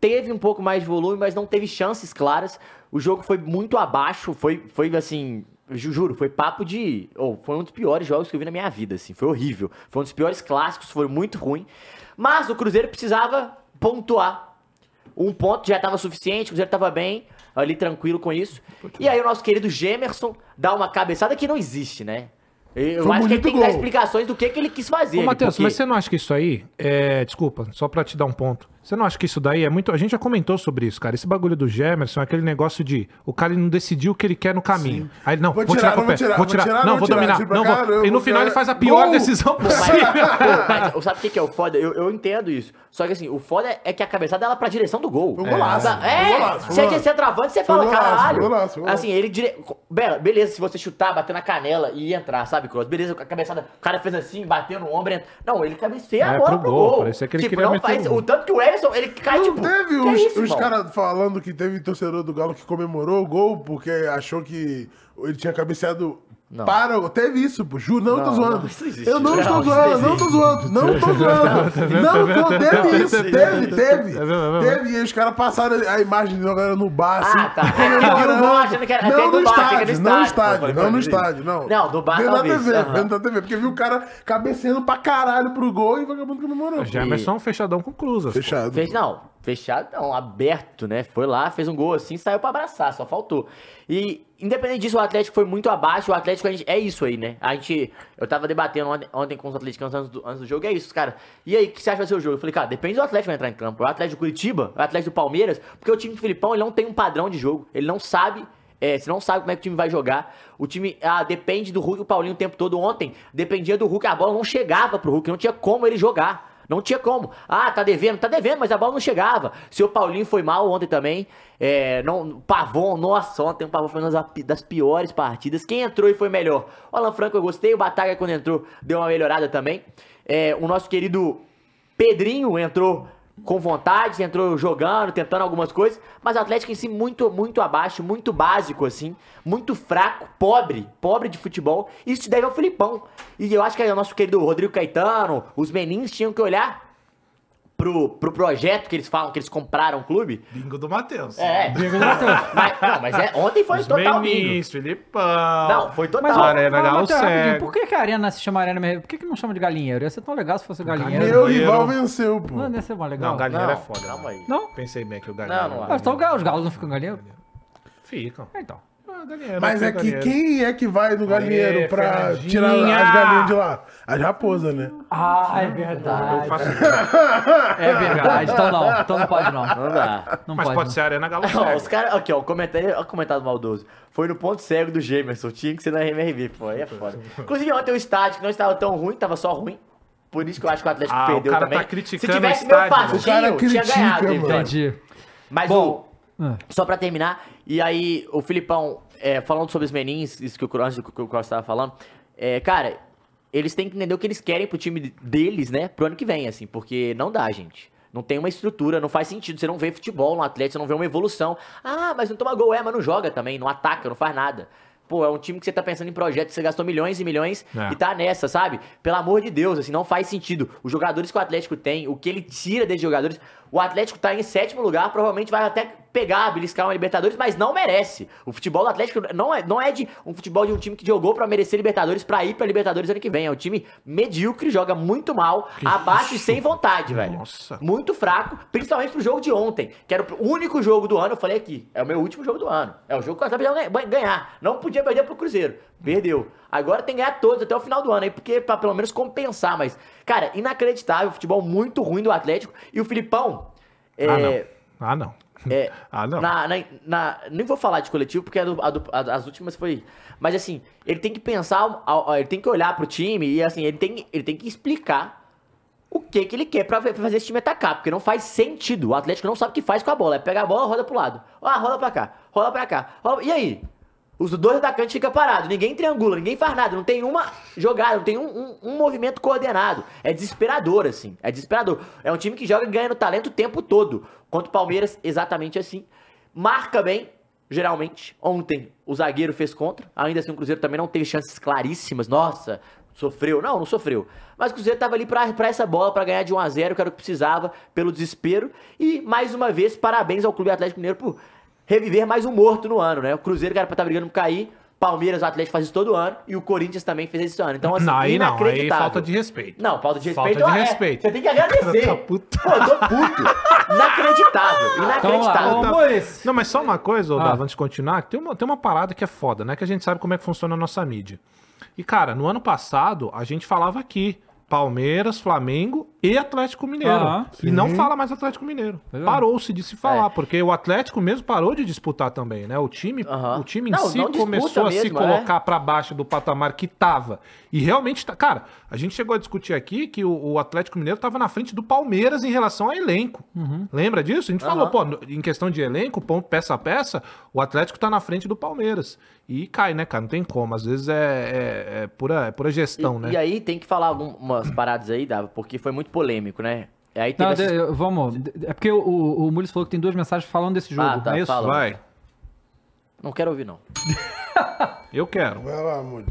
teve um pouco mais de volume, mas não teve chances claras. O jogo foi muito abaixo, foi, foi assim. ju- Juro, foi papo de. ou foi um dos piores jogos que eu vi na minha vida, assim. Foi horrível. Foi um dos piores clássicos, foi muito ruim. Mas o Cruzeiro precisava pontuar. Um ponto já estava suficiente, o Cruzeiro estava bem, ali tranquilo com isso. E aí o nosso querido Gemerson dá uma cabeçada que não existe, né? Eu Foi um acho que ele bonito tem que dar gol. explicações do que, que ele quis fazer. Ô, Matheus, porque- mas você não acha que isso aí. É... Desculpa, só pra te dar um ponto. Você não acha que isso daí é muito. A gente já comentou sobre isso, cara. Esse bagulho do Gemerson é aquele negócio de. O cara ele não decidiu o que ele quer no caminho. Aí ele, não, Vou vou, tirar, tirar, com o vou pé. tirar, Vou tirar, não, vou tirar. dominar. Tipo, não, vou- caramba, E no final cara. ele faz a pior Gol! decisão Pô, mas- possível. Pô, mas sabe o que, que é o foda? Eu, eu entendo isso. Só que assim, o foda é que a cabeçada ela pra direção do gol. Foi um golaço, Da- É, foi um golaço, foi um você golaço. é centroavante, você fala, um golaço, caralho. foi um golaço, foi um golaço. Assim, ele dire... Bela, beleza, se você chutar, bater na canela e entrar, sabe, Cross? Beleza, a cabeçada, o cara fez assim, bateu no ombro. entra. Não, ele cabeceia É, a bola pro pro, gol, gol. parecia que ele tipo, queria não meter faz. um. O tanto que o Everson, ele cai, Não tipo. teve que uns, isso, uns irmão? caras falando que teve torcedor do Galo que comemorou o gol porque achou que ele tinha cabeceado para o. Teve isso, pô. Juro, não, tô zoando. isso existe. eu não, Não, estou isso zoando, não existe. Tá tô zoando, não tô zoando. Não, tô- teve isso, teve, teve. Tá Teve, e os caras passaram a imagem da galera no bar, assim. Ah, tá. Ele viu o gol achando que era- tem Não no do bar, tem que estádio, ir no não no estádio. estádio, não no estádio, não. Não, do bar Vendo na talvez, TV, aham. vendo na TV, porque viu o cara cabeceando pra caralho pro gol e o vagabundo comemorou. O Gemerson é um fechadão com cruzas. pô. Fechado. Fez, não, fechado não, aberto, né? Foi lá, fez um gol assim, saiu pra abraçar, só faltou. E, independente disso, o Atlético foi muito abaixo. O Atlético, a gente, é isso aí, né? A gente, eu tava debatendo ontem, ontem com os atleticanos antes do, antes do jogo, e é isso, cara. E aí, o que você acha que vai ser o jogo? Eu falei, cara, depende do Atlético vai entrar em campo. O Atlético do Curitiba, o Atlético do Palmeiras, porque o time do Filipão, ele não tem um padrão de jogo. Ele não sabe é, você não sabe como é que o time vai jogar. O time ah, depende do Hulk e o Paulinho o tempo todo. Ontem dependia do Hulk, a bola não chegava pro Hulk, não tinha como ele jogar. Não tinha como. Ah, tá devendo, tá devendo, mas a bola não chegava. Seu Paulinho foi mal ontem também. É, não, Pavon, nossa, ontem o Pavon foi uma das, das piores partidas. Quem entrou e foi melhor? O Alan Franco eu gostei, o Bataga quando entrou deu uma melhorada também. É, o nosso querido Pedrinho entrou com vontade, entrou jogando, tentando algumas coisas, mas o Atlético em si muito, muito abaixo, muito básico, assim, muito fraco, pobre, pobre de futebol. Isso se deve ao Filipão. E eu acho que aí o nosso querido Rodrigo Caetano, os meninos tinham que olhar pro, pro projeto que eles falam, que eles compraram o clube. Bingo do Matheus. É. mas, não, mas é, ontem foi Os total bingo. menis, Filipão. Não, foi total. Mas, Tá. ó, Arena mas, Galo mas, pera, cego. rapidinho, por que, que a arena se chama arena mesmo? Por que, que não chama de galinheiro? Ia ser tão legal se fosse galinheiro. Meu Galinheiro. rival venceu, pô. Não ia ser mais legal. Não, galinheiro Não, é foda. calma né? aí. Não? Pensei bem que o galinheiro. Não, é. não Mas então, os galos não ficam galinheiro? Ficam. É, Então. Ah, galinheiro, Mas tem é que galinheiro. quem é que vai no galinheiro Aê, pra Fernandinha! tirar as galinhas de lá? As raposas, né? Ah, é Eu verdade. faço- É verdade. Então não, então não pode não. Não dá. Não Mas pode, pode, não. ser a Arena Galo Ó, Cego. os caras. Aqui, ó, o comentário, ó, o comentário maldoso. Foi no ponto cego do Gemerson. Tinha que ser na MRV, pô. Aí é foda. Inclusive, ontem o estádio que não estava tão ruim, tava só ruim. Por isso que eu acho que o Atlético Ah, o perdeu cara também. tá criticando Se tivesse o meu estádio, partido, mano. O cara tinha critica, ganhado. mano. episódio. Entendi. Mas Bom, o- ah. Só pra terminar, e aí o Filipão, é, falando sobre os menins, isso que o Cross, que o Cross tava falando, é, cara, eles têm que entender o que eles querem pro time deles, né, pro ano que vem, assim, porque não dá, gente. Não tem uma estrutura, não faz sentido. Você não vê futebol no Atlético, você não vê uma evolução. Ah, mas não toma gol, é, mas não joga também, não ataca, não faz nada. Pô, é um time que você tá pensando em projeto, você gastou milhões e milhões É. e tá nessa, sabe? Pelo amor de Deus, assim, não faz sentido. Os jogadores que o Atlético tem, o que ele tira desses jogadores, o Atlético tá em sétimo lugar, provavelmente vai até pegar, beliscar uma Libertadores, mas não merece. O futebol do Atlético não é, não é de um futebol de um time que jogou pra merecer Libertadores, pra ir pra Libertadores ano que vem. É um time medíocre, joga muito mal, abaixo e sem vontade, velho. Nossa. Muito fraco, principalmente pro jogo de ontem, que era o único jogo do ano, eu falei aqui, é o meu último jogo do ano. É o jogo que o Atlético vai vai ganhar. Não podia perder pro Cruzeiro. Perdeu. Agora tem que ganhar todos até o final do ano aí, porque pra pelo menos compensar, mas cara, inacreditável, futebol muito ruim do Atlético e o Filipão é, Ah, não. Ah, não. é, Ah, não. na- na- na- nem vou falar de coletivo, porque a do- a do- a- as últimas foi. Mas assim, ele tem que pensar, ao- ao- ele tem que olhar pro time e assim, ele tem, ele tem que explicar o que, que ele quer pra fa- fazer esse time atacar, porque não faz sentido. O Atlético não sabe o que faz com a bola. É pegar a bola, roda pro lado. Ah, rola pra cá, rola pra cá. rola- E aí? Os dois atacantes ficam parados, ninguém triangula, ninguém faz nada, não tem uma jogada, não tem um, um- um movimento coordenado. É desesperador, assim. É desesperador. É um time que joga e ganha no talento o tempo todo. Contra o Palmeiras, exatamente assim. Marca bem, Geralmente, ontem o zagueiro fez contra. Ainda assim, o Cruzeiro também não teve chances claríssimas. Nossa, sofreu. Não, não sofreu. Mas o Cruzeiro tava ali pra, pra essa bola, pra ganhar de 1 a 0 que era o que precisava, pelo desespero. E, mais uma vez, parabéns ao Clube Atlético Mineiro por reviver mais um morto no ano, né? O Cruzeiro, cara, pra tá brigando pra cair. Palmeiras, o Atlético faz isso todo ano. E o Corinthians também fez isso esse ano. Então, assim, Não, aí não, aí inacreditável. falta de respeito. Não, falta de Falta respeito. de é, respeito. Você tem que agradecer. Tá puto. Pô, eu tô puto. Inacreditável. Inacreditável. Então, lá, vamos Amores. Não, mas só uma coisa, ô, Ah. Dava, antes de continuar, que tem uma, tem uma parada que é foda, né? Que a gente sabe como é que funciona a nossa mídia. E, cara, no ano passado, a gente falava aqui. Palmeiras, Flamengo e Atlético Mineiro. Aham. e não fala mais Atlético Mineiro. Ah, Pois é. Parou-se de se falar, porque o Atlético mesmo parou de disputar também, né? O time, Aham. o time em Não, si não disputa começou a se mesmo, é. colocar tá pra baixo do patamar que tava. E realmente, tá, cara, a gente chegou a discutir aqui que o, o Atlético Mineiro tava na frente do Palmeiras em relação a elenco. Uhum. Lembra disso? A gente falou, Aham. pô, no- em questão de elenco, ponto, peça a peça, o Atlético tá na frente do Palmeiras. E cai, né, cara? Não tem como. Às vezes é, é- é pura, é pura gestão, e, né? e aí tem que falar algumas paradas aí, Dava, porque foi muito polêmico, né? E aí teve Não, essas- de- eu- vamos. É porque o, o, o Mules falou que tem duas mensagens falando desse jogo. Ah, tá, é isso? fala. Vai. Não quero ouvir, não. Eu quero. Vai lá, amor.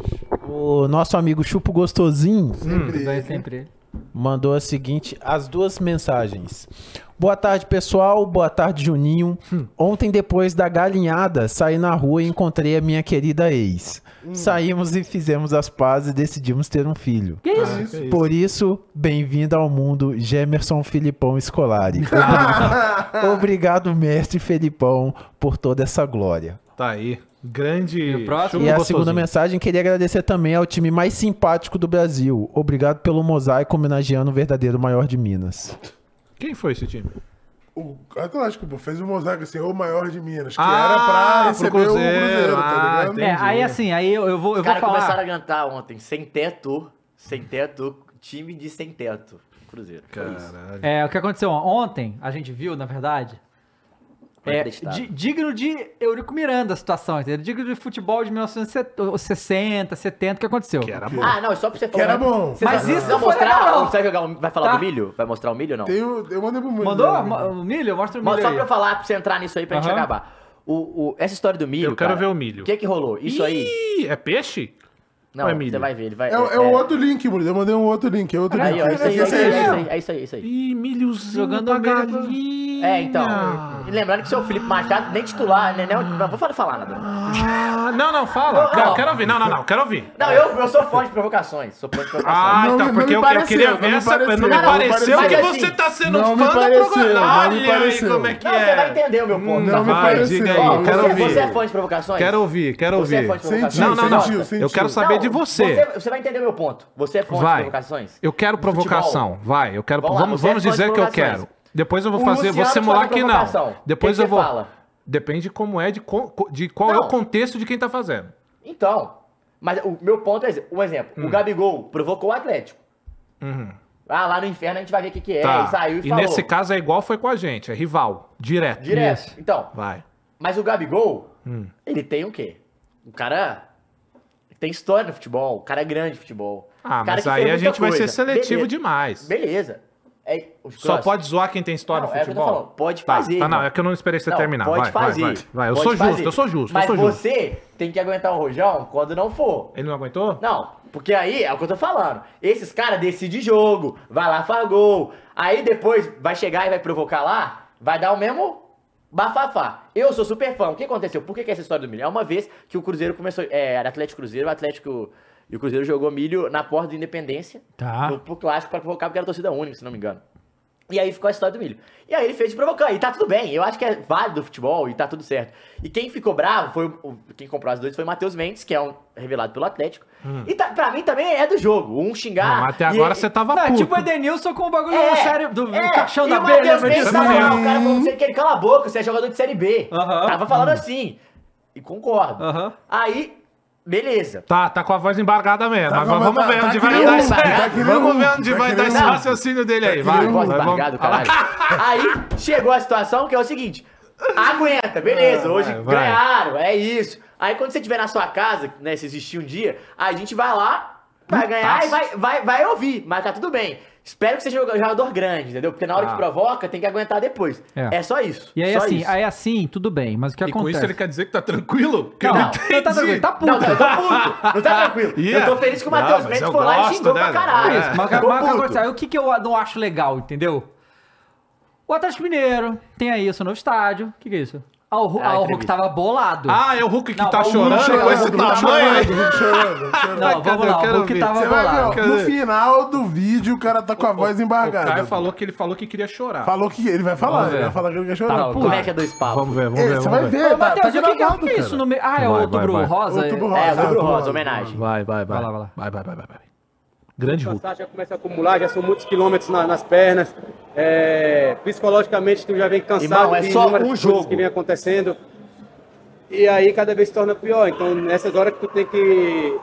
O nosso amigo Chupo Gostosinho Sempre é Daí é ele. sempre ele. mandou a seguinte, as duas mensagens. Boa tarde, pessoal. Boa tarde, Juninho. Ontem, depois da galinhada, saí na rua e encontrei a minha querida ex. Saímos e fizemos as pazes e decidimos ter um filho. Que isso? isso? Por isso, bem-vindo ao mundo, Gemerson Filipão Escolari. Obrigado, mestre Felipão, por toda essa glória. Tá aí. Grande. E o próximo? chupa E a gostosinho. segunda mensagem, queria agradecer também ao time mais simpático do Brasil. Obrigado pelo mosaico homenageando o verdadeiro maior de Minas. Quem foi esse time? O Atlético, pô, fez um mosaico assim, o maior de Minas, que Ah, era pra pro receber Cruzeiro, o Cruzeiro, ah, tá ligado? entendi. É, aí assim, aí eu, eu vou, eu Os vou caras falar. começaram a cantar ontem, sem teto, sem teto, time de sem teto. Cruzeiro. Foi isso. Caralho. É, o que aconteceu ontem, a gente viu, na verdade. É, Inacreditável. di- digno de Eurico Miranda a situação, entendeu? Digno de futebol de 1960, 70, o que aconteceu? Que era bom. Ah, não, é só pra você falar. Que era bom. Vocês Mas vão- isso vão não foi mostrar, legal, não. Você vai, jogar o- é vai falar Tá. do milho? Vai mostrar o milho ou não? Tem o- eu mandei pro mundo. Mandou? né? Ma- O milho? Mostra o milho. Mas só aí. pra eu falar, pra você entrar nisso aí, pra gente Aham. acabar. O, o- essa história do milho, Eu quero cara, ver o milho. O que que rolou? Isso aí... Ih, é peixe? Não, ou é milho? você vai ver, ele vai... É, o- é o outro link, Murilo. Eu mandei um outro link. É outro Aí, link. ó, isso aí, Esse isso aí, aí. isso aí, é isso aí, é isso aí. Ih, milhozinho Jogando da milho pra- galinha. É, então. E Lembrando que o seu Felipe Machado nem titular, né? Não, não vou falar- falar nada. não. Ah, não, não, fala. Não, não. Quero ouvir. Não, não, não. Quero ouvir. Não, eu, eu sou fã de provocações. Sou fã de Ah, provocações. Não então, me- porque não eu, me eu queria pareceu, ver não me essa. Não, pareceu. me Não, não me pareceu que pareceu. assim, você tá sendo Não me fã da pareceu, programa. não me Olha aí pareceu. como é que não, é. você vai entender o meu ponto. Não, tá? me Vai, pareceu. diga Ó, aí. você, quero ouvir. você é fã de provocações? Quero ouvir, quero Você é ouvir. fã de provocações? Não, não, não. Sentiu, Eu sentiu. quero saber Não, de você. você. você vai entender o meu ponto. Você é fã de Vai. provocações? Eu quero futebol. provocação. Vai, eu quero. Vamos lá, Vamos, você é vamos fã de dizer que eu provocações. quero. Depois eu vou O fazer, vou Luciano simular faz que não. provocação. Depois O que eu que vou. fala? Depende como é, de, co- co- de qual é Não. o contexto de quem tá fazendo. Então, mas o meu ponto é esse. um exemplo. Hum. O Gabigol provocou o Atlético. Ah, lá no inferno a gente vai ver o que, que é. Uhum. Tá. E saiu e, e falou. nesse caso é igual foi com a gente, é rival, direto. Direto. Então, Vai. Mas o Gabigol, Hum. ele tem o quê? Um cara que tem história no futebol, um cara grande de futebol. Ah, um cara mas que fez aí a muita gente vai ser coisa. seletivo Beleza. demais. Beleza. É, o Só Cross- pode zoar quem tem história Não, no é o que eu tô futebol. falando, pode Tá, fazer, Tá, não, irmão. é que eu não esperei você Não, terminar. Pode vai, fazer. vai, vai, vai. Eu pode sou justo, fazer. eu sou justo, Mas eu sou justo. você tem que aguentar o rojão quando não for. Ele não aguentou? Não, porque aí é o que eu tô falando. Esses caras decidem jogo, vai lá, faz gol. Aí depois vai chegar e vai provocar lá, vai dar o mesmo bafafá. Eu sou super fã. O que aconteceu? Por que, que essa história do milho? É uma vez que o Cruzeiro começou. É, era Atlético Cruzeiro, o Atlético. E o Cruzeiro jogou milho na porta do Independência. Tá. No, pro clássico pra provocar, porque era torcida única, se não me engano. E aí ficou a história do milho. E aí ele fez de provocar. E tá tudo bem. Eu acho que é válido o futebol e tá tudo certo. E quem ficou bravo foi. o- o- Quem comprou as duas foi o Matheus Mendes, que é um revelado pelo Atlético. E tá, pra mim também é do jogo. Um xingar. Não, mas até agora e, você tava Hum. Não, é puto. tipo o Edenilson com o bagulho do sério do, do é, caixão e da o Matheus abelha. né? Mendes Você tava morreu. lá, o cara falou você quer cala a boca, você é jogador de série B. Aham. Hum. Tava falando assim. E concordo. Aham. Aí Beleza. Tá, tá com a voz embargada mesmo. Tá com a Agora vamos voz- ver tá onde vai querendo dar um, esse. tá é, querendo Vamos um, ver onde tá vai dar querendo esse um. raciocínio dele aí. Vai, querendo um. vai, Voz vamos- embargada, caralho. Aí chegou a situação que é o seguinte: aguenta, beleza, hoje vai. ganharam, é isso. Aí quando você estiver na sua casa, né, se existir um dia, a gente vai lá, vai ganhar e vai, vai, vai ouvir, mas tá tudo bem. Espero que seja um jogador grande, entendeu? Porque na hora Ah. que provoca, tem que aguentar depois. É. É, só isso. E aí só assim, isso. aí assim, tudo bem, mas o que E com acontece? isso ele quer dizer que tá tranquilo? Que Não, eu não, tá tranquilo, tá puto. Não, eu tô puto, não tá tranquilo. Yeah. Eu tô feliz que é o Não, Matheus mas Mendes eu foi lá gosto, e xingou né? pra caralho. É Isso, mas, Ficou mas puto. acontece, aí o que, que eu não acho legal, entendeu? O Atlético Mineiro tem aí o seu novo estádio. O que, que é isso? Ah, o, Ru- Ah, ah, o Hulk entrevista. tava bolado. Ah, é o Hulk que Não, tá o Hulk chorando com esse Chorando, tá tamanho? chorando, chorando, chorando. não, vamos cadê? Eu lá, o quero Hulk ver. tava Você vai bolado. ver, ó, Quer no dizer- final do vídeo o cara tá com a voz O embargada. Caio falou que ele falou que queria chorar. Falou que ele vai falar, Vamos ele ver. vai falar que ele quer Tá, chorar. Como é que é dois pau? Vamos ver, vamos É, ver. você vamos vai ver. ver, Ô, tá, tá Matheus, o que, gravado, que, que é isso cara. no meio? Ah, é o Vai, vai, Outubro vai. Rosa. Outubro é- Rosa. É, Outubro Outubro Rosa, Rosa. homenagem. Vai, vai, vai. Vai lá, vai lá. Vai, vai, vai, vai, vai. Grande Hulk. cansar, já começa a acumular, já são muitos quilômetros na- nas pernas. É, psicologicamente, tu já vem cansado Irmão, é de só inúmeras um coisas jogo. que vem acontecendo. E aí cada vez se torna pior. Então, nessas horas que tu tem que,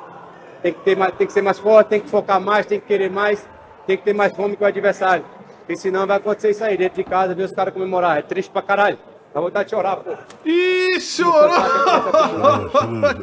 tem que, ter mais, tem que ser mais forte, tem que focar mais, tem que querer mais, tem que ter mais fome que o adversário. Porque senão vai acontecer isso aí, dentro de casa, ver os caras comemorar. É triste pra caralho. Dá vontade de chorar, pô. Ih, chorou!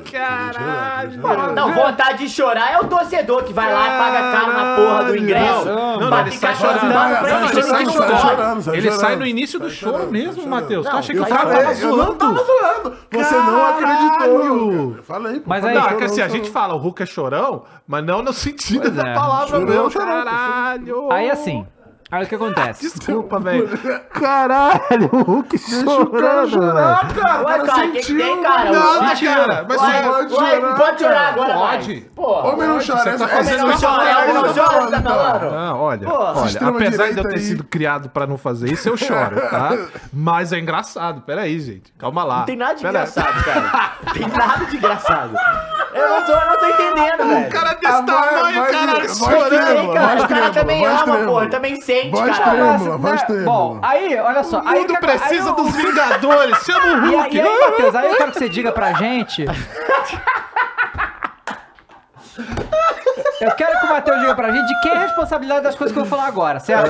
Caralho. Não, vontade de chorar é o torcedor que vai lá e paga caro na porra do ingresso. Não, não, bate ele sai cachorro chorando. dando pra Não, ele, Ele sai que não chorando. pode. chorando, sai Ele sai chorando. no início do Sai show chorando, mesmo, sai Matheus. Tu Não, acha que Eu o cara falei, tava eu não zoando? tava zoando. Você não acreditou. Caralho. cara. Eu Falei, pô, Mas aí- falei, Não, chorou, é que assim, a chorou. gente fala, o Hulk é chorão, mas não no sentido Pois da é. palavra, Chorão, meu. chorão, Caralho! Aí assim, aí o que acontece? Desculpa, velho. Caralho, o Hulk Deixa o cara chorar, cara. O Ué, cara, cara o que que sentiu. tem, cara? Não, Ué, mentira, mas ué, pode você ué, chorar, Pode chorar agora, Pode. vai. Porra. Homem não chora. tá essa- fazendo essa- Homem não essa- chora, homem não essa- chora, você essa- tá falando. Ah, olha, Pô, olha extrema apesar de eu ter direita aí. sido criado pra não fazer isso, eu choro, tá? Mas é engraçado, peraí, gente, calma lá. Não tem nada de Pera- engraçado, cara. Tem nada de engraçado. Eu não tô, eu não tô entendendo, velho. O cara é desse Ah, vai- tamanho, vai- caralho, vai- chorando. Ei, cara, voz o cara trêmula, também voz ama, trêmula. porra. ele Também sente, Voz cara. trêmula. Mas, né, Trêmula, voz trêmula. Bom, aí, olha só. O aí mundo que- precisa aí, dos Vingadores, chama o E Hulk. né? aí, e aí, Matheus, aí eu quero que você diga pra gente. Eu quero que o Matheus diga pra gente de quem é a responsabilidade das coisas que eu vou falar agora, certo?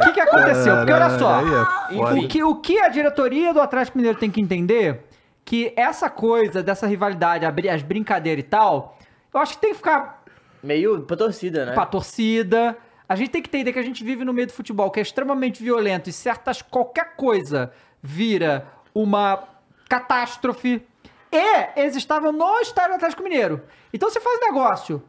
O que, que aconteceu? Porque olha só. Caralho, Ah, aí é foda. o, que, o que a diretoria do Atlético Mineiro tem que entender que essa coisa dessa rivalidade, abrir as brincadeiras e tal, eu acho que tem que ficar Meio pra torcida, né? pra torcida. A gente tem que entender que a gente vive no meio do futebol, que é extremamente violento e certas qualquer coisa vira uma catástrofe. E eles estavam no estádio do Atlético Mineiro. Então você faz um negócio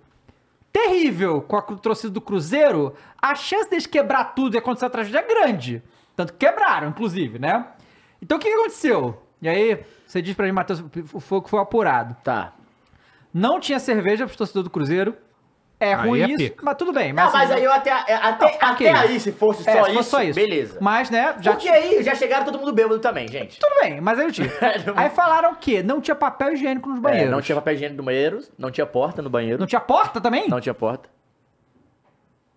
terrível com a cru- torcida do Cruzeiro, a chance deles quebrar tudo e acontecer a tragédia é grande. Tanto que quebraram, inclusive, né? Então o que que aconteceu? E aí, você diz pra mim, Matheus, foi o que foi apurado. Tá. Não tinha cerveja pros torcedores do Cruzeiro. É Aí ruim é isso, pica. mas tudo bem. Não, assim, mas aí eu até, é, até, Não, ok. até aí, se fosse só, é, se isso, fosse só isso, beleza. Mas, né, já Porque tinha... aí já chegaram todo mundo bêbado também, gente. Tudo bem, mas aí eu tinha. aí falaram que não tinha papel higiênico nos banheiros. É, não tinha papel higiênico no banheiro, não tinha porta no banheiro. Não tinha porta também? Não tinha porta.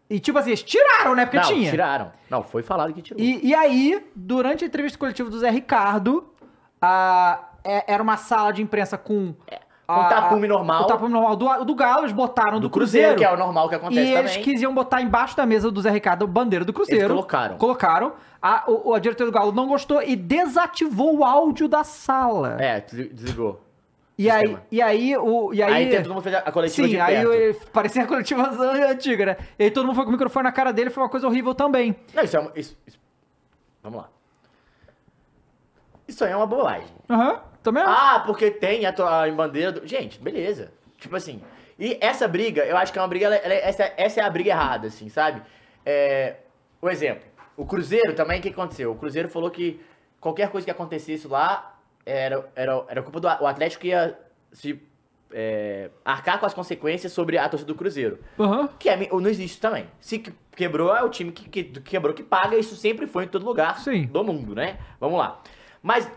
E tipo assim, eles tiraram, né, porque não, tinha. tiraram. Não, foi falado que tirou. E, e aí, durante a entrevista coletiva do Zé Ricardo, a, é- era uma sala de imprensa com... É, com tapume normal. O tapume normal do, do Galo, eles botaram do, do Cruzeiro, Cruzeiro. que é o normal E que acontece eles também. quisiam botar embaixo da mesa do Zé Ricardo a bandeira do Cruzeiro. Eles colocaram. Colocaram. A, o, a diretora do Galo não gostou e desativou o áudio da sala. É, des- desligou. e, aí, sistema. e aí, o. E aí, Aí, tem- todo mundo fez a a coletiva Sim, de aí perto. eu- parecia a coletiva antiga, né? E aí todo mundo foi com o microfone na cara dele, foi uma coisa horrível também. Não, isso é uma... Isso, isso- Vamos lá. Isso aí é uma bobagem. Aham, também acho. Ah, porque tem a, tua, a bandeira do... Gente, beleza. Tipo assim... E essa briga, eu acho que é uma briga... ela- ela- essa, essa é a briga errada, assim, sabe? É, o exemplo. O Cruzeiro também, o que aconteceu? O Cruzeiro falou que qualquer coisa que acontecesse lá era, era, era culpa do... A- O Atlético ia se... é, arcar com as consequências sobre a torcida do Cruzeiro. Aham. Que é, ou não existe também. Se que- quebrou, é o time que, que- do que quebrou que paga. Isso sempre foi em todo lugar Sim. do mundo, né? Vamos lá. Mas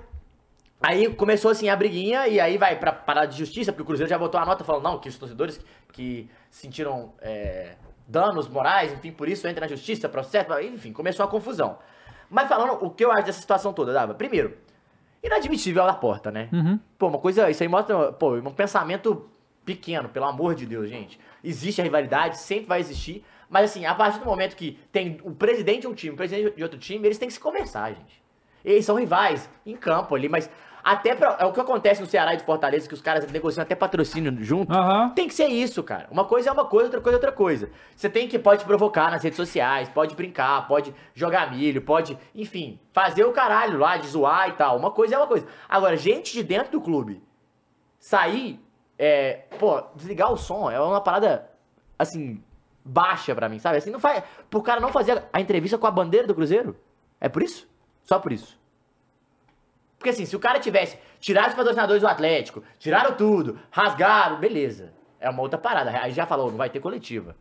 aí começou assim a briguinha e aí vai pra parada de justiça, porque o Cruzeiro já botou a nota falando não, que os torcedores que sentiram é, danos morais, enfim, por isso entra na justiça, processo, enfim, começou a confusão. Mas falando o que eu acho dessa situação toda, Dava? Primeiro, inadmitível a porta, né? Pô, uma coisa, isso aí mostra, pô, um pensamento pequeno, pelo amor de Deus, gente. Existe a rivalidade, sempre vai existir. Mas assim, a partir do momento que tem o presidente de um time, o presidente de outro time, eles têm que se conversar, gente. Eles são rivais em campo ali, mas até pra, é o que acontece no Ceará e do Fortaleza, que os caras negociam até patrocínio junto. Aham. Tem que ser isso, cara. Uma coisa é uma coisa, outra coisa é outra coisa. Você tem que pode provocar nas redes sociais, pode brincar, pode jogar milho, pode, enfim, fazer o caralho lá, de zoar e tal. Uma coisa é uma coisa. Agora, gente de dentro do clube sair, é, pô, desligar o som é uma parada assim baixa pra mim, sabe? Assim não faz, pro cara não fazer a entrevista com a bandeira do Cruzeiro. É por isso? Só por isso. Porque assim, se o cara tivesse tirado os patrocinadores do Atlético, tiraram tudo, rasgaram, beleza. É uma outra parada. Aí já falou, não vai ter coletiva.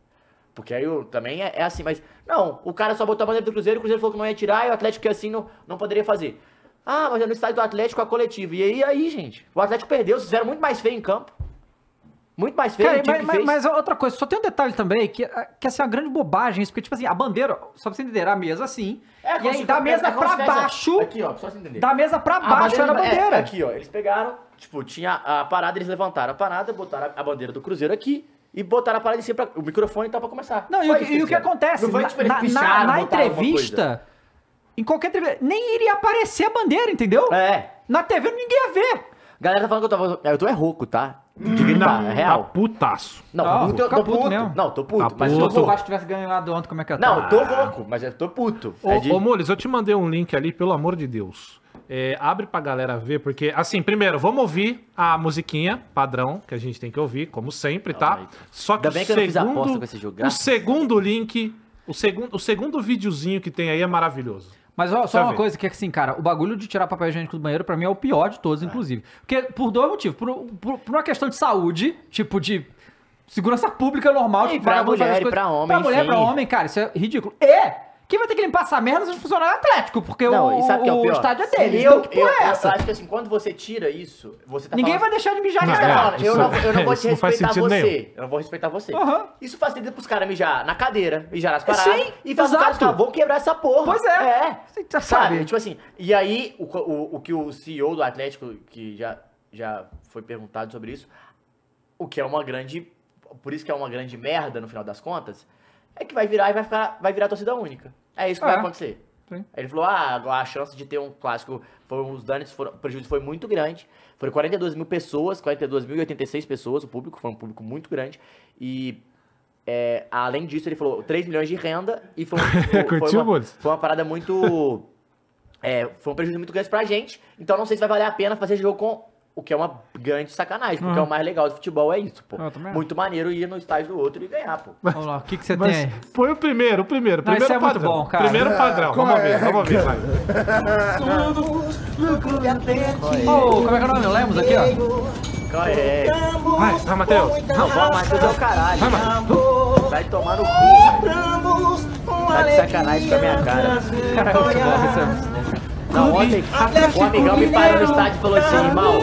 Porque aí eu, também é, é assim, mas. Não, o cara só botou a bandeira do Cruzeiro, o Cruzeiro falou que não ia tirar, e o Atlético que assim não, não poderia fazer. Ah, mas é no estádio do Atlético a coletiva. E aí, aí, gente, o Atlético perdeu, vocês fizeram muito mais feio em campo. Muito mais feio Cara, o time mas, que mas, fez. mas outra coisa, só tem um detalhe também, que, que assim, é uma grande bobagem isso, porque, tipo assim, a bandeira, só pra você entender, a mesa assim, É, e como aí se- da é mesa como se pra tivesse- baixo, Aqui, ó, só você entender. da mesa pra baixo era a é, bandeira. aqui, ó. Eles pegaram, tipo, tinha a parada, eles levantaram a parada, botaram a bandeira do Cruzeiro aqui e botaram a parada em cima, pra, o microfone e tal, pra começar. Não, e Só o, isso que- e o que fizeram. acontece? Não foi, na- tipo, eles na, na- picharam, na botaram alguma entrevista, em qualquer entrevista, nem iria aparecer a bandeira, entendeu? coisa. É. Na TV ninguém ia ver. Galera tá falando que eu tô. Eu tô é rouco, tá? Hum, De gritar, é real. Tá putaço. Não, Não, puto, eu fica tô puto puto. mesmo. Não, tô puto, Tá mas Se eu o puto. tô Vasco tivesse ganhado ontem, como é que ia Não, tá? eu tô rouco, mas eu tô puto. Ô, É de- ô Mules, eu te mandei um link ali, pelo amor de Deus. É, abre pra galera ver, porque, assim, primeiro, vamos ouvir a musiquinha padrão que a gente tem que ouvir, como sempre, tá? Ai. Só que, Ainda o bem que eu não segundo, fiz aposta com esse jogo, o graças a segundo link, o segundo, o segundo videozinho que tem aí é maravilhoso. Mas ó, Deixa só eu uma ver. coisa que é assim, cara, o bagulho de tirar papel higiênico do banheiro, pra mim, é o pior de todos, inclusive. Porque por dois motivos. Por, por- por uma questão de saúde, tipo de segurança pública normal, E tipo, pra vagabundo faz as mulher e coisas- pra homem, Pra mulher, enfim. pra homem, cara, isso é ridículo. E quem vai ter que limpar essa merda se os funcionários é atlético, porque Não, o, e sabe o que é o o pior? estádio é Se dele. Eu, então, que porra eu- é eu essa? acho que assim, quando você tira isso, você tá Ninguém falando- vai deixar de mijar Não, em você tá é, casa. falando, eu, não, isso- eu não vou te isso não faz respeitar sentido você. nenhum. Eu não vou respeitar você. Aham. Isso facilita pros caras mijar na cadeira, mijar nas paradas. Sim, e faz os caras exato. falar, vão quebrar essa porra. Pois é. Você já É. sabe. Sabe? Tipo assim, e aí o, co- o, o que o CEO do Atlético, que já, já foi perguntado sobre isso, o que é uma grande. Por isso que é uma grande merda no final das contas, é que vai virar e vai, ficar, vai virar torcida única. É isso que É. vai acontecer. Sim. Aí Ele falou: ah, agora a chance de ter um clássico, foi, os danos, foram, o prejuízo foi muito grande. Foram 42 mil pessoas, 42.086 pessoas, o público, foi um público muito grande. E é, além disso, ele falou 3 milhões de renda e foi, um- foi, Curtiu, uma, Boris? foi uma parada muito. é, foi um prejuízo muito grande pra gente. Então não sei se vai valer a pena fazer jogo com. O que é uma grande sacanagem, porque Uhum. é o mais legal do futebol, é isso, pô. Eu também acho. Muito maneiro ir no estádio do outro e ganhar, pô. Vamos lá, o que, que você tem Mas aí? foi o primeiro, o primeiro, o Não, primeiro esse é muito padrão. bom, cara. Primeiro Ah, padrão, qual vamos ouvir, é, vamos ouvir, vai. Ô, como é que é o nome? Lemos aqui, ó. É, Vai, vai, Matheus. não, vai, Matheus é o caralho. Vai, Matheus. Vai tomar no cu, velho. Tá de sacanagem com a minha cara. Caraca, muito bom, esse é- Não, ontem o amigão me parou no estádio e falou assim, irmão,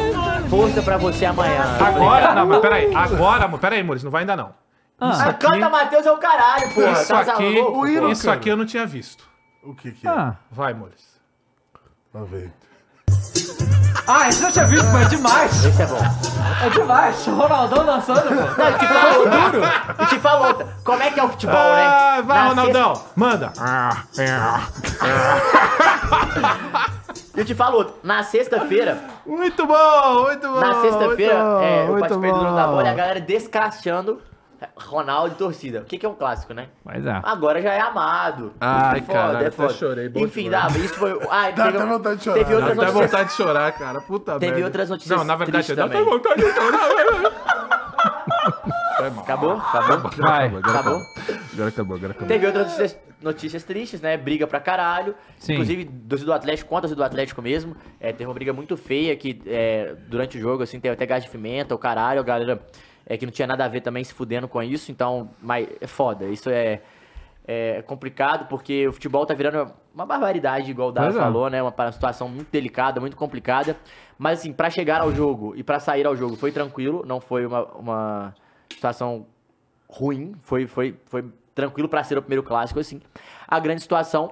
força pra você amanhã. Eu falei, Agora, cara, não, mas peraí, agora, mo- peraí, Mules, não vai ainda não. Ah, aqui- Canta Matheus é o caralho, porra. Isso tá aqui, louco, pô? hino, isso cara. aqui eu não tinha visto. O que que é? ah. Vai, Mules. Lá vem. Ah, isso eu tinha visto, mas é demais. Isso é bom. É demais. O Ronaldão dançando, pô. Não, e te falou duro. E te falou outra. Como é que é o futebol, Ah, né? vai, Na Ah. Ronaldão, manda. sexta- Eu te falo outra. Na sexta-feira, Muito bom, muito bom. na sexta-feira, muito bom, é, eu Ah, então, muito participei do dono bom. da bola e a galera descachando Ronaldo e torcida. O que, que é um clássico, né? Mas é. Agora já é amado. Ai, é foda, cara, é até foda. chorei, bom Enfim, demais. dava, isso foi. Ai, Dá teve, um- até vontade de chorar. Teve Dá outras Dá até notícias. vontade de chorar, cara. Puta Teve merda. outras notícias Não, na verdade, tristes dá até também. vontade de chorar. né? Acabou? Acabou? Vai. Acabou? Agora acabou, agora acabou. Teve outras notícias, notícias tristes, né? Briga pra caralho. Sim. Inclusive, torcida do Atlético contra a torcida do Atlético mesmo. É, teve uma briga muito feia que é, durante o jogo, assim, teve até gás de pimenta, o caralho, a galera é, que não tinha nada a ver também se fudendo com isso. Então, mas é foda. Isso é, é complicado porque o futebol tá virando uma barbaridade, igual o Dara Pois é. falou, né? Uma, pa- situação muito delicada, muito complicada. Mas, assim, pra chegar ao jogo e pra sair ao jogo foi tranquilo, não foi uma- uma situação ruim, foi, foi, foi tranquilo pra ser o primeiro clássico, assim. A grande situação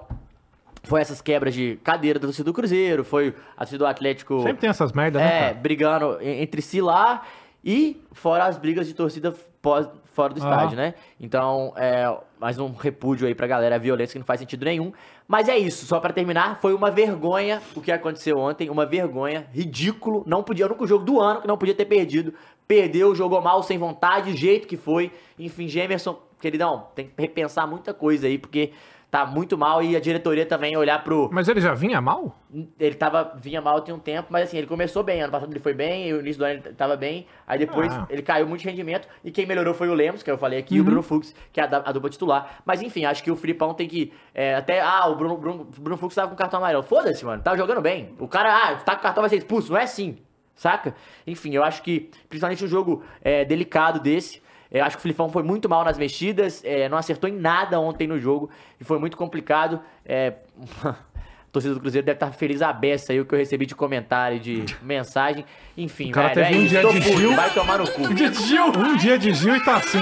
foi essas quebras de cadeira da torcida do Cruzeiro, foi a torcida do Atlético Sempre tem essas merdas, né, é, cara? brigando en- entre si lá. E fora as brigas de torcida pós- fora do Ah. estádio, né? Então, é, mais um repúdio aí pra galera, a violência que não faz sentido nenhum. Mas é isso, só pra terminar, foi uma vergonha o que aconteceu ontem, uma vergonha, ridículo, não podia, era o único jogo do ano que não podia ter perdido. Perdeu, jogou mal, sem vontade, jeito que foi. Enfim, Gemerson, queridão, tem que repensar muita coisa aí, porque tá muito mal e a diretoria também olhar pro, Mas ele já vinha mal? ele tava, vinha mal tem um tempo, mas assim, ele começou bem. Ano passado ele foi bem, e o início do ano ele tava bem. Aí depois Ah. ele caiu muito de rendimento. E quem melhorou foi o Lemos, que eu falei aqui, e o Bruno Fux, que é a, da- a dupla titular. Mas enfim, acho que o Filipão tem que. é, até. Ah, o Bruno, Bruno, Bruno Fux tava com cartão amarelo. Foda-se, mano. Tava jogando bem. O cara, ah, tá com cartão, vai ser expulso. Não é assim, saca? Enfim, eu acho que, principalmente um jogo é, delicado desse. Eu acho que o Filipão foi muito mal nas mexidas, é, não acertou em nada ontem no jogo e foi muito complicado. É, A torcida do Cruzeiro deve estar feliz à beça aí, o que eu recebi de comentário, de mensagem. Enfim, cara velho, teve é um isso, dia tô de puto, Gil. vai tomar no cu. Um dia de Gil e tá assim.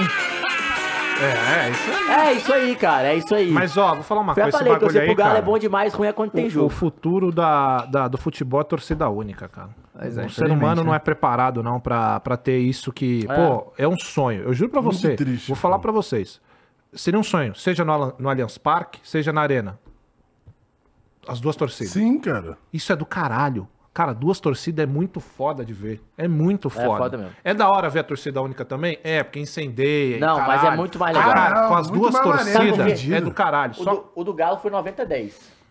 É, é isso aí. É isso aí, cara, é isso aí. Mas ó, vou falar uma eu coisa, esse falei, bagulho torcer aí, pro Galo cara. é bom demais, ruim é quando tem o, o jogo. futuro da, da- do futebol é torcida única, cara. o ser infelizmente, humano não né? é preparado, não, pra, pra ter isso que. Pô, é um sonho. Eu juro pra Muito você. triste, vou falar pra vocês. Seria um sonho, seja no, Allian- no Allianz Parque, seja na Arena. As duas torcidas. Sim, cara. Isso é do caralho. Cara, duas torcidas é muito foda de ver. É muito foda. foda mesmo. É da hora ver a torcida única também? É, porque incendeia. e Não, mas é caralho. muito mais legal. Cara, com as Muito duas mais maneiro, torcidas dividido. é do caralho. O Só- do, o do Galo foi 90 a 10.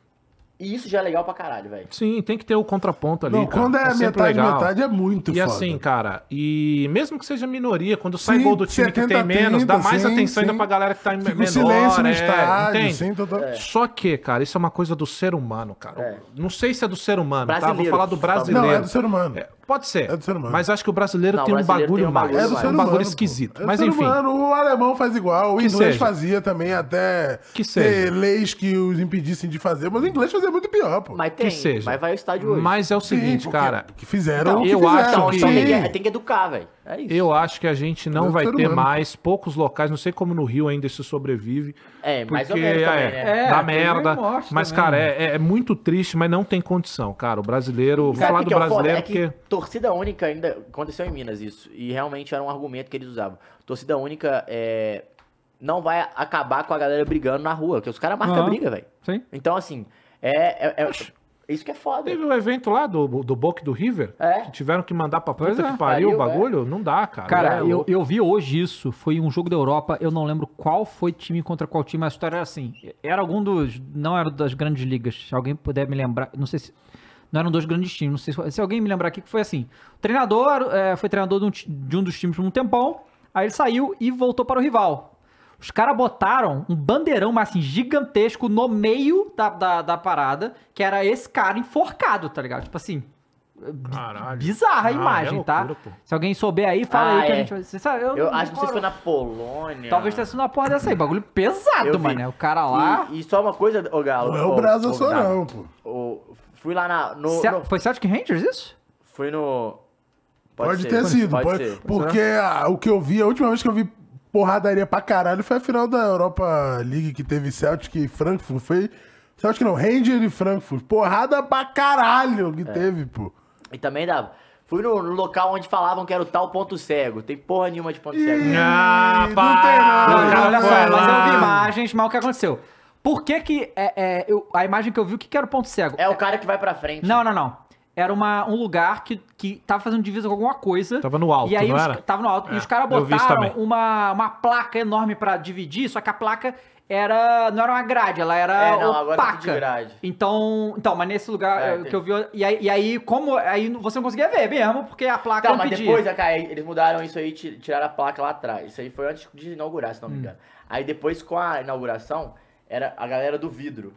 E isso já é legal pra caralho, velho. Sim, tem que ter o contraponto ali. Não, cara. quando é, sempre metade, legal. metade é muito E foda. assim, cara, e mesmo que seja minoria, quando sai Sim, gol do time que 70, tem menos, dá 30, mais sim, atenção ainda sim. pra galera que tá em Fica menor, um silêncio no é, estádio, entende? sim, total. Só que, cara, isso é uma coisa do ser humano, cara. É. Não sei se é do ser humano, tá? Vou Brasileiro, falar do brasileiro. Não, é do ser humano. É, pode ser. É do ser humano. Mas acho que o brasileiro Não, tem o brasileiro um bagulho tem um mais. bagulho É do Vai. ser um humano. bagulho pô. esquisito. É do mas ser enfim. humano, o alemão faz igual, o inglês seja. fazia também até ter Que seja. leis que os impedissem de fazer, mas o inglês fazia muito pior, pô. Mas tem, Que seja. mas vai ao estádio hoje. Mas é o Sim, seguinte, porque- cara. Que fizeram o que eu fizeram, acho Então, que- então tem sim. que, tem que educar, velho. É isso. Eu acho que a gente não Eu vai quero ter mesmo. mais poucos locais, não sei como no Rio ainda isso sobrevive. É, mais ou porque, menos também, é, né? É, dá aqui merda. é morte Mas, também, cara, é, é- é muito triste, mas não tem condição, cara. O brasileiro. Vou Sabe falar o do que é o foda? brasileiro É que porque. torcida única ainda aconteceu em Minas isso. E realmente era um argumento que eles usavam. Torcida única é, não vai acabar com a galera brigando na rua, porque os caras marcam Aham. briga, velho. Sim. Então, assim, é, é- é- isso que é foda. Teve um evento lá do, do Boca e do River. É. Que tiveram que mandar pra Pois puta é. que pariu o Pariu, é. bagulho. Não dá, cara. Cara, É eu, louco. eu vi hoje isso. Foi um jogo da Europa. Eu não lembro qual foi time contra qual time. mas A história era assim. Era algum dos. Não era das grandes ligas. Se alguém puder me lembrar. Não sei se. Não eram dois grandes times. Não sei se, se alguém me lembrar aqui que foi assim. O treinador eh, foi treinador de um, ti- de um dos times por um tempão. Aí ele saiu e voltou para o rival. Os caras botaram um bandeirão, mas assim, gigantesco no meio da, da, da parada, que era esse cara enforcado, tá ligado? Tipo assim. Caralho. Bizarra a Não, imagem, é tá? loucura, pô. Se alguém souber aí, fala Ah, aí que é. a gente vai. Você sabe, eu, Eu um não acho que não sei se lembro. foi na Polônia. Talvez tenha sido uma porra dessa aí. Bagulho pesado, Eu vi. mano. É O cara lá. E, e só uma coisa, ô Galo. Não é ô- o Brasa ô, só Galo, não, pô. ô, fui lá na. No, Ce- no- Foi Celtic Rangers isso? fui no. Pode, ser, ter sido, Pode, pode- ser. porque a- o que eu vi, a última vez que eu vi porradaria pra caralho foi a final da Europa League que teve Celtic e Frankfurt, foi Celtic não, Ranger e Frankfurt, porrada pra caralho É. que teve, pô. E também dava. Fui no, no local onde falavam que era o tal ponto cego. Tem porra nenhuma de ponto cego. Ah, Ih, pá, não Não, tem cara, nada. já olha só, foi mas eu vi lá. imagens, mas o que aconteceu? Por que que. É, é, eu- a imagem que eu vi, o que, que era o ponto cego? É o cara que vai pra frente. Não, não, não. Era uma, um lugar que, que tava fazendo divisa com alguma coisa. Tava no alto, e aí não os- era? Tava no alto. É, e os caras eu vi isso botaram também. uma, uma placa enorme pra dividir, só que a placa era não era uma grade, ela era É, não, agora tá opaca. tudo de grade. Então, então, mas nesse lugar É, eh, entendi. que eu vi... E aí, e aí, como... Aí você não conseguia ver mesmo, porque a placa Tá, não mas impedia. depois, a cara, eles mudaram isso aí, ti- tiraram a placa lá atrás. Isso aí foi antes de inaugurar, se não me Hum. engano. Aí depois, com a inauguração, era a galera do vidro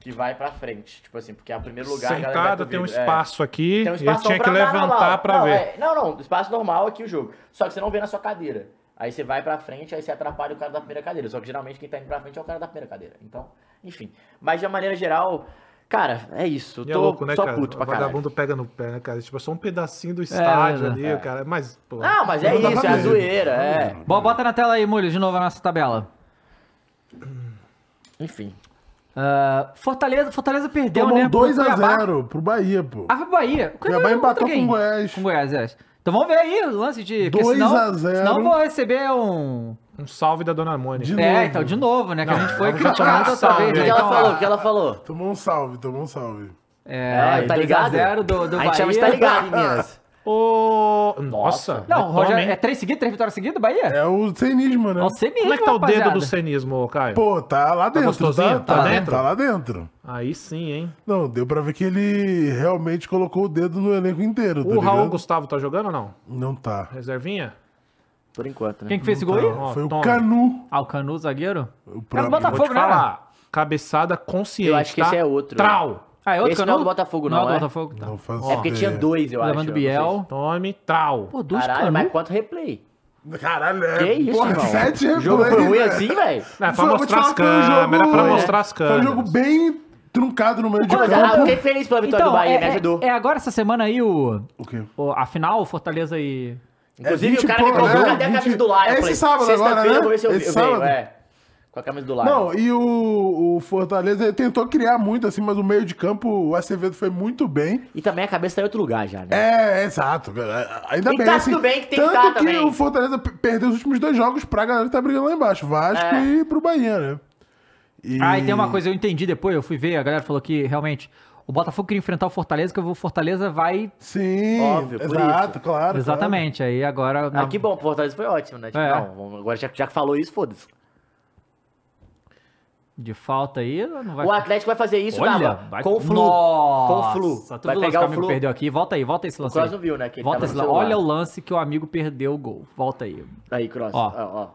que vai pra frente. Tipo assim, porque é o primeiro lugar... a galera vai pro Sentado, tem um vidro, é. espaço aqui. Tem um e eu espaço tinha que levantar pra não, ver. é- não, não, espaço normal aqui o jogo. Só que você não vê na sua cadeira. Aí você vai pra frente, aí você atrapalha o cara da primeira cadeira. Só que geralmente quem tá indo pra frente é o cara da primeira cadeira. Então, enfim. Mas de uma maneira geral, cara, é isso. Eu E tô é louco, né, só cara? puto o pra caralho. vagabundo pega no pé, né, cara? Tipo, é só um pedacinho do estádio é, ali, o cara. Mas, pô. Não, mas é Não dá isso, é pra a ver. zoeira, é. Bo- Bota na tela aí, Mulho, de novo a nossa tabela. Enfim. Ah, Fortaleza, Fortaleza perdeu, Tomou né? pro 2 a Cuiabá. 0 pro Bahia, pô. Ah, foi Bahia. O Cuiabá contra empatou quem? com o Goiás. Com o Goiás, é. Então vamos ver aí o lance de. porque 2 senão- a 0. Senão eu vou receber um. Um salve da dona Mônica. De É, novo. então de novo, né? Que a gente foi já tomou criticado um outra salve vez. O que, né? aí. que ela Então, falou? O que ela falou? Tomou um salve, tomou um salve. É, É, tá tá ligado? ligado? 0 do, do a gente Bahia. chama de tá ligado, Minas. Ô. Nossa. Não, o retoma, Rogério, hein? é três seguidas, três vitórias seguidas, Bahia? É o cenismo, né? É o C mesmo, Como é que tá o dedo do C? cenismo, Caio? Pô, tá lá dentro, gostosinho? Tá lá dentro? Tá lá dentro. Aí sim, hein? Não, deu pra ver que ele realmente colocou o dedo no elenco inteiro, tá O Raul ligado? Gustavo tá jogando ou não? Não tá. Reservinha? Por enquanto, né? Quem que fez esse gol aí? Ó, Foi toma. o Canu. Ah, o Canu, zagueiro? O É do Botafogo. Vou te né, falar. Cabeçada consciente. Eu acho que tá? esse é outro. Trau. Ah, é outro Esse Canu? não é do Botafogo, não, Não é é? do Botafogo, tá. Não faço É porque tinha ideia. dois, eu acho. Levando eu não Biel. Tome, trau. Pô, sei dos né? se- Caralho, Canu? mas quanto replay? Caralho, é. Que isso, porra, irmão? sete O jogo replays, foi ruim né? assim, velho? Não, é pra Foi, vou te mostrar as falar que foi um jogo- câmeras, é pra mostrar as Foi um jogo câmeras. bem truncado no meio de Pô, ah, eu campo. fiquei feliz pela vitória Então, do Bahia, né, me é, ajudou. é, é agora essa semana aí o, O quê? o- a final, Fortaleza e... Inclusive, 20 o cara me pontos, cobrou, né? cadê a 20 camisa do Lion? É Eu esse falei, sábado agora, sexta-feira né? eu vou ver se eu Esse eu venho, sábado. é. Com a camisa do Lion. Não, e o, o Fortaleza ele tentou criar muito, assim, mas o meio de campo, o Acevedo foi muito bem. E também a cabeça tá em outro lugar já, né? É, exato. Ainda Tem que bem, tá assim, tudo bem que tem que tanto tá que também. o Fortaleza p- perdeu os últimos dois jogos pra galera que tá brigando lá embaixo, Vasco É. e pro Bahia, né? E... Ah, e tem uma coisa, eu entendi depois, eu fui ver, a galera falou que realmente o Botafogo queria enfrentar o Fortaleza, que o Fortaleza vai... Sim, Óbvio, por exato, claro. Exatamente, aí agora... Ah, que bom, pro Fortaleza foi ótimo, né? Tipo, É. não, vamos- agora já, já que falou isso, foda-se. De falta aí, não vai... O Atlético vai fazer isso, Olha, Dava, vai- com o Flu. Nossa, com o Flu. Tu Vai viu o lance pegar que o amigo Flu. perdeu aqui? Volta aí, volta esse O lance Cross aí. não viu, né? Que ele Volta tava esse no lance. celular. Olha o lance que o amigo perdeu o gol. Volta aí. Aí, Cross. Ó. Ó, ó.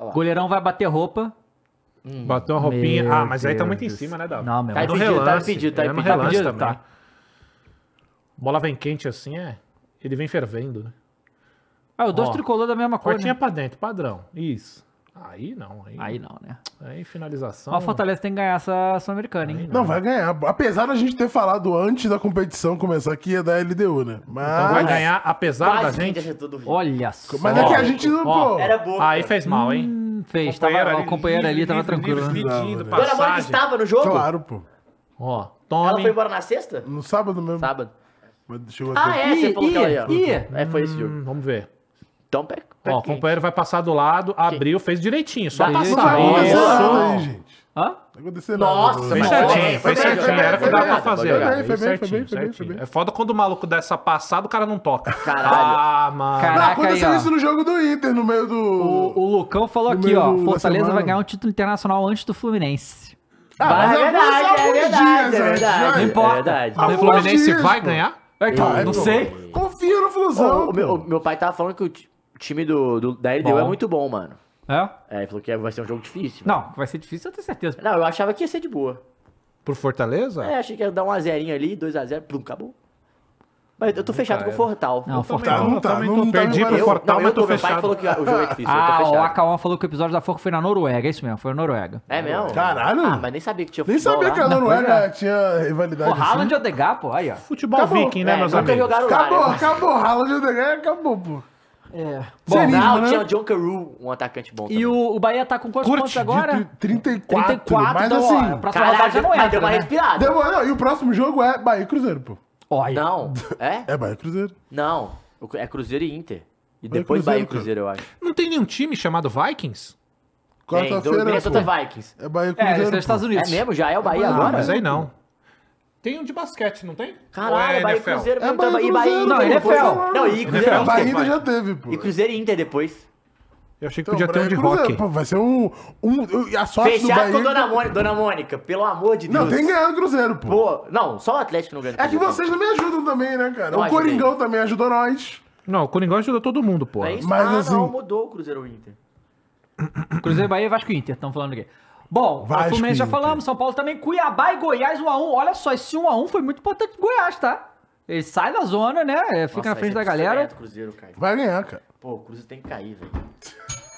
Ó. Goleirão vai bater roupa. Bateu uma roupinha. Meu ah, mas aí tá Deus muito em do cima, céu. né, Dava? Não, meu É Tá no impedido, tá relance. impedido, tá é no impedido, tá relance impedido, também. tá. Bola vem quente assim, é. Ele vem fervendo, né? Ah, o dois Ó, tricolor da mesma cor, Cortinha né? pra dentro, padrão. Isso. Aí não. Aí, Aí não, né? aí finalização. Ó, o Fortaleza tem que ganhar essa Sul-Americana, hein? Então Não, vai ganhar. Apesar da gente ter falado antes da competição começar que ia dar LDU, né? Mas, Então vai ganhar, apesar Quase da que gente. acertou do vídeo. Olha só. mas é que é- a Ó, gente não, ó, pô. Era boa. Aí fez mal, hein? Hum, Fez, tava, o companheiro ali tava tranquilo. né? Pedindo, Dona Mônica estava no jogo? Claro, pô. Ó, Ela tome. foi embora na sexta? No sábado mesmo. Sábado. Mas chegou Ah, até- é, você Ih, falou que ih, ela ia. ih. É, foi esse jogo. Hum, vamos ver. Então, pega. Ó, o companheiro vai passar do lado, abriu, fez direitinho. Só Dá- Não passar. vai acontecer Tá nada aí, Isso. gente. Hã? Não vai acontecer nada. Nossa, Fez mas- certinho, Foi fez bem, certinho. foi bem, Era o que foi dava bem. pra fazer. Foi cara. bem, foi bem, foi Certinho, bem, foi bem, foi certinho. bem. É foda quando o maluco dessa passada, o cara não toca. Caralho. Ah, mano. Cara- Não, Caraca, aconteceu aí, ó. isso no jogo do Inter, no meio do. O, o Lucão falou No aqui, meio ó. do- da Fortaleza vai semana. ganhar um título internacional antes do Fluminense. mas Ah, é é verdade, só é alguns verdade, dias, é né? verdade. Já- É Não importa. verdade. Ah, o Alguns Fluminense dias, vai pô. ganhar? Então, Vai, não pô. sei. Confia no Flusão. Ô, o meu, o meu pai tava falando que o ti- time do, do- da LDU Bom. é muito bom, mano. É? É, ele falou que vai ser um jogo difícil. Não, vai ser difícil, eu tenho certeza. Não, eu achava que ia ser de boa. Por Fortaleza? É, achei que ia dar um azerinho ali, 2x0, plum, acabou. Mas eu tô fechado com o era. Fortal. Não, Eu também- Fortal. Tá, não Eu tá, também não tô- tá perdi lembrando. pro Eu, Fortal, não, mas eu eu tô tô, meu pai fechado. falou que o jogo é difícil, eu Ah, tô o fechado. Acauã falou que o episódio da Forca foi na Noruega, é isso mesmo, foi na Noruega. É mesmo? Caralho. Ah, mas nem sabia que tinha Nem futebol sabia lá. que a Não, pois Noruega tinha rivalidade. O assim. Haaland e o Odegaard, pô, aí, ó. Futebol Acabou. viking, né, É, meus nunca amigos? jogaram lá, Acabou, né? acabou. Haaland e Odegaard acabou, pô. Bom, Bom, Serismo, não, né? tinha o John Carew, um atacante bom E também. o, o Bahia tá com quantos pontos de agora? tri- 34, 34, mas então, ó, assim... pra- próxima rodada Caralho, já não mas entra, deu uma né? respirada. Demorou, e o próximo jogo é Bahia e Cruzeiro, pô. Olha. Não, é? É Bahia e Cruzeiro. Não, o Cru- é Cruzeiro e Inter. E Bahia e depois Bahia e Cruzeiro, Cruzeiro, eu acho. Não tem nenhum time chamado Vikings? Tem, do Quarta-feira, Minnesota pô. Vikings. É Bahia e É, Cruzeiro, eles são pô. dos Estados É Unidos. mesmo? Já é o Bahia Ah, agora? Mas aí não. Tem um de basquete, não tem? Caralho, Ou Bahia e NFL? Cruzeiro É mesmo. Bahia então, e e Bahia e Cruzeiro, Inter. não, depois. NFL. Não, e Cruzeiro. A Bahia depois. ainda já teve, pô. E Cruzeiro e Inter depois. Eu achei que Então, podia ter um Bahia de e Cruzeiro, rock. pô, vai ser um... um e a sorte do Fechado Bahia... com Dona Mônica. Dona Mônica, pelo amor de Deus. Não, tem ganhado o Cruzeiro, pô. Pô, não, só o Atlético não ganha. É que vocês não me ajudam também, né, cara? Eu o ajudei. Coringão também ajudou nós. Não, o Coringão ajudou todo mundo, pô. É isso? Mas, ah, não, assim- mudou o Cruzeiro ou Inter. Cruzeiro, Bahia e Vasco e é Inter, estão falando aqui. Bom, o Vasco Fluminense já e Inter. falamos, São Paulo também, Cuiabá e Goiás 1x1. Olha só, esse 1x1 foi muito importante pro Goiás, tá? Ele sai da zona, né? É, Fica Nossa, na frente vai da ser galera. direto, Cruzeiro, cara. Vai ganhar, cara. Pô, o Cruzeiro tem que cair, velho.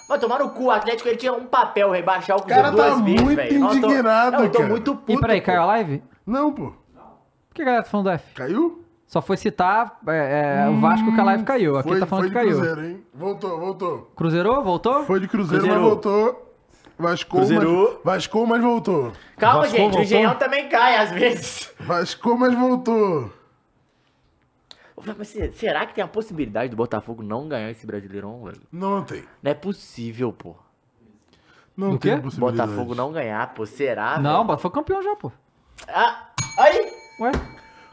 Mas tomar no cu, o Atlético ele tinha um papel, rebaixar o cara Cruzeiro duas tá vezes, muito velho. Nossa, eu tô- indignado, não, eu tô cara. muito puto. E peraí, pô. caiu a live? Não, pô. Por que a galera tá falando do F? Caiu? Só foi citar é, é, o Vasco que a Hum, live caiu. Aqui foi tá falando foi que de caiu. Cruzeiro, hein? Voltou, voltou. Cruzeirou? Voltou? Foi de Cruzeiro, Cruzeiro. mas voltou. Vascou, Cruzeiro. mas... Vascou, mas voltou. Calma, Vasco gente, voltou? o Engenhão também cai às vezes. Vascou, mas voltou. O Mas se- será que tem a possibilidade do Botafogo não ganhar esse Brasileirão, velho? Não tem. Não é possível, pô. Não Do tem quê? possibilidade. Botafogo não ganhar, pô. Será, Não, velho? Botafogo campeão já, pô. Ah, aí! Ué?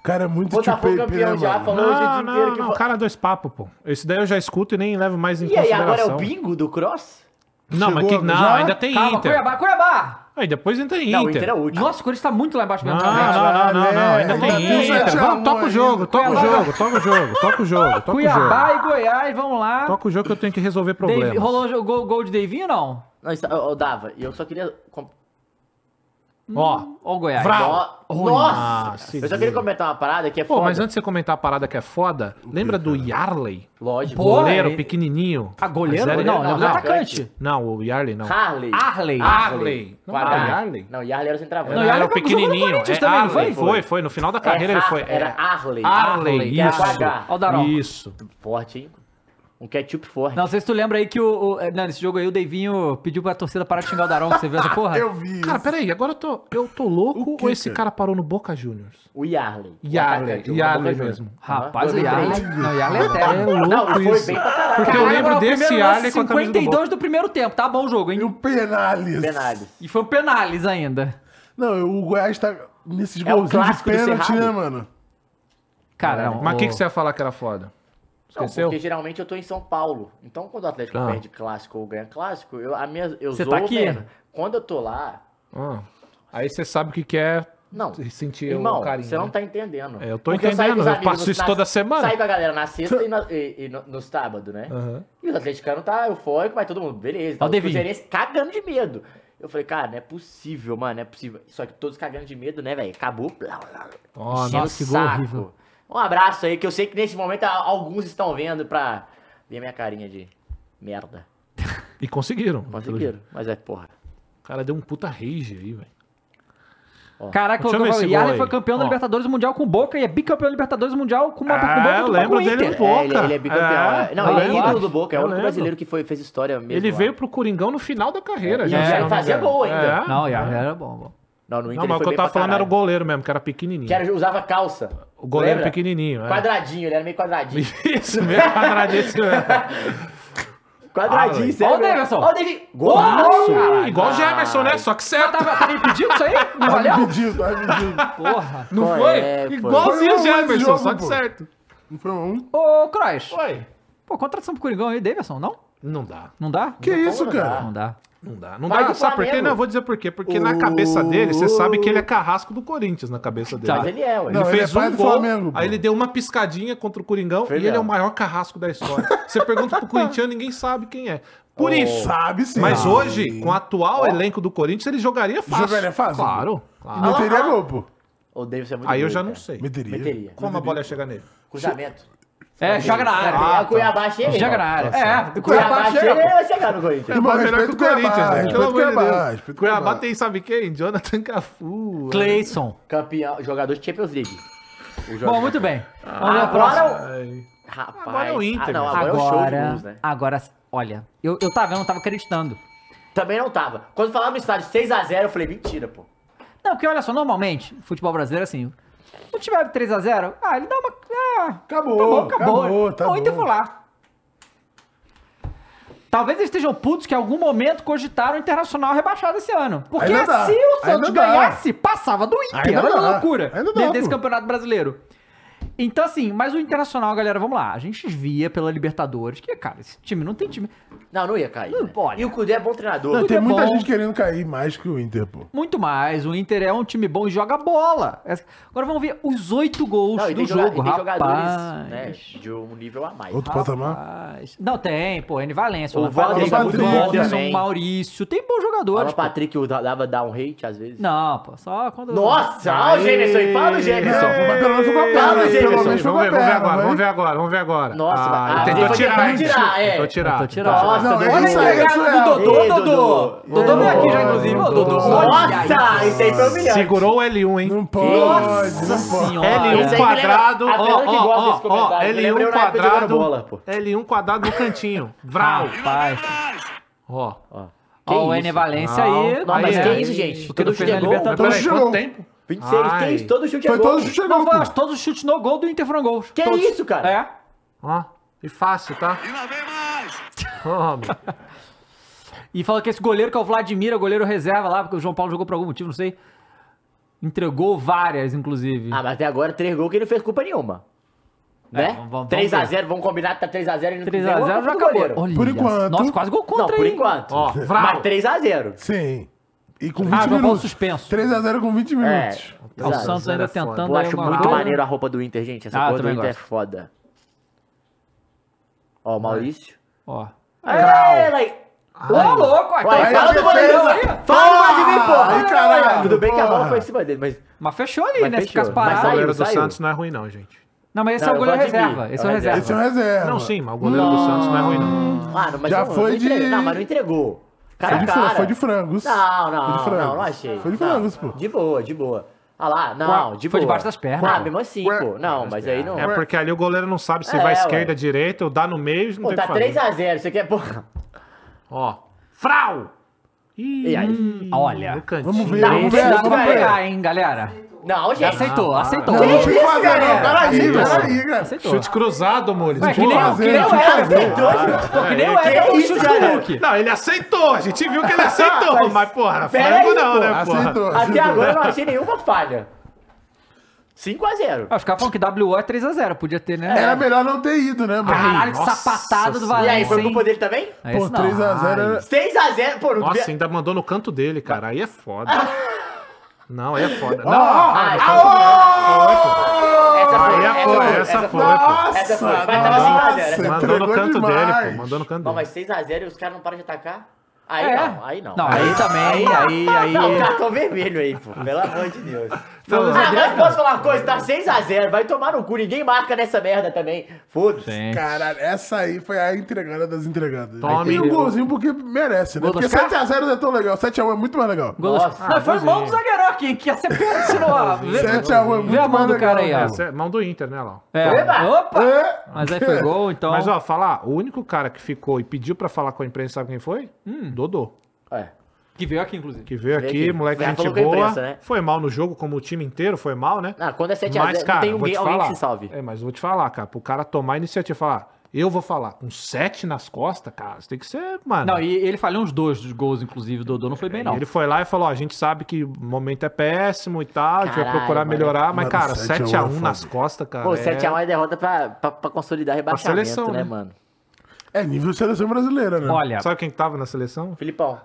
Cara, é muito Botafogo tchupepe, campeão né, já, mano? falou o Não, dia inteiro não, que... não, cara, dois papos, pô. Esse daí eu já escuto e nem levo mais em E aí, consideração. agora é o bingo do Cross? Não, mas que, Chegou não, já? ainda tem Calma, Inter. Cuiabá, Cuiabá! Aí depois ainda tem Não, o Inter é o último. Nossa, o Corinthians tá muito lá embaixo Não, mesmo. realmente. não, não, não, não, Caralho, ainda é, ainda tem tem Inter. sete a um Vamos, toca o ainda. jogo, toca o Cuiabá. jogo, toca o jogo, toca o jogo, toca o Cuiabá jogo. e Goiás, vamos lá. Toca o jogo que eu tenho que resolver Dave, problemas. rolou o gol, gol de Davinho ou não? Não, está, eu, dava. E eu só queria... com- Ó, Ó o Goiás. Vrá. Ó, Olha, Nossa! se eu só liga. queria comentar uma parada que é pô, foda. mas antes de você comentar a parada que é foda, lembra do Yarley? Lógico. Pô, Goleiro é- pequenininho. Ah, goleiro? Mas era- Não, não, não, não, não, atacante. Não, o Yarley não. Harley. Arley. Harley. Com Não, H. era Yarley? Não, Yarley era o centroavante. Não, Ele era Yarley jogou o no pequenininho. Corinthians É também, não Arley, foi? foi, foi. No final da É carreira ele Har- foi. é, Era Harley. Arley, que era com H. Ó o Darol. isso. Isso. Forte, hein? Um ketchup forte. Não sei se tu lembra aí que o, o- eh, não, nesse jogo aí o Davinho pediu pra torcida parar de xingar o Darão, que você viu essa Ah, porra? Eu vi isso. Cara, peraí, agora eu tô, eu tô louco O que, ou esse é? cara? cara parou no Boca Juniors? O Yarley. O Yarley, atacante, o Yarley Boca Juniors. mesmo. Rapaz, o 2003. Yarley. Não, o Yarley é É eterno. louco Não, e foi isso. bem pra caralho. Porque eu Caralho, lembro agora o desse primeiro lance, Yarley com a camisa do 52 Boca. do primeiro tempo, tá bom o jogo, E o hein? Penales. Penales. E foi um penales ainda. Não, o Goiás tá nesses É o golzinhos de clássico do pênalti, né, Cerrado. mano? Cara, não. É, Mas o que, ô- que você ia falar que era foda? Não, Esqueceu? porque geralmente eu tô em São Paulo. Então, quando o Atlético Ah. perde clássico ou ganha clássico, eu, a minha, eu Você sou tá aqui? Quando eu tô lá... Ah, aí você sabe o que, que é Não. sentir Irmão, o carinho. você não né? tá entendendo. É, eu tô saio entendendo, com os eu amigos faço no- isso na- toda semana. Saio com a galera na sexta e, na- e- e no, no sábado, né? Aham. E os atleticanos tá eufórico, mas todo mundo, beleza. Tá, Ó o os Devinho. cruzeirenses cagando de medo. Eu falei, cara, não é possível, mano, não é possível. Só que todos cagando de medo, né, velho? Acabou. Blá, blá, blá. Ó, Enchendo nossa, que o gol saco. horrível. Um abraço aí, que eu sei que nesse momento a- alguns estão vendo pra ver minha carinha de merda. E conseguiram. Conseguiram, mas é porra. O cara deu um puta rage aí, velho. Caraca, Deixa eu o ver esse gol Yarley aí. foi campeão da Ó. Libertadores Mundial com o Boca e é bicampeão da Libertadores Mundial com uma com o Ah, Boca com eu uma com o lembro dele Inter. no Boca. É, ele, ele é bicampeão. É, não, eu ele é lembro. ídolo do Boca, é o Eu único lembro. brasileiro que foi, fez história mesmo. Ele lá. É, veio pro Coringão no final da carreira. E já, já se eu não me fazia engano. gol ainda. É. Não, o Yarley era bom, bom. Não, no Inter Não, mas ele o que foi eu bem pra tava falando era o caralho. goleiro mesmo, que era pequenininho. Que era, usava calça. O goleiro Lembra? pequenininho. é. Quadradinho, ele era meio quadradinho. Isso mesmo, quadradinho. isso mesmo. Quadradinho, Alan. sério. Ó o Davidson. Ó o David. Golaço! Ih, Igual o Gemerson, né? Só que certo. Tava, tava impedido isso aí? Não Tá valeu? impedido, tá impedido. Porra. Não Qual foi? é, foi? Igualzinho Foi o um lance de Gemerson, jogo, só que pô. certo. Não foi um. Ô, Croix. Foi. Pô, contratação pro Coringão aí, Davidson, não? Não dá, Não dá? Que isso, não cara? dá. Não dá. não dá. Não Vai dá. do Sabe por Flamengo. quê? Não, eu vou dizer por quê. Porque na cabeça dele, você sabe que ele é carrasco do Corinthians na cabeça dele. Tá. Mas ele é, ué. Não, Ele ele fez é pai um do gol, Flamengo, pô. aí ele deu uma piscadinha contra o Coringão Foi e ele é mesmo. o maior carrasco da história. Você pergunta pro corintiano, ninguém sabe quem é. Por isso. Sabe sim. Mas hoje, com o atual elenco do Corinthians, ele jogaria fácil. Jogaria fácil? Claro. claro. Não teria gol, pô. O Davidson é muito Aí eu doido, já não cara. sei. Meteria. Meteria. Como a bola ia chegar nele? Cruzamento. É, joga na área. tá. Ah, Tá o Cuiabá chega. Joga na irmão. área. É, o Cuiabá Cuiabá chega, ele chega. vai chegar no é Corinthians. Irmão, respeito o Cuiabá, respeito né? Pelo amor de Cuiabá, Deus. respeito Cuiabá, Cuiabá. tem, sabe quem? Jonathan Cafu. né? Cleison. Campeão, jogador de Champions League. O jogador- Bom, muito bem. Vamos ver o próximo. Agora o... Ai. Rapaz. Agora é o Inter, Ah, não, velho. agora, é o show de Agora, gols, né? agora, olha, eu, eu tava vendo, eu tava acreditando. Também não tava. Quando falava no estádio 6x0, eu falei, mentira, pô. Não, porque olha só, normalmente, futebol brasileiro é assim, o time abre 3x0, ah, ele dá uma... Ah, Acabou, tá bom, acabou. acabou, tá Ou então bom. vou lá. Talvez eles estejam putos que em algum momento cogitaram o Internacional rebaixado esse ano. Porque Ainda dá, se o Santos ainda dá. ganhasse, passava do Inter. Ainda Olha que dá, loucura ainda dá, dentro desse pô. campeonato brasileiro. Então, assim, mas o Internacional, galera, vamos lá. A gente via pela Libertadores que, cara, esse time não tem time. Não, não ia cair. Não né? pode. E o Cudê é bom treinador. Não, tem Muito muita bom. gente querendo cair mais que o Inter, pô. Muito mais. O Inter é um time bom e joga bola. Essa- Agora vamos ver os oito gols Não, e do tem, joga- jogo, e tem rapaz. jogadores né, de um nível a mais. Outro patamar. Rapaz. Não, tem, pô, N Valência, O o Valência, Valência é o muito bom Anderson, também. Maurício, tem bons Fala jogadores. o pô. Patrick, o da- dava dar um hate às vezes. Não, pô, só quando. Nossa, olha o Gêmeos aí, fala o Gêmeos. Não, mas pelo menos foi com a Fala, perna. Jameson. Pelo menos foi com Vamos a ver, vamos ver perna. agora, vai. vamos ver agora, vamos ver agora. Nossa, ah, ele ah, tentou foi tirar, tentando hein? tirar, é. Tentou tirar. Tentou tirar. Nossa, Não, Dodô. é isso aí, Olha a isso pegada é. do Dodô, Ei, Dodô. Dodô. Dodô veio aqui já, Dodô. inclusive. Ô, Dodô. Dodô. olha Nossa, isso. esse aí foi humilhante. Segurou o L1, hein? Não pode, Nossa não pode. senhora. Esse aí que L1 Olha. quadrado, ó, lembra- a Fernanda que gosta ó, ó, desse ó, comentário, que L1 lembra eu na Ah. época jogando quadrado, bola, pô. L1 quadrado no cantinho, vral, Rapaz. ó, Ó, o isso? Ené Valência Não, aí. Não, mas aí, que né? isso, gente? Porque Todo não fez chute é na gol. Libertadores. Mas peraí, Então chegou. quanto tempo? 26, Ai. que isso? Todo chute é Foi gol. todos que chegou, Não, pô. mas todos os chutes no gol do Inter foram gols. Que Todos. isso, cara? É. Ó, e fácil, tá? E lá vem mais! E falou que esse goleiro que é o Vladimir, é o goleiro reserva lá, porque o João Paulo jogou por algum motivo, não sei. Entregou várias, inclusive. Ah, mas até agora, três gols que ele não fez culpa nenhuma. Né? vamos- vamos- 3x0, vamos combinar, tá 3x0 e não 3x0 já culpa do goleiro. acabou. Olha, Por enquanto. Nossa, quase gol contra, Não, por hein? enquanto. Ó, mas Vral. 3x0. Sim. E com 20 Ah, João Paulo minutos. suspenso. 3x0 com 20 É. minutos. É, o exato. Santos ainda Era foda. tentando. Eu acho alguma muito coisa. maneiro a roupa do Inter, gente. Essa Ah, eu cor do também Inter é gosto. É. foda. Ó, o Maurício. Ó. Aê, like... É, Ô, louco! tá então aqui, fala Ué, fala do do goleirão goleirão aí! aí. Fala do Vladimir, Ai, porra! caralho, Tudo bem que a bola porra. foi em cima dele, mas... Mas fechou ali, Mas né? Se fechou. ficasse Mas O parado. saiu. goleiro do Santos não é ruim, não, gente. Não, mas esse Não, é o eu goleiro gosto de reserva. mim. Esse é o reserva. Esse é um reserva. Não, sim, mas o goleiro do Santos não é ruim, não. Ah, não, mas Já não, foi não de- entregou. Não, mas não entregou. Cara, Foi a de, cara. fra- foi de frangos. Não, não, Foi de frangos. não, não achei. Foi de Não, frangos, pô. De boa, de boa. Ah lá, não, de foi boa. debaixo das pernas. Ah, mesmo assim, Ué. pô. Não, mas aí não. É porque ali o goleiro não sabe se É, vai ué. esquerda, direita, ou dá no meio, não Pô, tem o tá que fazer. 3x0, você quer, porra. Ó, Frau! Ih, E aí? Olha. no cantinho. Vamos ver, Não, vamos Esse ver. dá não pra Vamos ver. pegar, hein, galera? Não, gente. Aceitou, aceitou. Não, não tinha que fazer, não. Peraí, Aceitou. peraí, cara. Aceitou. Chute cruzado, Mourinho. Ué, que Pô, nem o- que nem o Fazer, Everton. Ah, Aceitou. Que nem o É, Que Everton o isso, chute cara? do Hulk. Não, ele aceitou, a gente viu que ele aceitou, mas, porra, pera frango aí, não, pô. né, porra? Aceitou. Até aceitou. agora eu não achei nenhuma falha. 5x0. Ah, Os caras falam que WO é 3x0. Podia ter, né? Era melhor não ter ido, né, mano? Caralho, Nossa sapatada do Senhora. E Valência. aí, foi hein? culpa dele também? Ah, Pô, esse não. 3x0 6x0, pô, não Nossa, devia- ainda mandou no canto dele, cara. Aí é foda. Não, aí é foda. Não, Ah, não, Aí Essa foi, foi, essa foi, pô. Essa foi, Nossa, mas tava nossa. 5x0. essa foi. Mandou no entregou canto demais. dele, pô. Mandou no canto Não, dele. mas 6x0 e os caras não param de atacar? Aí É. não, aí não. Não, aí também, aí, aí. Não, cartão vermelho aí, pô. Pelo amor de Deus. Não, mas é Ah, mas posso falar uma coisa? Tá 6x0, vai tomar no cu. Ninguém marca nessa merda também. Foda-se. Sim. Caralho, essa aí foi a entregada das entregadas. Tome. E o golzinho porque merece, né? Gol Porque dos caras? 7x0 não é tão legal. 7x1 é muito mais legal. Gol do- Nossa, Não, foi mão do zagueirão aqui, que ia ser pênalti se não. ó. Vê- 7x1 é Vê a muito mão mais do legal. cara aí, ó. Essa é mão do Inter, né, Lau? É. Eba! Opa! É. Mas aí foi gol, então. Mas, ó, falar, o único cara que ficou e pediu pra falar com a imprensa, sabe quem foi? Dodô. É. Que veio aqui, inclusive. Que veio Veio aqui, Hum. aqui. moleque Já gente falou com a boa. imprensa, né? Foi mal no jogo, como o time inteiro foi mal, né? Ah, quando é 7x0, Mas, cara, tem vou alguém, te alguém falar. que se salve. É, mas eu vou te falar, cara. Pro cara tomar a iniciativa e falar, eu vou falar, com sete nas costas, cara, isso tem que ser, mano. Não, e ele falhou uns dois dos gols, inclusive. O Dodô não foi bem, não. Ele foi lá e falou: ó, a gente sabe que o momento é péssimo e tal, a gente vai Caralho, procurar mano. melhorar, mas, Mano, cara, 7 a 1 7x1 é nas foda. costas, cara. Pô, é- 7x1 é derrota pra, pra, pra consolidar rebaixamento, seleção, né, né? mano? É nível seleção brasileira, né? Olha, Sabe quem que tava na seleção? Filipão.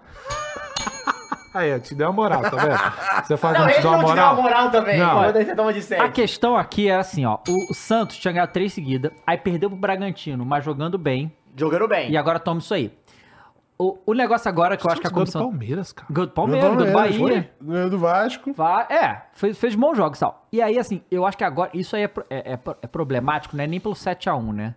Aí, ó, te deu uma moral, tá vendo? Você faz Não, não, te ele deu uma não te deu moral. uma moral também. Não. Quando você toma de a 7. questão aqui é assim, ó. O Santos tinha ganhado três seguidas, aí perdeu pro Bragantino, mas jogando bem. Jogando bem. E agora toma isso aí. O, o negócio agora que eu acho que a Gol do comissão... Palmeiras, cara. Ganhou do Ganhou Palmeiras, ganhou do Bahia. é, foi? Ganhou do Vasco. Vai- é, fez, fez bons jogos, tal. E aí, assim, eu acho que agora isso aí é, pro- é, é pro- é problemático, não é nem pelo 7x1, né?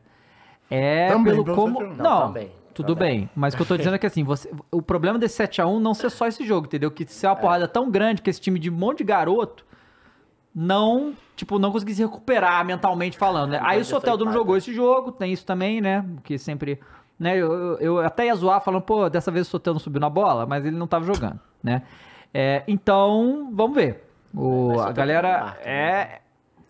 É Também pelo pelo como. 7x1. Não, Não, também, tudo também. bem. Mas o que eu tô dizendo é que, assim, você, o problema desse 7x1 não ser só esse jogo, entendeu? Que É. ser uma porrada tão grande que esse time de um monte de garoto não, tipo, não conseguir se recuperar mentalmente falando, né? Aí o essa é Soteldo não empata. jogou esse jogo, tem isso também, né? Que sempre, né? Eu, eu- eu até ia zoar falando, pô, dessa vez o Soteldo não subiu na bola, mas ele não tava jogando, né? É, então, vamos ver. O, a Mas Soteldo um não galera marca, é...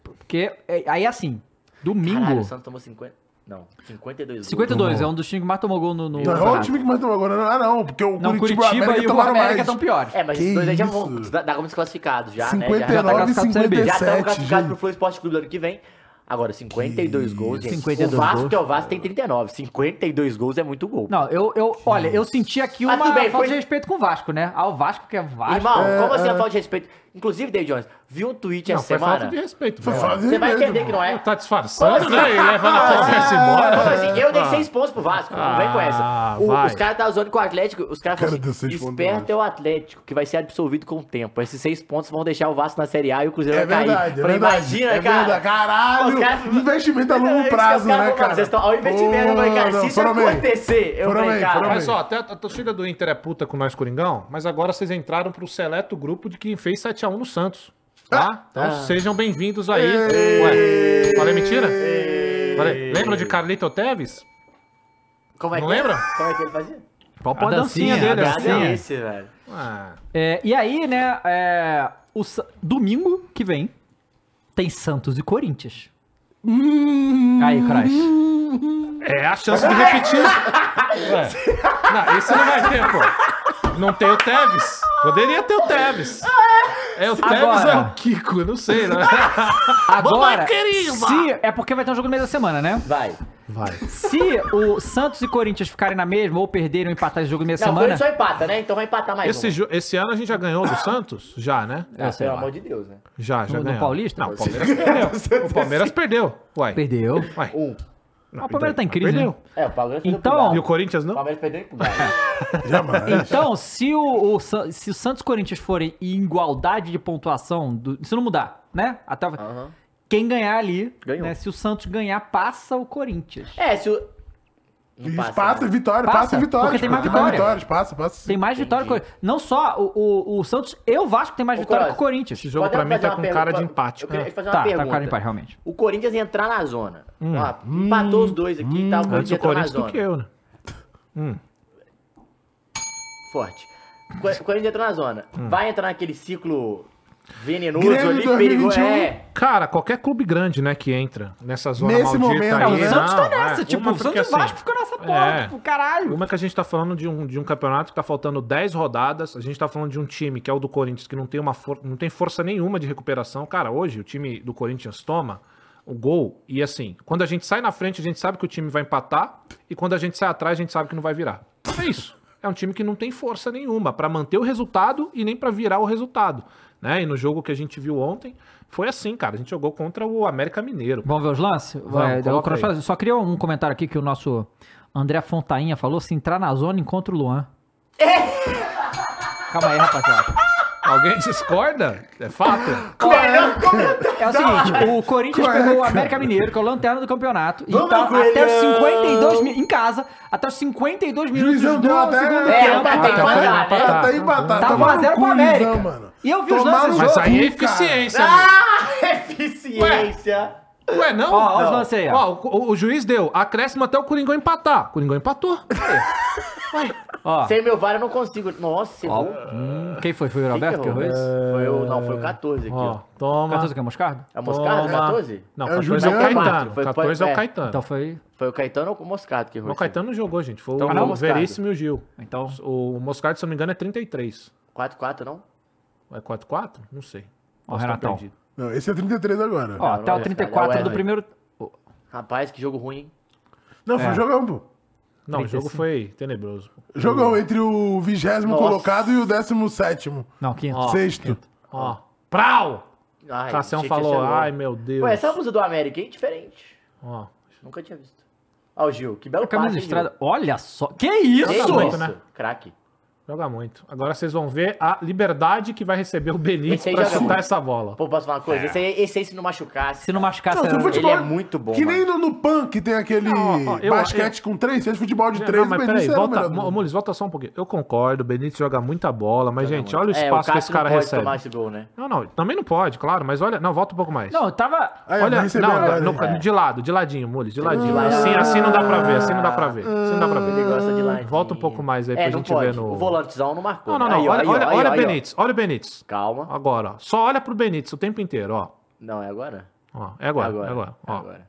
Porque, é, aí assim, domingo... né? Caralho, o Santos tomou 50... Não, 52 52 é um dos times que mais tomou gol no, no Não, é o campeonato. time que mais tomou agora. Ah, não, porque o Não, Curitiba, e o Curitiba América e o tomaram América mais. estão piores. É, mas Que esses dois aí já vão isso? dar dar como desclassificados já, né? Já- 59 e classificado pro CB. Já estão 57, classificados pro gente. Flow Esporte Clube do ano que vem. Agora, 52 gols, gente. 52 o Vasco, gols. que é o Vasco, tem 39. 52 gols é muito gol. Não, eu, eu olha, eu senti aqui uma Mas Ah, tudo bem, falta de foi- respeito com o Vasco, né? Ao Vasco, que é Vasco. Irmão, como assim a falta de respeito? Inclusive, David Jones, vi um tweet Não, essa foi falta semana. de respeito. Foi velho. falta de Você vai respeito, entender que não é. Tá disfarçando, né? E levando a conversa Como embora. assim? Eu dei Ah. seis pontos pro Vasco, não vem com essa. Ah, O- vai. os caras estavam zoando com o Atlético, os caras Cara, falaram deu assim, seis pontos pro esperto é o Atlético, que vai ser absolvido com o tempo. Esses seis pontos vão deixar o Vasco na Série A e o Cruzeiro É vai cair. verdade, é Falei, verdade. imagina, é cara. verdade. Caralho, Os caras- investimento a Não, é longo isso que prazo, os caras né, vão fazer, cara? vocês estão- Olha o investimento, eu falei, né, cara, Pô, se isso foram bem. acontecer, eu Foram falei, bem, cara. foram Mas ó, até a a torcida do Inter é puta com nós, Coringão, mas agora vocês entraram pro seleto grupo de quem fez 7x1 no Santos. Ah, Tá? Então sejam bem-vindos aí. Ué, falei mentira? Falei, lembra de Carlito Teves? Como é Não que- lembra? Como é que ele fazia? Qual pode A a dancinha, dancinha, é. dele? a assim, dancinha. ó. esse, velho. Ah, É, e aí, né, é, o sa- domingo que vem tem Santos e Corinthians. Hum. Aí, Crash. é a chance de repetir. Ué. Não, esse não vai ter, pô. Não tem o Tevez. Poderia ter o Tevez. É, o Tevez Agora. é o Kiko, eu não sei. Não é? Agora, querida! se, é porque vai ter um jogo no meio da semana, né? Vai. Vai. Se o Santos e Corinthians ficarem na mesma ou perderem ou empatar esse jogo no meio da Não, o semana, Corinthians só empata, né? Então vai empatar mais Esse, um. ju- esse ano a gente já ganhou do Santos? Já, né? Ah, sei pelo lá. amor de Deus, né? Já, já do ganhou. Paulista? Não, o Palmeiras perdeu. O Palmeiras perdeu. Uai. perdeu. Uai. Um. Não, Ah, o Palmeiras tá em mas crise, Perdeu. né? É, o Palmeiras perdeu Então- pro Galo. E o Corinthians não? O Palmeiras perdeu pro Galo. Jamais. Então, se o, o San- se o Santos e Corinthians forem em igualdade de pontuação, do- se não mudar, né? Até, o- Aham. Quem ganhar ali, Ganhou. né, se o Santos ganhar, passa o Corinthians. É, se o... Não Isso, passa, né? vitória, Passa, passa, e vitória. porque tem mais vitória. vitórias, passa, passa. sim. Tem mais vitória que o Corinthians. Não só o, o, o Santos, eu Vasco tem mais Ô, vitória que Cross, o Corinthians. Esse jogo Pode pra mim fazer tá uma com pergunta? cara de empate. Eu queria te Ah, fazer uma Tá, tá pergunta. com cara de empate, realmente. O Corinthians entrar na zona. Ó, empatou os dois aqui e tal. O Corinthians Antes o entrou na Corinthians zona. do que eu, né? Forte. O Cor- o Corinthians entrou na zona. Hum. Vai entrar naquele ciclo venenoso Grêmio ali, 2021. perigoso. É. Cara, qualquer clube grande, né, que entra nessa zona Nesse maldita momento, né? aí, É, o Não, Santos tá nessa, é, tipo, uma o Santos fica e o assim. Vasco ficou nessa porra, É. tipo, caralho. Uma que a gente tá falando de um, de um campeonato que tá faltando 10 rodadas, a gente tá falando de um time que é o do Corinthians, que não tem, uma for- não tem força nenhuma de recuperação. Cara, hoje o time do Corinthians toma o gol e assim, quando a gente sai na frente, a gente sabe que o time vai empatar e quando a gente sai atrás, a gente sabe que não vai virar. É isso. É um time que não tem força nenhuma pra manter o resultado e nem pra virar o resultado. Né? E no jogo que a gente viu ontem, foi assim, cara. A gente jogou contra o América Mineiro. Vamos ver os lances? Vai, eu coloca quero aí. fazer- Só queria um comentário aqui que o nosso André Fontainha falou: se entrar na zona, encontra o Luan. É. Calma aí, rapaziada. Alguém discorda? É fato? É o seguinte, o Corinthians pegou o América Mineiro, que é o lanterna do campeonato, e tá até os 52 mi- em casa, até os 52 minutos Juizão do deu segundo até... tempo. tá, tem que tá, empatar, tá, né? tá, tá empatado. Tá Tá 1x0 pro América. E eu vi os lances do Mas jogo. aí é eficiência, amigo. Ah, eficiência. Ué, não? Ó, ó os Não. lances aí, ó. Ó, o, o- o juiz deu acréscimo até o Coringão empatar. O Coringão empatou. Ó, Sem meu VAR eu não consigo. Nossa, ó, errou. tá hum, quem foi? Foi o Quem Roberto que errou isso? Foi o, não, foi o 14 aqui, Ó, ó. toma. 14 que é Moscardo? É o Moscardo, toma. 14? Não, É o 14 é o Juliano. Caetano. Foi- foi- 14 é é. o Caetano. Então foi. Foi o Caetano ou o Moscardo que errou? Mas o Caetano não jogou, gente. Foi Então, o não, Moscardo. Veríssimo e o Gil. Então, O Moscardo, se eu não me engano, é 33. 4-4, não? É 4-4? Não sei. Ó, Posso estar Renatão. perdido. Não, esse é 33 agora. ó, não até o é, 34 cara, é o do Wesley. primeiro. Rapaz, que jogo ruim, hein? Não, foi É. jogão, pô. Não, o jogo foi tenebroso. Jogão entre o vigésimo Nossa. colocado e o décimo sétimo. Não, quinto. Sexto. Ó, prau! Ai, Cassião achei que falou, ia ser um gol. ai meu Deus. Pô, essa blusa do América, hein? Diferente. Ó, Nunca tinha visto. Ó, o Gil, que É belo Camisa passe, hein, listrada. Gil? Olha só. Que tá Que isso? muito, isso? né? Craque. joga muito. Agora vocês vão ver a liberdade que vai receber o Benítez Esse aí pra joga chutar muito. essa bola. Pô, posso falar uma É. coisa? Esse, aí, esse aí, se não machucasse. Se não machucasse. Não, se era- o ele futebol é muito bom. Que mano. nem no, no punk tem aquele Não, ó, eu- basquete com três, seis futebol de Não, três, é mas o peraí, Benítez era o volta, melhor do Mo- mundo. Mules, volta só um pouquinho. Eu concordo, o Benítez joga muita bola, mas, gente, olha o É, espaço que Cássio esse cara não pode recebe. tomar esse gol, né? Não, não, também não pode, claro, mas olha, não, volta um pouco mais. Não, eu tava. Ah, é, olha, vai receber não, agora, no- né? né? de lado, de ladinho, Mules, de ladinho. lado. Assim, assim não dá pra ver, assim não dá pra ver. Assim não dá pra Ele ver. gosta de lá. Volta um pouco mais aí é, pra não gente pode. ver no- O volantezão não marcou. Não, não, né? não, Aí, ó, olha, aí, ó, olha, aí, olha ó, o aí, ó. Benítez, olha o Benítez. Calma. Agora, ó, só olha pro Benítez o tempo inteiro, ó. Não, é agora? Ó, é agora, agora. é agora, ó. agora.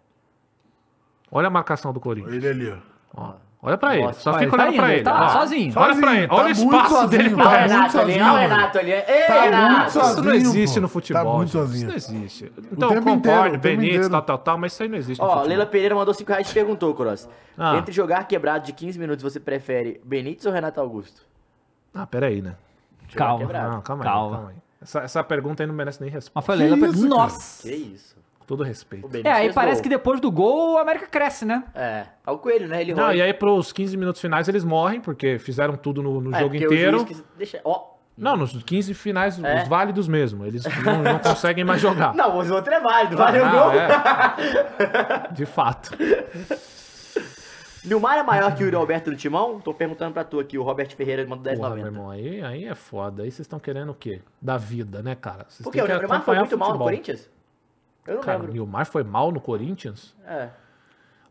Olha a marcação do Corinthians, Ele ali, ó. ó. Olha pra ele, Nossa, só ó, fica ele tá olhando pra indo, ele. ele tá ó. sozinho. Olha pra Sozinho, ele, olha tá o muito espaço sozinho, dele tá pra Olha o muito é Renato ali, sozinho, olha o mano. Renato ali. Ei, Tá muito Renato! sozinho. Isso não existe pô. no futebol. Tá muito gente. sozinho. Isso não existe. Então, eu tempo inteiro, concordo, o tempo Benítez, inteiro. tal, tal, tal, mas isso aí não existe. no Ó, futebol. Leila Pereira mandou 5 reais e perguntou, Cross. Ah. Entre jogar quebrado de 15 minutos, você prefere Benítez ou Renato Augusto? Ah, peraí, né? Jogar Calma. quebrado. Não, calma, Calma. aí, calma aí. Essa, essa pergunta aí não merece nem resposta. Mas foi Leila. isso, cara? Nossa. Que isso. Com todo O respeito. É, Benítez aí fez parece gol. que depois do gol o América cresce, né? É, é o Coelho, né? Ele Não, rola. e aí pros 15 minutos finais eles morrem, porque fizeram tudo no, no É, jogo porque o inteiro. juiz quis- deixa- ó. Não, nos 15 finais, É. os válidos mesmo. Eles não, não conseguem mais jogar. Não, o outro é válido, valeu o Não, gol. é. De fato. Nilmar é maior que o Yuri Alberto do Timão? Tô perguntando pra tu aqui, o Robert Ferreira mandou Porra, meu 10,90. irmão, aí, aí é foda. Aí vocês estão querendo o quê? Da vida, né, cara? Vocês Por quê? têm que O Neymar foi acompanhar muito mal no futebol. Corinthians? Eu não Cara, o lembro. Nilmar foi mal no Corinthians? É.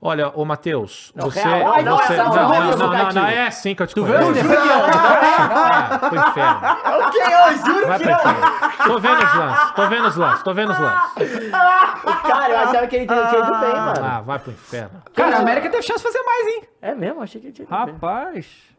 Olha, ô Matheus, você. real, não, não, você- essa não, foi não, uma não, não, justificativa. não, é assim que eu te conheço. Ah, foi inferno. O que? Eu juro Vai que pra não. inferno. Tô vendo os lances, tô vendo os lances, tô vendo os lances. Cara, eu achava que ele tinha tinha ido bem, mano. Ah, vai pro inferno. Cara, a América teve chance de fazer mais, hein? É mesmo, achei que ele tinha Tá ido bem. Rapaz.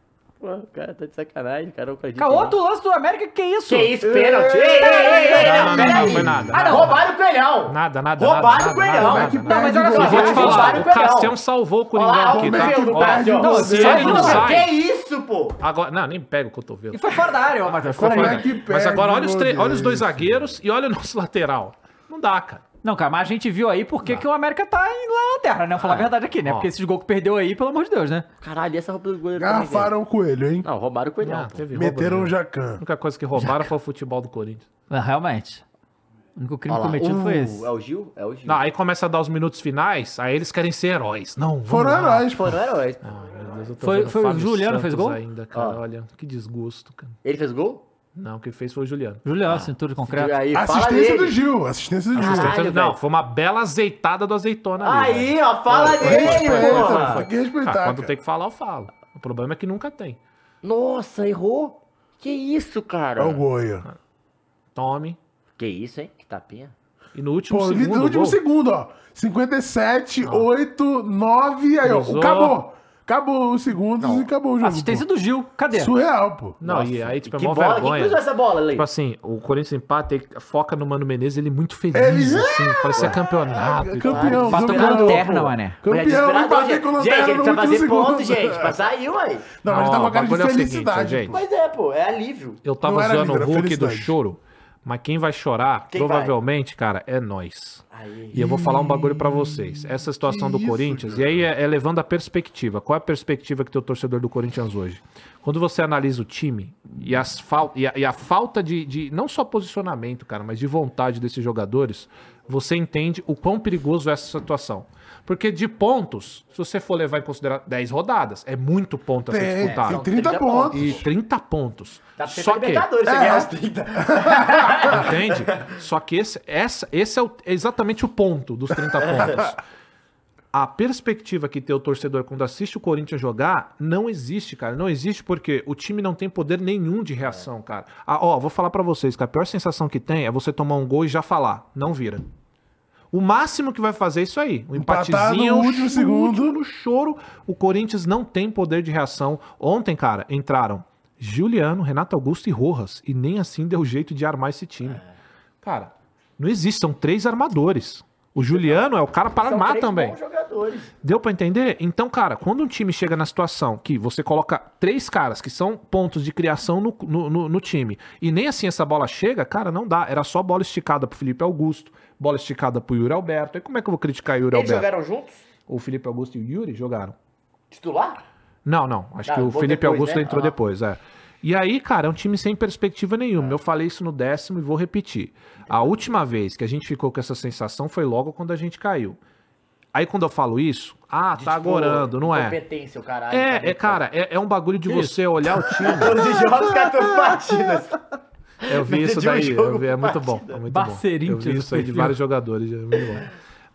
Pô, o cara tá de sacanagem, cara. Eu acredito. Cara, não. outro lance do América, que isso? Que isso, pênalti? Ei, ei, ei, Não, ei, não, não, não peraí. foi nada. Ah, não. Roubaram o coelhão. Nada, nada. Roubaram nada, nada, o Goião. nada, Mas que nada. Não, mas olha só. Eu vou te Roubaram falar, o o Goião. Cassião salvou o Coringão Olha lá, aqui, o tá? Goião do Ó, Brasil. Não, Se ele não Não, sai, Que é isso, pô? agora... Não, nem pega o E cotovelo. foi fora da área, ó, Matheus. Foi Fora da área. fora, né? que Mas perde, agora olha os, tre- meu olha os dois Deus. zagueiros e olha o nosso lateral. Não dá, cara. Não, cara, mas a gente viu aí porque que o América tá em lá na lanterna, né? Vou falar a Ah, verdade aqui, né? ó. Porque esses gols que perdeu aí, pelo amor de Deus, né? Caralho, e essa roupa do goleiro também, velho? Garrafaram o coelho, hein? Não, roubaram o coelhão. Ah, pô. teve roubo, Meteram né? o Jacan. A única coisa que roubaram foi o futebol do Corinthians. Ah, Realmente. O único crime Olha lá. cometido foi Uh, esse. É o Gil? É o Gil. Não, aí começa a dar os minutos finais, aí eles querem ser heróis. Não, vamos Foram lá. heróis, pô. Foram heróis. pô. Ai, meu Deus, eu tô Foi- vendo foi o Fábio Juliano que fez Santos gol? Ainda, cara, Ah. olha, que desgosto, cara. Ele fez gol? Não, o que fez foi o Juliano. Julião, cintura de concreto. Aí, fala Assistência do dele. Gil, assistência do Gil. Caralho, Assistência- não, velho. foi uma bela azeitada do azeitona ali. velho. Aí, ó, fala dele, Respeita, porra. mano, tem que Ah, respeitar. quando tá, cara. tem que falar, eu falo. O problema é que nunca tem. Nossa, errou? Que isso, cara? É Olha É um o gol aí, ó. Tome. Que isso, hein? Que tapinha. E no último Pô, ele segundo. no último gol, Ah. segundo, ó. 57, 8, 9, aí, ó. Cruzou. Acabou. Acabou os segundos e acabou o Ah, jogo. Assistência do Gil. pô. Cadê? Surreal, pô. Não, e Nossa, aí, tipo, é que mó bola. Quem vergonha. cruzou essa bola ali? Tipo assim, o Corinthians empata, ele foca no Mano Menezes, ele é muito feliz, Ele- é! assim, parecia campeonato. e tal. Campeão, Mas tocou campeão. lanterna, pô. mané. é Mulher Campeão, desesperada, empatei gente. com o Gente, lanterna ele no precisa último fazer ponto, segundo. gente. Pra sair, ué. Não, mas ele tá com Não, a cara o de bagulho é o seguinte, felicidade, gente. pô. Mas é, pô, é alívio. Eu tava Não era usando livre, o era Hulk do felicidade. choro, mas quem vai chorar, Quem provavelmente, cara, é nós. Aí. E eu vou falar um bagulho pra vocês. Essa situação do isso, Corinthians, e aí é, é levando a perspectiva. Qual é a perspectiva que tem o torcedor do Corinthians hoje? Quando você analisa o time e, as fal e, a, e a falta de, de- não só posicionamento, cara, mas de vontade desses jogadores, você entende o quão perigoso é essa situação. Porque de pontos, se você for levar em consideração 10 rodadas, é muito ponto a ser Tem, disputado. tem 30 pontos. E 30 pontos. Dá Tá pra você Só ter que É, Libertadores, você ganhar os 30. Entende? Só que esse, essa, esse é, o- é exatamente o ponto dos 30 pontos. A perspectiva que tem o torcedor quando assiste o Corinthians jogar não existe, cara. Não existe porque o time não tem poder nenhum de É. reação, cara. Ah, ó, vou falar pra vocês que a pior sensação que tem é você tomar um gol e já falar, não vira. O máximo que vai fazer é isso aí. Um Empatar no empatezinho. um último chute, segundo. No choro. O Corinthians não tem poder de reação. Ontem, cara, entraram Juliano, Renato Augusto e Rojas. E nem assim deu jeito de armar esse time. É. Cara, não existe. São três armadores. O Juliano é o cara para São armar três também. bons jogadores. Deu pra entender? Então, cara, quando um time chega na situação que você coloca três caras que são pontos de criação no, no, no- no time e nem assim essa bola chega, cara, não dá. Era só bola esticada pro Felipe Augusto, bola esticada pro Yuri Alberto. E como é que eu vou criticar o Yuri Eles Alberto? jogaram juntos? O Felipe Augusto e o Yuri jogaram? Titular? Não, não. Acho Ah, que o bom, Felipe depois, Augusto né? entrou Ah. depois, é. E aí, cara, é um time sem perspectiva nenhuma. Eu falei isso no décimo e vou repetir. A última vez que a gente ficou com essa sensação foi logo quando a gente caiu. Aí quando eu falo isso, ah, De, tá tipo, agorando, não é? Competência, o caralho. tá sabe? É, é, cara, é, é um bagulho de você olhar o time. 14 jogos, 14 partidas. Eu vi isso De um daí, jogo eu vi, é por muito bom. partida. É muito Barcerinho, bom. Eu vi isso aí de perfil. vários jogadores, é muito bom.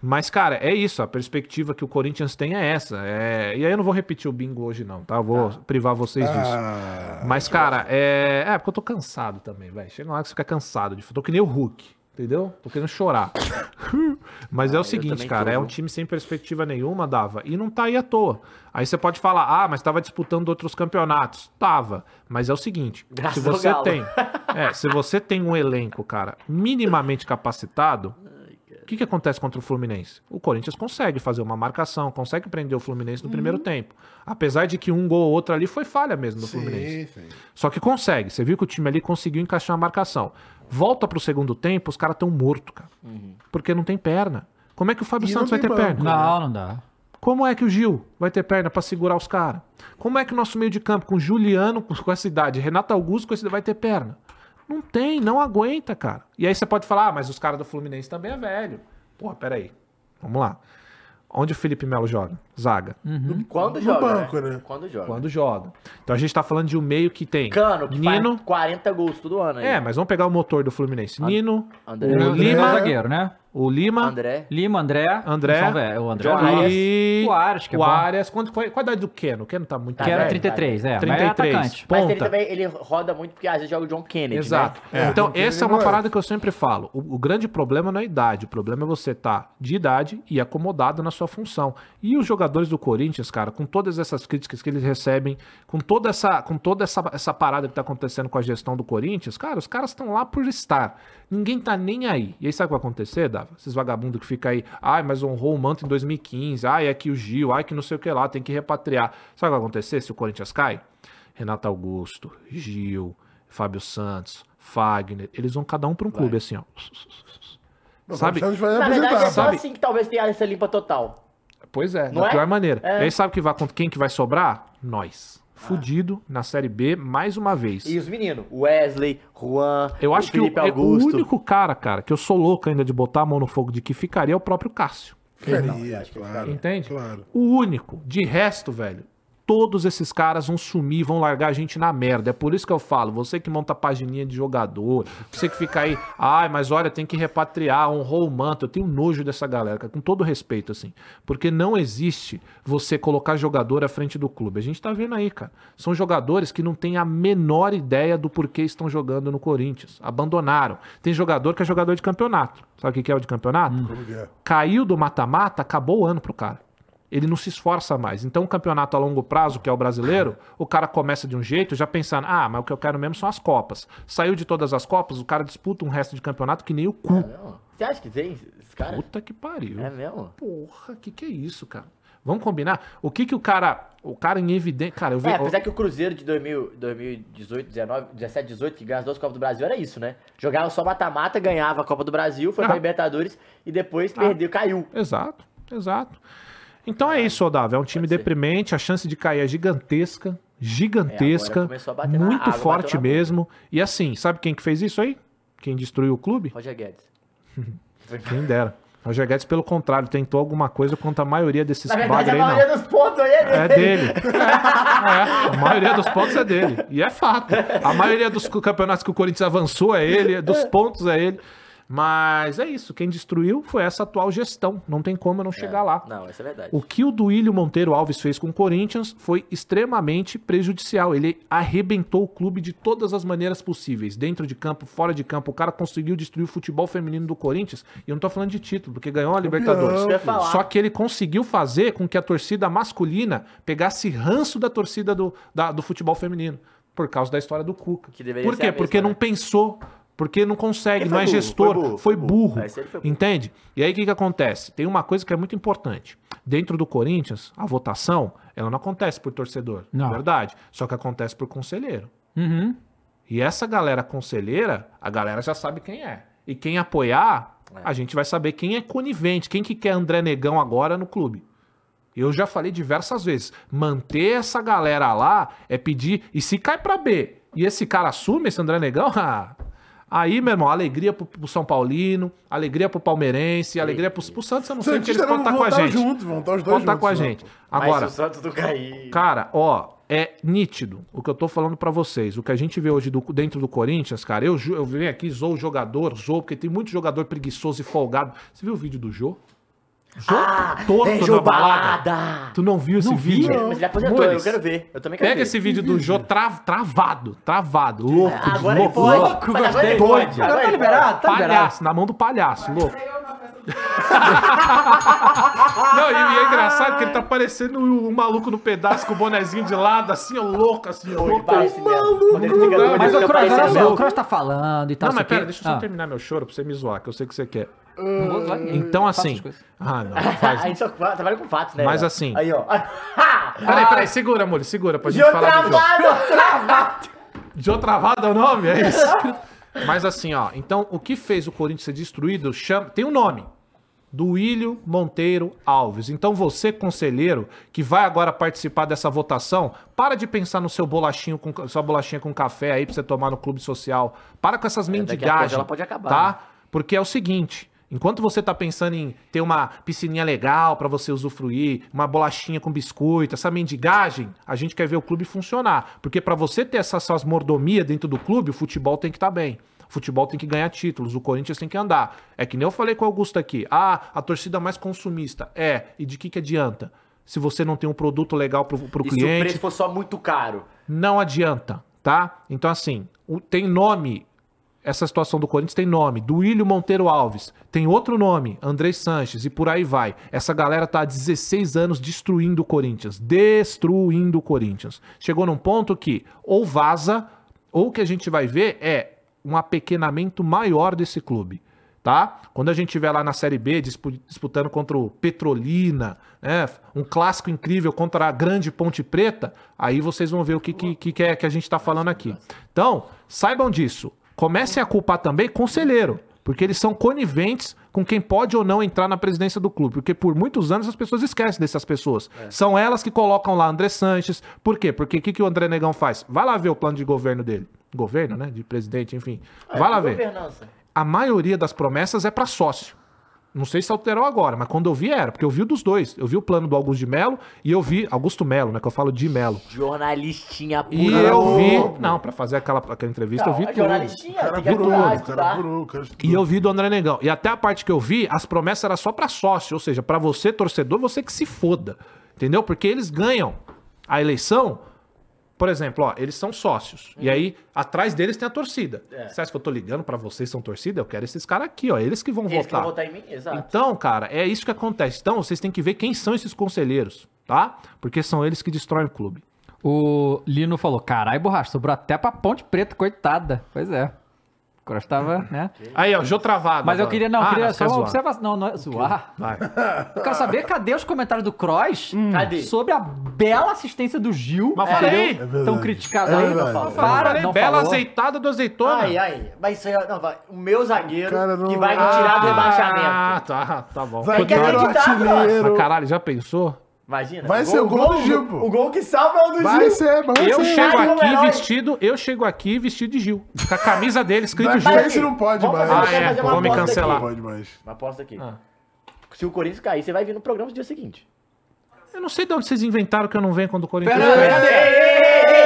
Mas, cara, é isso. A perspectiva que o Corinthians tem é essa. É... E aí eu não vou repetir o bingo hoje, não, tá? Eu vou privar vocês disso. Ah, Mas, cara, é... é porque eu tô cansado também, velho. Chega uma hora que você fica cansado. De... Tô que nem o Hulk, entendeu? Tô querendo chorar. Mas é o seguinte, Ah, também cara, tô, é um viu? time sem perspectiva nenhuma, Dava, e não tá aí à toa. Aí você pode falar, ah, mas tava disputando outros campeonatos. Tava. Mas é o seguinte, Graças se ao você Galo. tem... É, se você tem um elenco, cara, minimamente capacitado, o que, que acontece contra o Fluminense? O Corinthians consegue fazer uma marcação, consegue prender o Fluminense no primeiro Uhum. tempo. Apesar de que um gol ou outro ali foi falha mesmo do Fluminense. sim, sim. Só que consegue. Você viu que o time ali conseguiu encaixar a marcação. Volta pro segundo tempo, os caras tão morto, cara. Uhum. Porque não tem perna. Como é que o Fábio E Santos não vai tem ter banco. perna? Não, não dá. Como é que o Gil vai ter perna pra segurar os caras? Como é que o nosso meio de campo com Juliano com com essa idade, Renato Augusto com essa idade, vai ter perna? Não tem, não aguenta, cara. E aí você pode falar, ah, mas os caras do Fluminense também é velho. Porra, peraí. Vamos lá. Onde o Felipe Melo joga? Zaga. Hum. Quando No joga? banco, né? Quando joga. Uhum. Quando joga. Então a gente tá falando de um meio que tem Cano, que Nino. faz 40 gols todo ano aí. É, mas vamos pegar o motor do Fluminense. Nino, André. o O Lima, zagueiro, né? o Lima, André. Lima, André. André. São velho, o André. Ah, John e O Arias, que é o bom. Arias. Quanto, qual, qual a idade do Keno? O Keno tá muito Que era velho. 33, é. Mas é 33. atacante. Mas ele Ponta. também ele roda muito porque às vezes joga o John Kennedy. Exato. Né? É. Então, Porque ele essa é não uma é. parada que eu sempre falo. O, o grande problema não é a idade. O problema é você estar de idade e acomodado na sua função. E os jogadores do Corinthians, cara, com todas essas críticas que eles recebem, com toda essa, com toda essa, essa parada que tá acontecendo com a gestão do Corinthians, cara, os caras estão lá por estar. Ninguém tá nem aí. E aí sabe o que vai acontecer, Dava? Esses vagabundos que ficam aí, ai, mas honrou o manto em 2015, ai, é que o Gil, ai, que não sei o que lá, tem que repatriar. Sabe o que vai acontecer se o Corinthians cai? Renato Augusto, Gil, Fábio Santos, Fagner, eles vão cada um para um clube assim, ó. Sabe? Santos vai Na verdade, é apresentar. só sabe? assim que talvez tenha essa limpa total. Pois é, Não da é? pior maneira. É. Ah. E aí sabe que vai acon- quem que vai sobrar? Nós. Fudido na série B mais uma vez. E os meninos, Wesley, Juan, Eu acho que o, Felipe é o Augusto. único cara, cara, que eu sou louco ainda de botar a mão no fogo de que ficaria é o próprio Cássio. Ficaria, claro. tá- Entende? É, Claro. O único. De resto, velho, todos esses caras vão sumir, vão largar a gente na merda. É por isso que eu falo, você que monta a pagininha de jogador, você que fica aí, ai, mas olha, tem que repatriar, honrou o manto. Eu tenho nojo dessa galera, cara, com todo respeito, assim. Porque não existe você colocar jogador à frente do clube. A gente tá vendo aí, cara. São jogadores que não têm a menor ideia do porquê estão jogando no Corinthians. Abandonaram. Tem jogador que é jogador de campeonato. Sabe o que que é o de campeonato? Como que é? caiu do mata-mata, acabou o ano pro cara. Ele não se esforça mais. Então, o campeonato a longo prazo, que é o brasileiro, o cara começa de um jeito já pensando: ah, mas o que eu quero mesmo são as Copas. Saiu de todas as Copas, o cara disputa um resto de campeonato que nem o cu. Não. Você acha que tem esses caras? Puta que pariu. É mesmo? Porra, que que é isso, cara? Vamos combinar? O que que o cara. O cara em evidência. Cara, eu vi. É, apesar que o Cruzeiro de 2000, 2018, 19, 17, 18, que ganhou as duas Copas do Brasil, era isso, né? Jogava só mata-mata, ganhava a Copa do Brasil, foi Ah. pra Libertadores e depois perdeu, caiu. Exato, exato. Então é isso, Odávio. É um time ser. deprimente, a chance de cair é gigantesca. É, Gigantesca. agora começou a bater na muito água, bateu forte na mesmo. E assim, sabe quem que fez isso aí? Quem destruiu o clube? Roger Guedes. Quem dera. O Roger Guedes, pelo contrário, tentou alguma coisa contra a maioria desses Na verdade, bagre a aí, não. maioria dos pontos aí é É dele. dele. É, a maioria dos pontos é dele. E é fato. A maioria dos cu- campeonatos que o Corinthians avançou é ele, dos pontos é ele. Mas é isso. Quem destruiu foi essa atual gestão. Não tem como eu não chegar lá. Não, essa é verdade. O que o Duílio Monteiro Alves fez com o Corinthians foi extremamente prejudicial. Ele arrebentou o clube de todas as maneiras possíveis, dentro de campo, fora de campo. O cara conseguiu destruir o futebol feminino do Corinthians. E eu não tô falando de título, porque ganhou a Libertadores. Eu ia falar. Só que ele conseguiu fazer com que a torcida masculina pegasse ranço da torcida do, da- do futebol feminino. Por causa da história do Cuca. Que deveria por ser quê? a mesma, porque não né? pensou. Porque não consegue, Ele não foi é burro, gestor, foi foi burro, foi burro. burro. Esse ele foi burro. Entende? E aí o que, que acontece? Tem uma coisa que é muito importante. Dentro do Corinthians, a votação, ela não acontece por torcedor, Não. é verdade. Só que acontece por conselheiro. Uhum. E essa galera conselheira, a galera já sabe quem é. E quem apoiar, a gente vai saber quem é conivente, quem que quer André Negão agora no clube. Eu já falei diversas vezes, manter essa galera lá é pedir, e se cai pra B, e esse cara assume esse André Negão, ah, aí, meu irmão, alegria pro, pro São Paulino, alegria pro palmeirense, alegria pro, pro Santos, eu não sei porque eles Santista não podem estar vão com a estar gente. juntos, vão estar os dois Podem estar juntos. com a né? gente. Mas Agora, o Santos não caiu. Cara, ó, é nítido o que eu tô falando pra vocês. O que a gente vê hoje do- dentro do Corinthians, cara, eu, ju- eu venho aqui, zoo o jogador, zoo, porque tem muito jogador preguiçoso e folgado. Você viu o vídeo do Jô? Jô Ah, é torto na balada. Tu não viu esse Não vi, vídeo? Mas ele aposentou, eu Mules, quero ver. Eu também quero Pega ver. esse vídeo do Jô tra- travado, travado, louco, Agora ele louco, pode. louco. mas agora ele gostei. pode. Agora tá ele liberado, tá liberado. Palhaço, na mão do palhaço, louco. Não, e é engraçado que ele tá parecendo um maluco no pedaço com o bonezinho de lado, assim, ó, louco, assim, ó, Pô, ele louco. parece mesmo. Quando ele fica não, doido, Mas ele o Cross, olha fica parecendo só, o louco. Cross tá falando e tal. assim, sei Não, mas o pera, quê. deixa eu só Ah. Hum, terminar meu choro pra você me zoar, que eu sei que você quer. Não vou zoar ninguém. Então, Faço assim. as coisas. Ah, não, não faz. A gente só fa- trabalha com fatos, né? Mas velho? assim- Aí, ó. tá. Peraí, peraí, segura, amor, segura pra gente Jô falar do jogo. travado, travado. Jô Travado é o nome? É isso? Mas assim, ó, então o que fez o Corinthians ser destruído chama... tem um nome. Duílio Monteiro Alves. Então você, conselheiro, que vai agora participar dessa votação, para de pensar no seu bolachinho com sua bolachinha com café aí pra você tomar no clube social. Para com essas É, a pouco mendigagens. ela pode acabar, Tá? né? Porque é o seguinte, enquanto você tá pensando em ter uma piscininha legal pra você usufruir, uma bolachinha com biscoito, essa mendigagem, a gente quer ver o clube funcionar. Porque pra você ter essas, essas mordomias dentro do clube, o futebol tem que estar bem. Futebol tem que ganhar títulos, o Corinthians tem que andar. É que nem eu falei com o Augusto aqui. Ah, a torcida mais consumista. É, e de que, que adianta? Se você não tem um produto legal pro, pro E se o cliente, preço for só muito caro? não adianta, tá? Então, assim, o- tem nome. Essa situação do Corinthians tem nome. Duílio Monteiro Alves. Tem outro nome. Andrei Sanches. E por aí vai. Essa galera tá há 16 anos destruindo o Corinthians. Destruindo o Corinthians. Chegou num ponto que ou vaza, ou o que a gente vai ver é um apequenamento maior desse clube. Tá? Quando a gente tiver lá na Série B dispu- disputando contra o Petrolina, né? um clássico incrível contra a grande Ponte Preta, aí vocês vão ver o que, que, que, que é que a gente está falando aqui. Então, saibam disso. Comecem a culpar também conselheiro, porque eles são coniventes com quem pode ou não entrar na presidência do clube. Porque por muitos anos as pessoas esquecem dessas pessoas. São elas que colocam lá André Sanches. Por quê? Porque o que, que o André Negão faz? Vai lá ver o plano de governo dele. Governo, né? De presidente, enfim. É, Vai lá ver Governança. a maioria das promessas é para sócio. Não sei se alterou agora, mas quando eu vi era, porque eu vi o dos dois. Eu vi o plano do Augusto de Melo e eu vi Augusto Melo, né, que eu falo de Melo. Jornalistinha pura. E eu vi, não, para fazer aquela, aquela entrevista, Não, eu vi é tudo. jornalistinha, cara tem que apurou, aturar, o cara estudar. apurou, o cara E estudou. eu vi do André Negão. E até a parte que eu vi, as promessas eram só pra sócio, ou seja, pra você torcedor, você que se foda. Entendeu? Porque eles ganham a eleição. Por exemplo, ó, eles são sócios. E aí, atrás deles tem a torcida. É. Você acha que eu tô ligando pra vocês que são torcida? Eu quero esses caras aqui, ó. Eles que vão Eles que votar. vão votar em mim? Exato. Então, cara, é isso que acontece. Então, vocês têm que ver quem são esses conselheiros, tá? Porque são eles que destroem o clube. O Lino falou: carai, borracha, sobrou até pra Ponte Preta, coitada. Pois é. O Cross tava, né? Aí, ó, Jô Travado. Mas eu agora. queria, não, Ah, queria não, só quer uma zoar. observação. Não, não é zoar. Vai. Eu quero saber, cadê os comentários do Cross Cadê? sobre a bela assistência do Gil? Mas falei. entendeu? É verdade. Tão criticado É aí. verdade. Não Eu para, Falei, não bela falou. azeitada do azeitona. Ai, ai. Mas isso aí, não, vai. o meu zagueiro Cara, não- que vai me tirar do Ah, rebaixamento. tá, tá bom. Vai que Zagueiro, acreditar, artilheiro. Mas caralho, já pensou? Imagina. Vai ser o gol do Gil, pô. O gol que salva é o do Vai Gil. ser, mas vai Eu ser. um chego aqui Ai, como herói. vestido, eu chego aqui vestido de Gil. Com a camisa dele escrito Mas Gil. esse não um pode Vamos mais. fazer- Ah, eu quero é, fazer uma vão me aposta Não cancelar. pode mais. Uma aposta aqui. Ah. Se o Corinthians cair, você vai vir no programa no dia seguinte. Eu não sei de onde vocês inventaram que eu não venho quando o Corinthians... Fernando, ganha. cadê?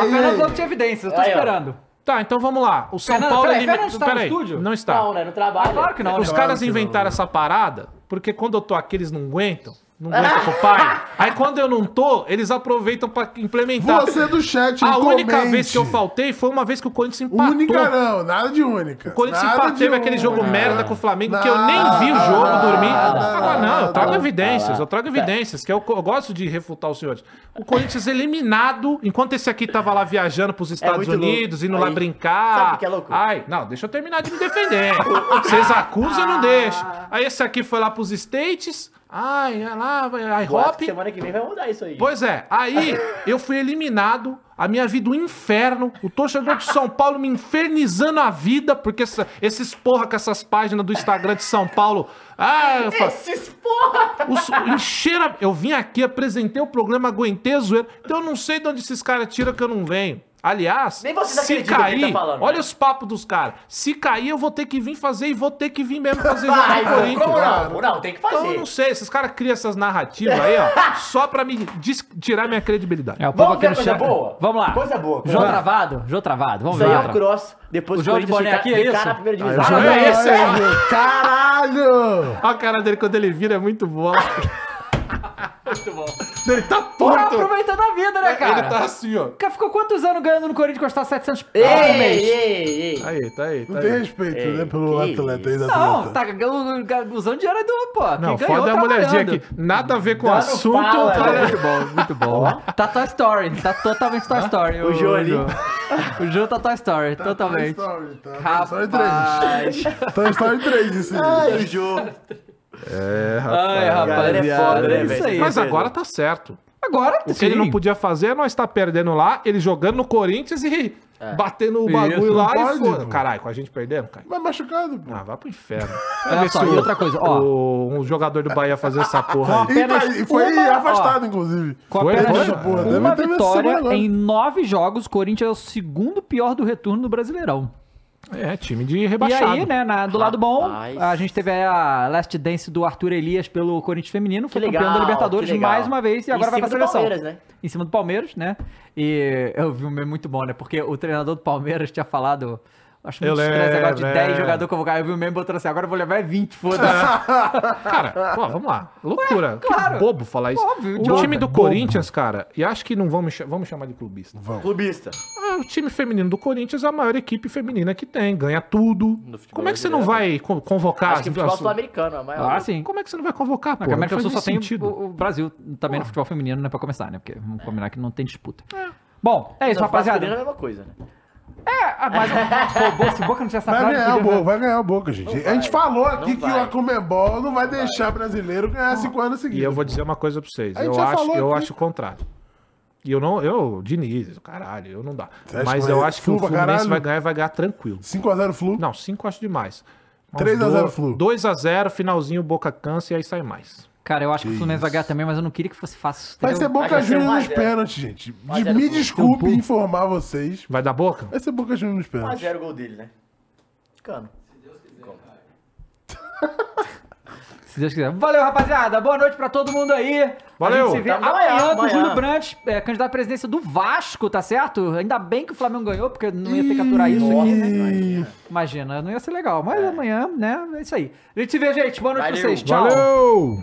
A Fernanda falou que tinha evidências, É. eu tô Aí, ó. esperando. Tá, então vamos lá. O São Fernando, Paulo... peraí, elimi- Fernando está no Peraí, estúdio? Não está. Não, né? No trabalho. Claro que não, Os né? caras inventaram essa parada porque quando eu tô aqui eles não aguentam. Não aguentam com o pai. Aí quando eu não tô, eles aproveitam pra implementar. Você do chat, Tá. a única comente. vez que eu faltei foi uma vez que o Corinthians empatou. Única não, nada de única. O Corinthians Nada empatou, de teve aquele única. jogo merda com o Flamengo que eu Nada, nem vi o jogo, nada, dormi. nada, Agora não, eu trago nada. evidências, eu trago evidências, que eu, eu gosto de refutar os senhores. O Corinthians eliminado, enquanto esse aqui tava lá viajando pros Estados É muito louco. Unidos, indo Aí, lá brincar. sabe o que é loucura? Ai, não, deixa eu terminar de me defender. Vocês acusam, eu não deixo. Aí esse aqui foi lá pros States, ai, é lá, vai, Boato hop. que Semana que vem vai mudar isso aí. Pois é, aí eu fui eliminado, a minha vida um inferno, o torcedor de São Paulo me infernizando a vida, porque essa- esses porra com essas páginas do Instagram de São Paulo. Ah, eu falo, Esses porra! os, encheram. a- Eu vim aqui, apresentei o programa, aguentei a zoeira, então eu não sei de onde esses caras tiram que eu não venho. Aliás, Nem vocês se acreditam no que ele cair, tá falando, olha né? os papos dos caras. Se cair, eu vou ter que vir fazer e vou ter que vir mesmo fazer jogo Vai, do pô, Corinthians. como não? Pô, Não, tem que Então fazer. eu não sei, esses caras criam essas narrativas aí, ó, só pra me dis- tirar minha credibilidade. É, o povo Vamos aqui ver no coisa chat. boa? Vamos lá. Coisa boa. Jô Vai. Travado, Jô Travado, vamos Isso aí é o ver. cross. Depois O jogo de Corinthians boné ficar- aqui é ficar isso? na primeira Ah, eu divisão. já- Ah, é não, esse, é. Caralho! Olha a cara dele quando ele vira, é muito boa. Muito bom. ele tá Tá torto. aproveitando a vida, né, cara? Ele tá assim, ó. Cara, ficou quantos anos ganhando no Corinthians custar 700 por Ei, ei, mês? ei, ei. Aí, tá Um aí. Tá Não aí. tem respeito, Ei, né, pelo é, que atleta aí da Não, atleta. tá g- g- usando dinheiro do, pô. Não, quem ganhou tá foda é a mulherzinha trabalhando. aqui. Nada a ver com o Dando assunto. pala, tá- né? Muito bom, muito bom. tá Toy Story, tá totalmente Toy Story. O Jô ali. Jô. O Jô tá Toy Story, totalmente. Toy Story, tá? Toy Story 3. Rapaz. Toy Story 3, isso aí. Ai, o jogo. Ai, rapaz. Galera é foda, né, é isso velho? aí. Mas agora tá certo. Agora, O que ele não podia fazer é nós estar perdendo lá, ele jogando no Corinthians e batendo o É. Isso, bagulho não lá e pode, foda. pô. Caralho, com a gente perdendo, cara. Mas machucado, pô. Ah, vai pro inferno. Olha só, e outra coisa, ó. O, um jogador do Bahia fazer essa porra aí. E, tá- e foi uma- afastado, inclusive. Com Foi, apenas foi? Porra, deve uma ter vencido vitória agora. em nove jogos, o Corinthians é o segundo pior do retorno do Brasileirão. É, time de E rebaixado. aí, né, na- do lado bom, Rapaz. a gente teve a Last Dance do Arthur Elias pelo Corinthians Feminino, foi Que campeão legal, da Libertadores que legal. mais uma vez e Em agora vai cima pra do seleção. Palmeiras, né? Em cima do Palmeiras, né? E eu vi um meme muito bom, né? Porque o treinador do Palmeiras tinha falado. Acho Eu muito estranho esse negócio de lembro, 10 é. jogador convocar. Eu vi o mesmo botando assim, agora eu vou levar é 20, foda-se. Cara, pô, vamos lá. Loucura. claro. Que bobo falar isso. Óbvio, o idiota. time do Bobo. Corinthians, cara, e acho que não vamos, me cha- vamos chamar de clubista. Clubista. Ah, o time feminino do Corinthians é a maior equipe feminina que tem, ganha tudo. No futebol Como é que você não vai brasileiro. co- convocar Acho que futebol as- sul-americano é a maior. Ah, sim. Como é que você não vai convocar, pô? Na América do Não Sul faz só nem tem sentido. o, o Brasil também no futebol feminino, né? Pra começar, né? Porque vamos combinar que não tem disputa. Bom, é isso, Não, rapaziada. masculino é a mesma coisa, né? Ah, mas pô, Boca- se Boca não tinha Tá Vai sacado, é, ganhar o podia- Boca, vai ganhar o Boca, gente. a gente falou aqui que vai. a Comebol não vai deixar brasileiro ganhar cinco anos seguidos. E eu vou dizer uma coisa pra vocês. A gente Eu já acho, falou eu aqui. acho o contrário. E eu não, eu, Diniz, caralho, eu não dá. acha Mas que eu vai- acho que Flu o pra Fluminense caralho? vai ganhar e vai ganhar tranquilo. 5x0 Flu. Não, 5 acho demais. 3 a 0 Flu. 2x0, finalzinho, Boca cansa e aí sai mais. Cara, eu acho que o Fluminense vai ganhar também, mas eu não queria que fosse fácil. Vai ser entendeu? Boca Vai ser um a Juniors nos zero. pênaltis, gente. Um a De- zero me pro- desculpe pro- informar vocês. Vai dar Boca? Vai ser Boca Juniors nos 1x0 pênaltis. o gol dele, né? Cano. Se Deus quiser. Valeu, rapaziada. Boa noite pra todo mundo aí. Valeu. A gente se vê Até amanhã, Tá amanhã, com o amanhã. Júlio Brandt, é, candidato à presidência do Vasco, tá certo? Ainda bem que o Flamengo ganhou, porque não ia ter que aturar isso aqui, né? Ih, Imagina, não ia ser legal. Mas amanhã, né? É isso aí. é A gente se vê, gente. Boa noite pra Valeu. vocês. Tchau. Valeu!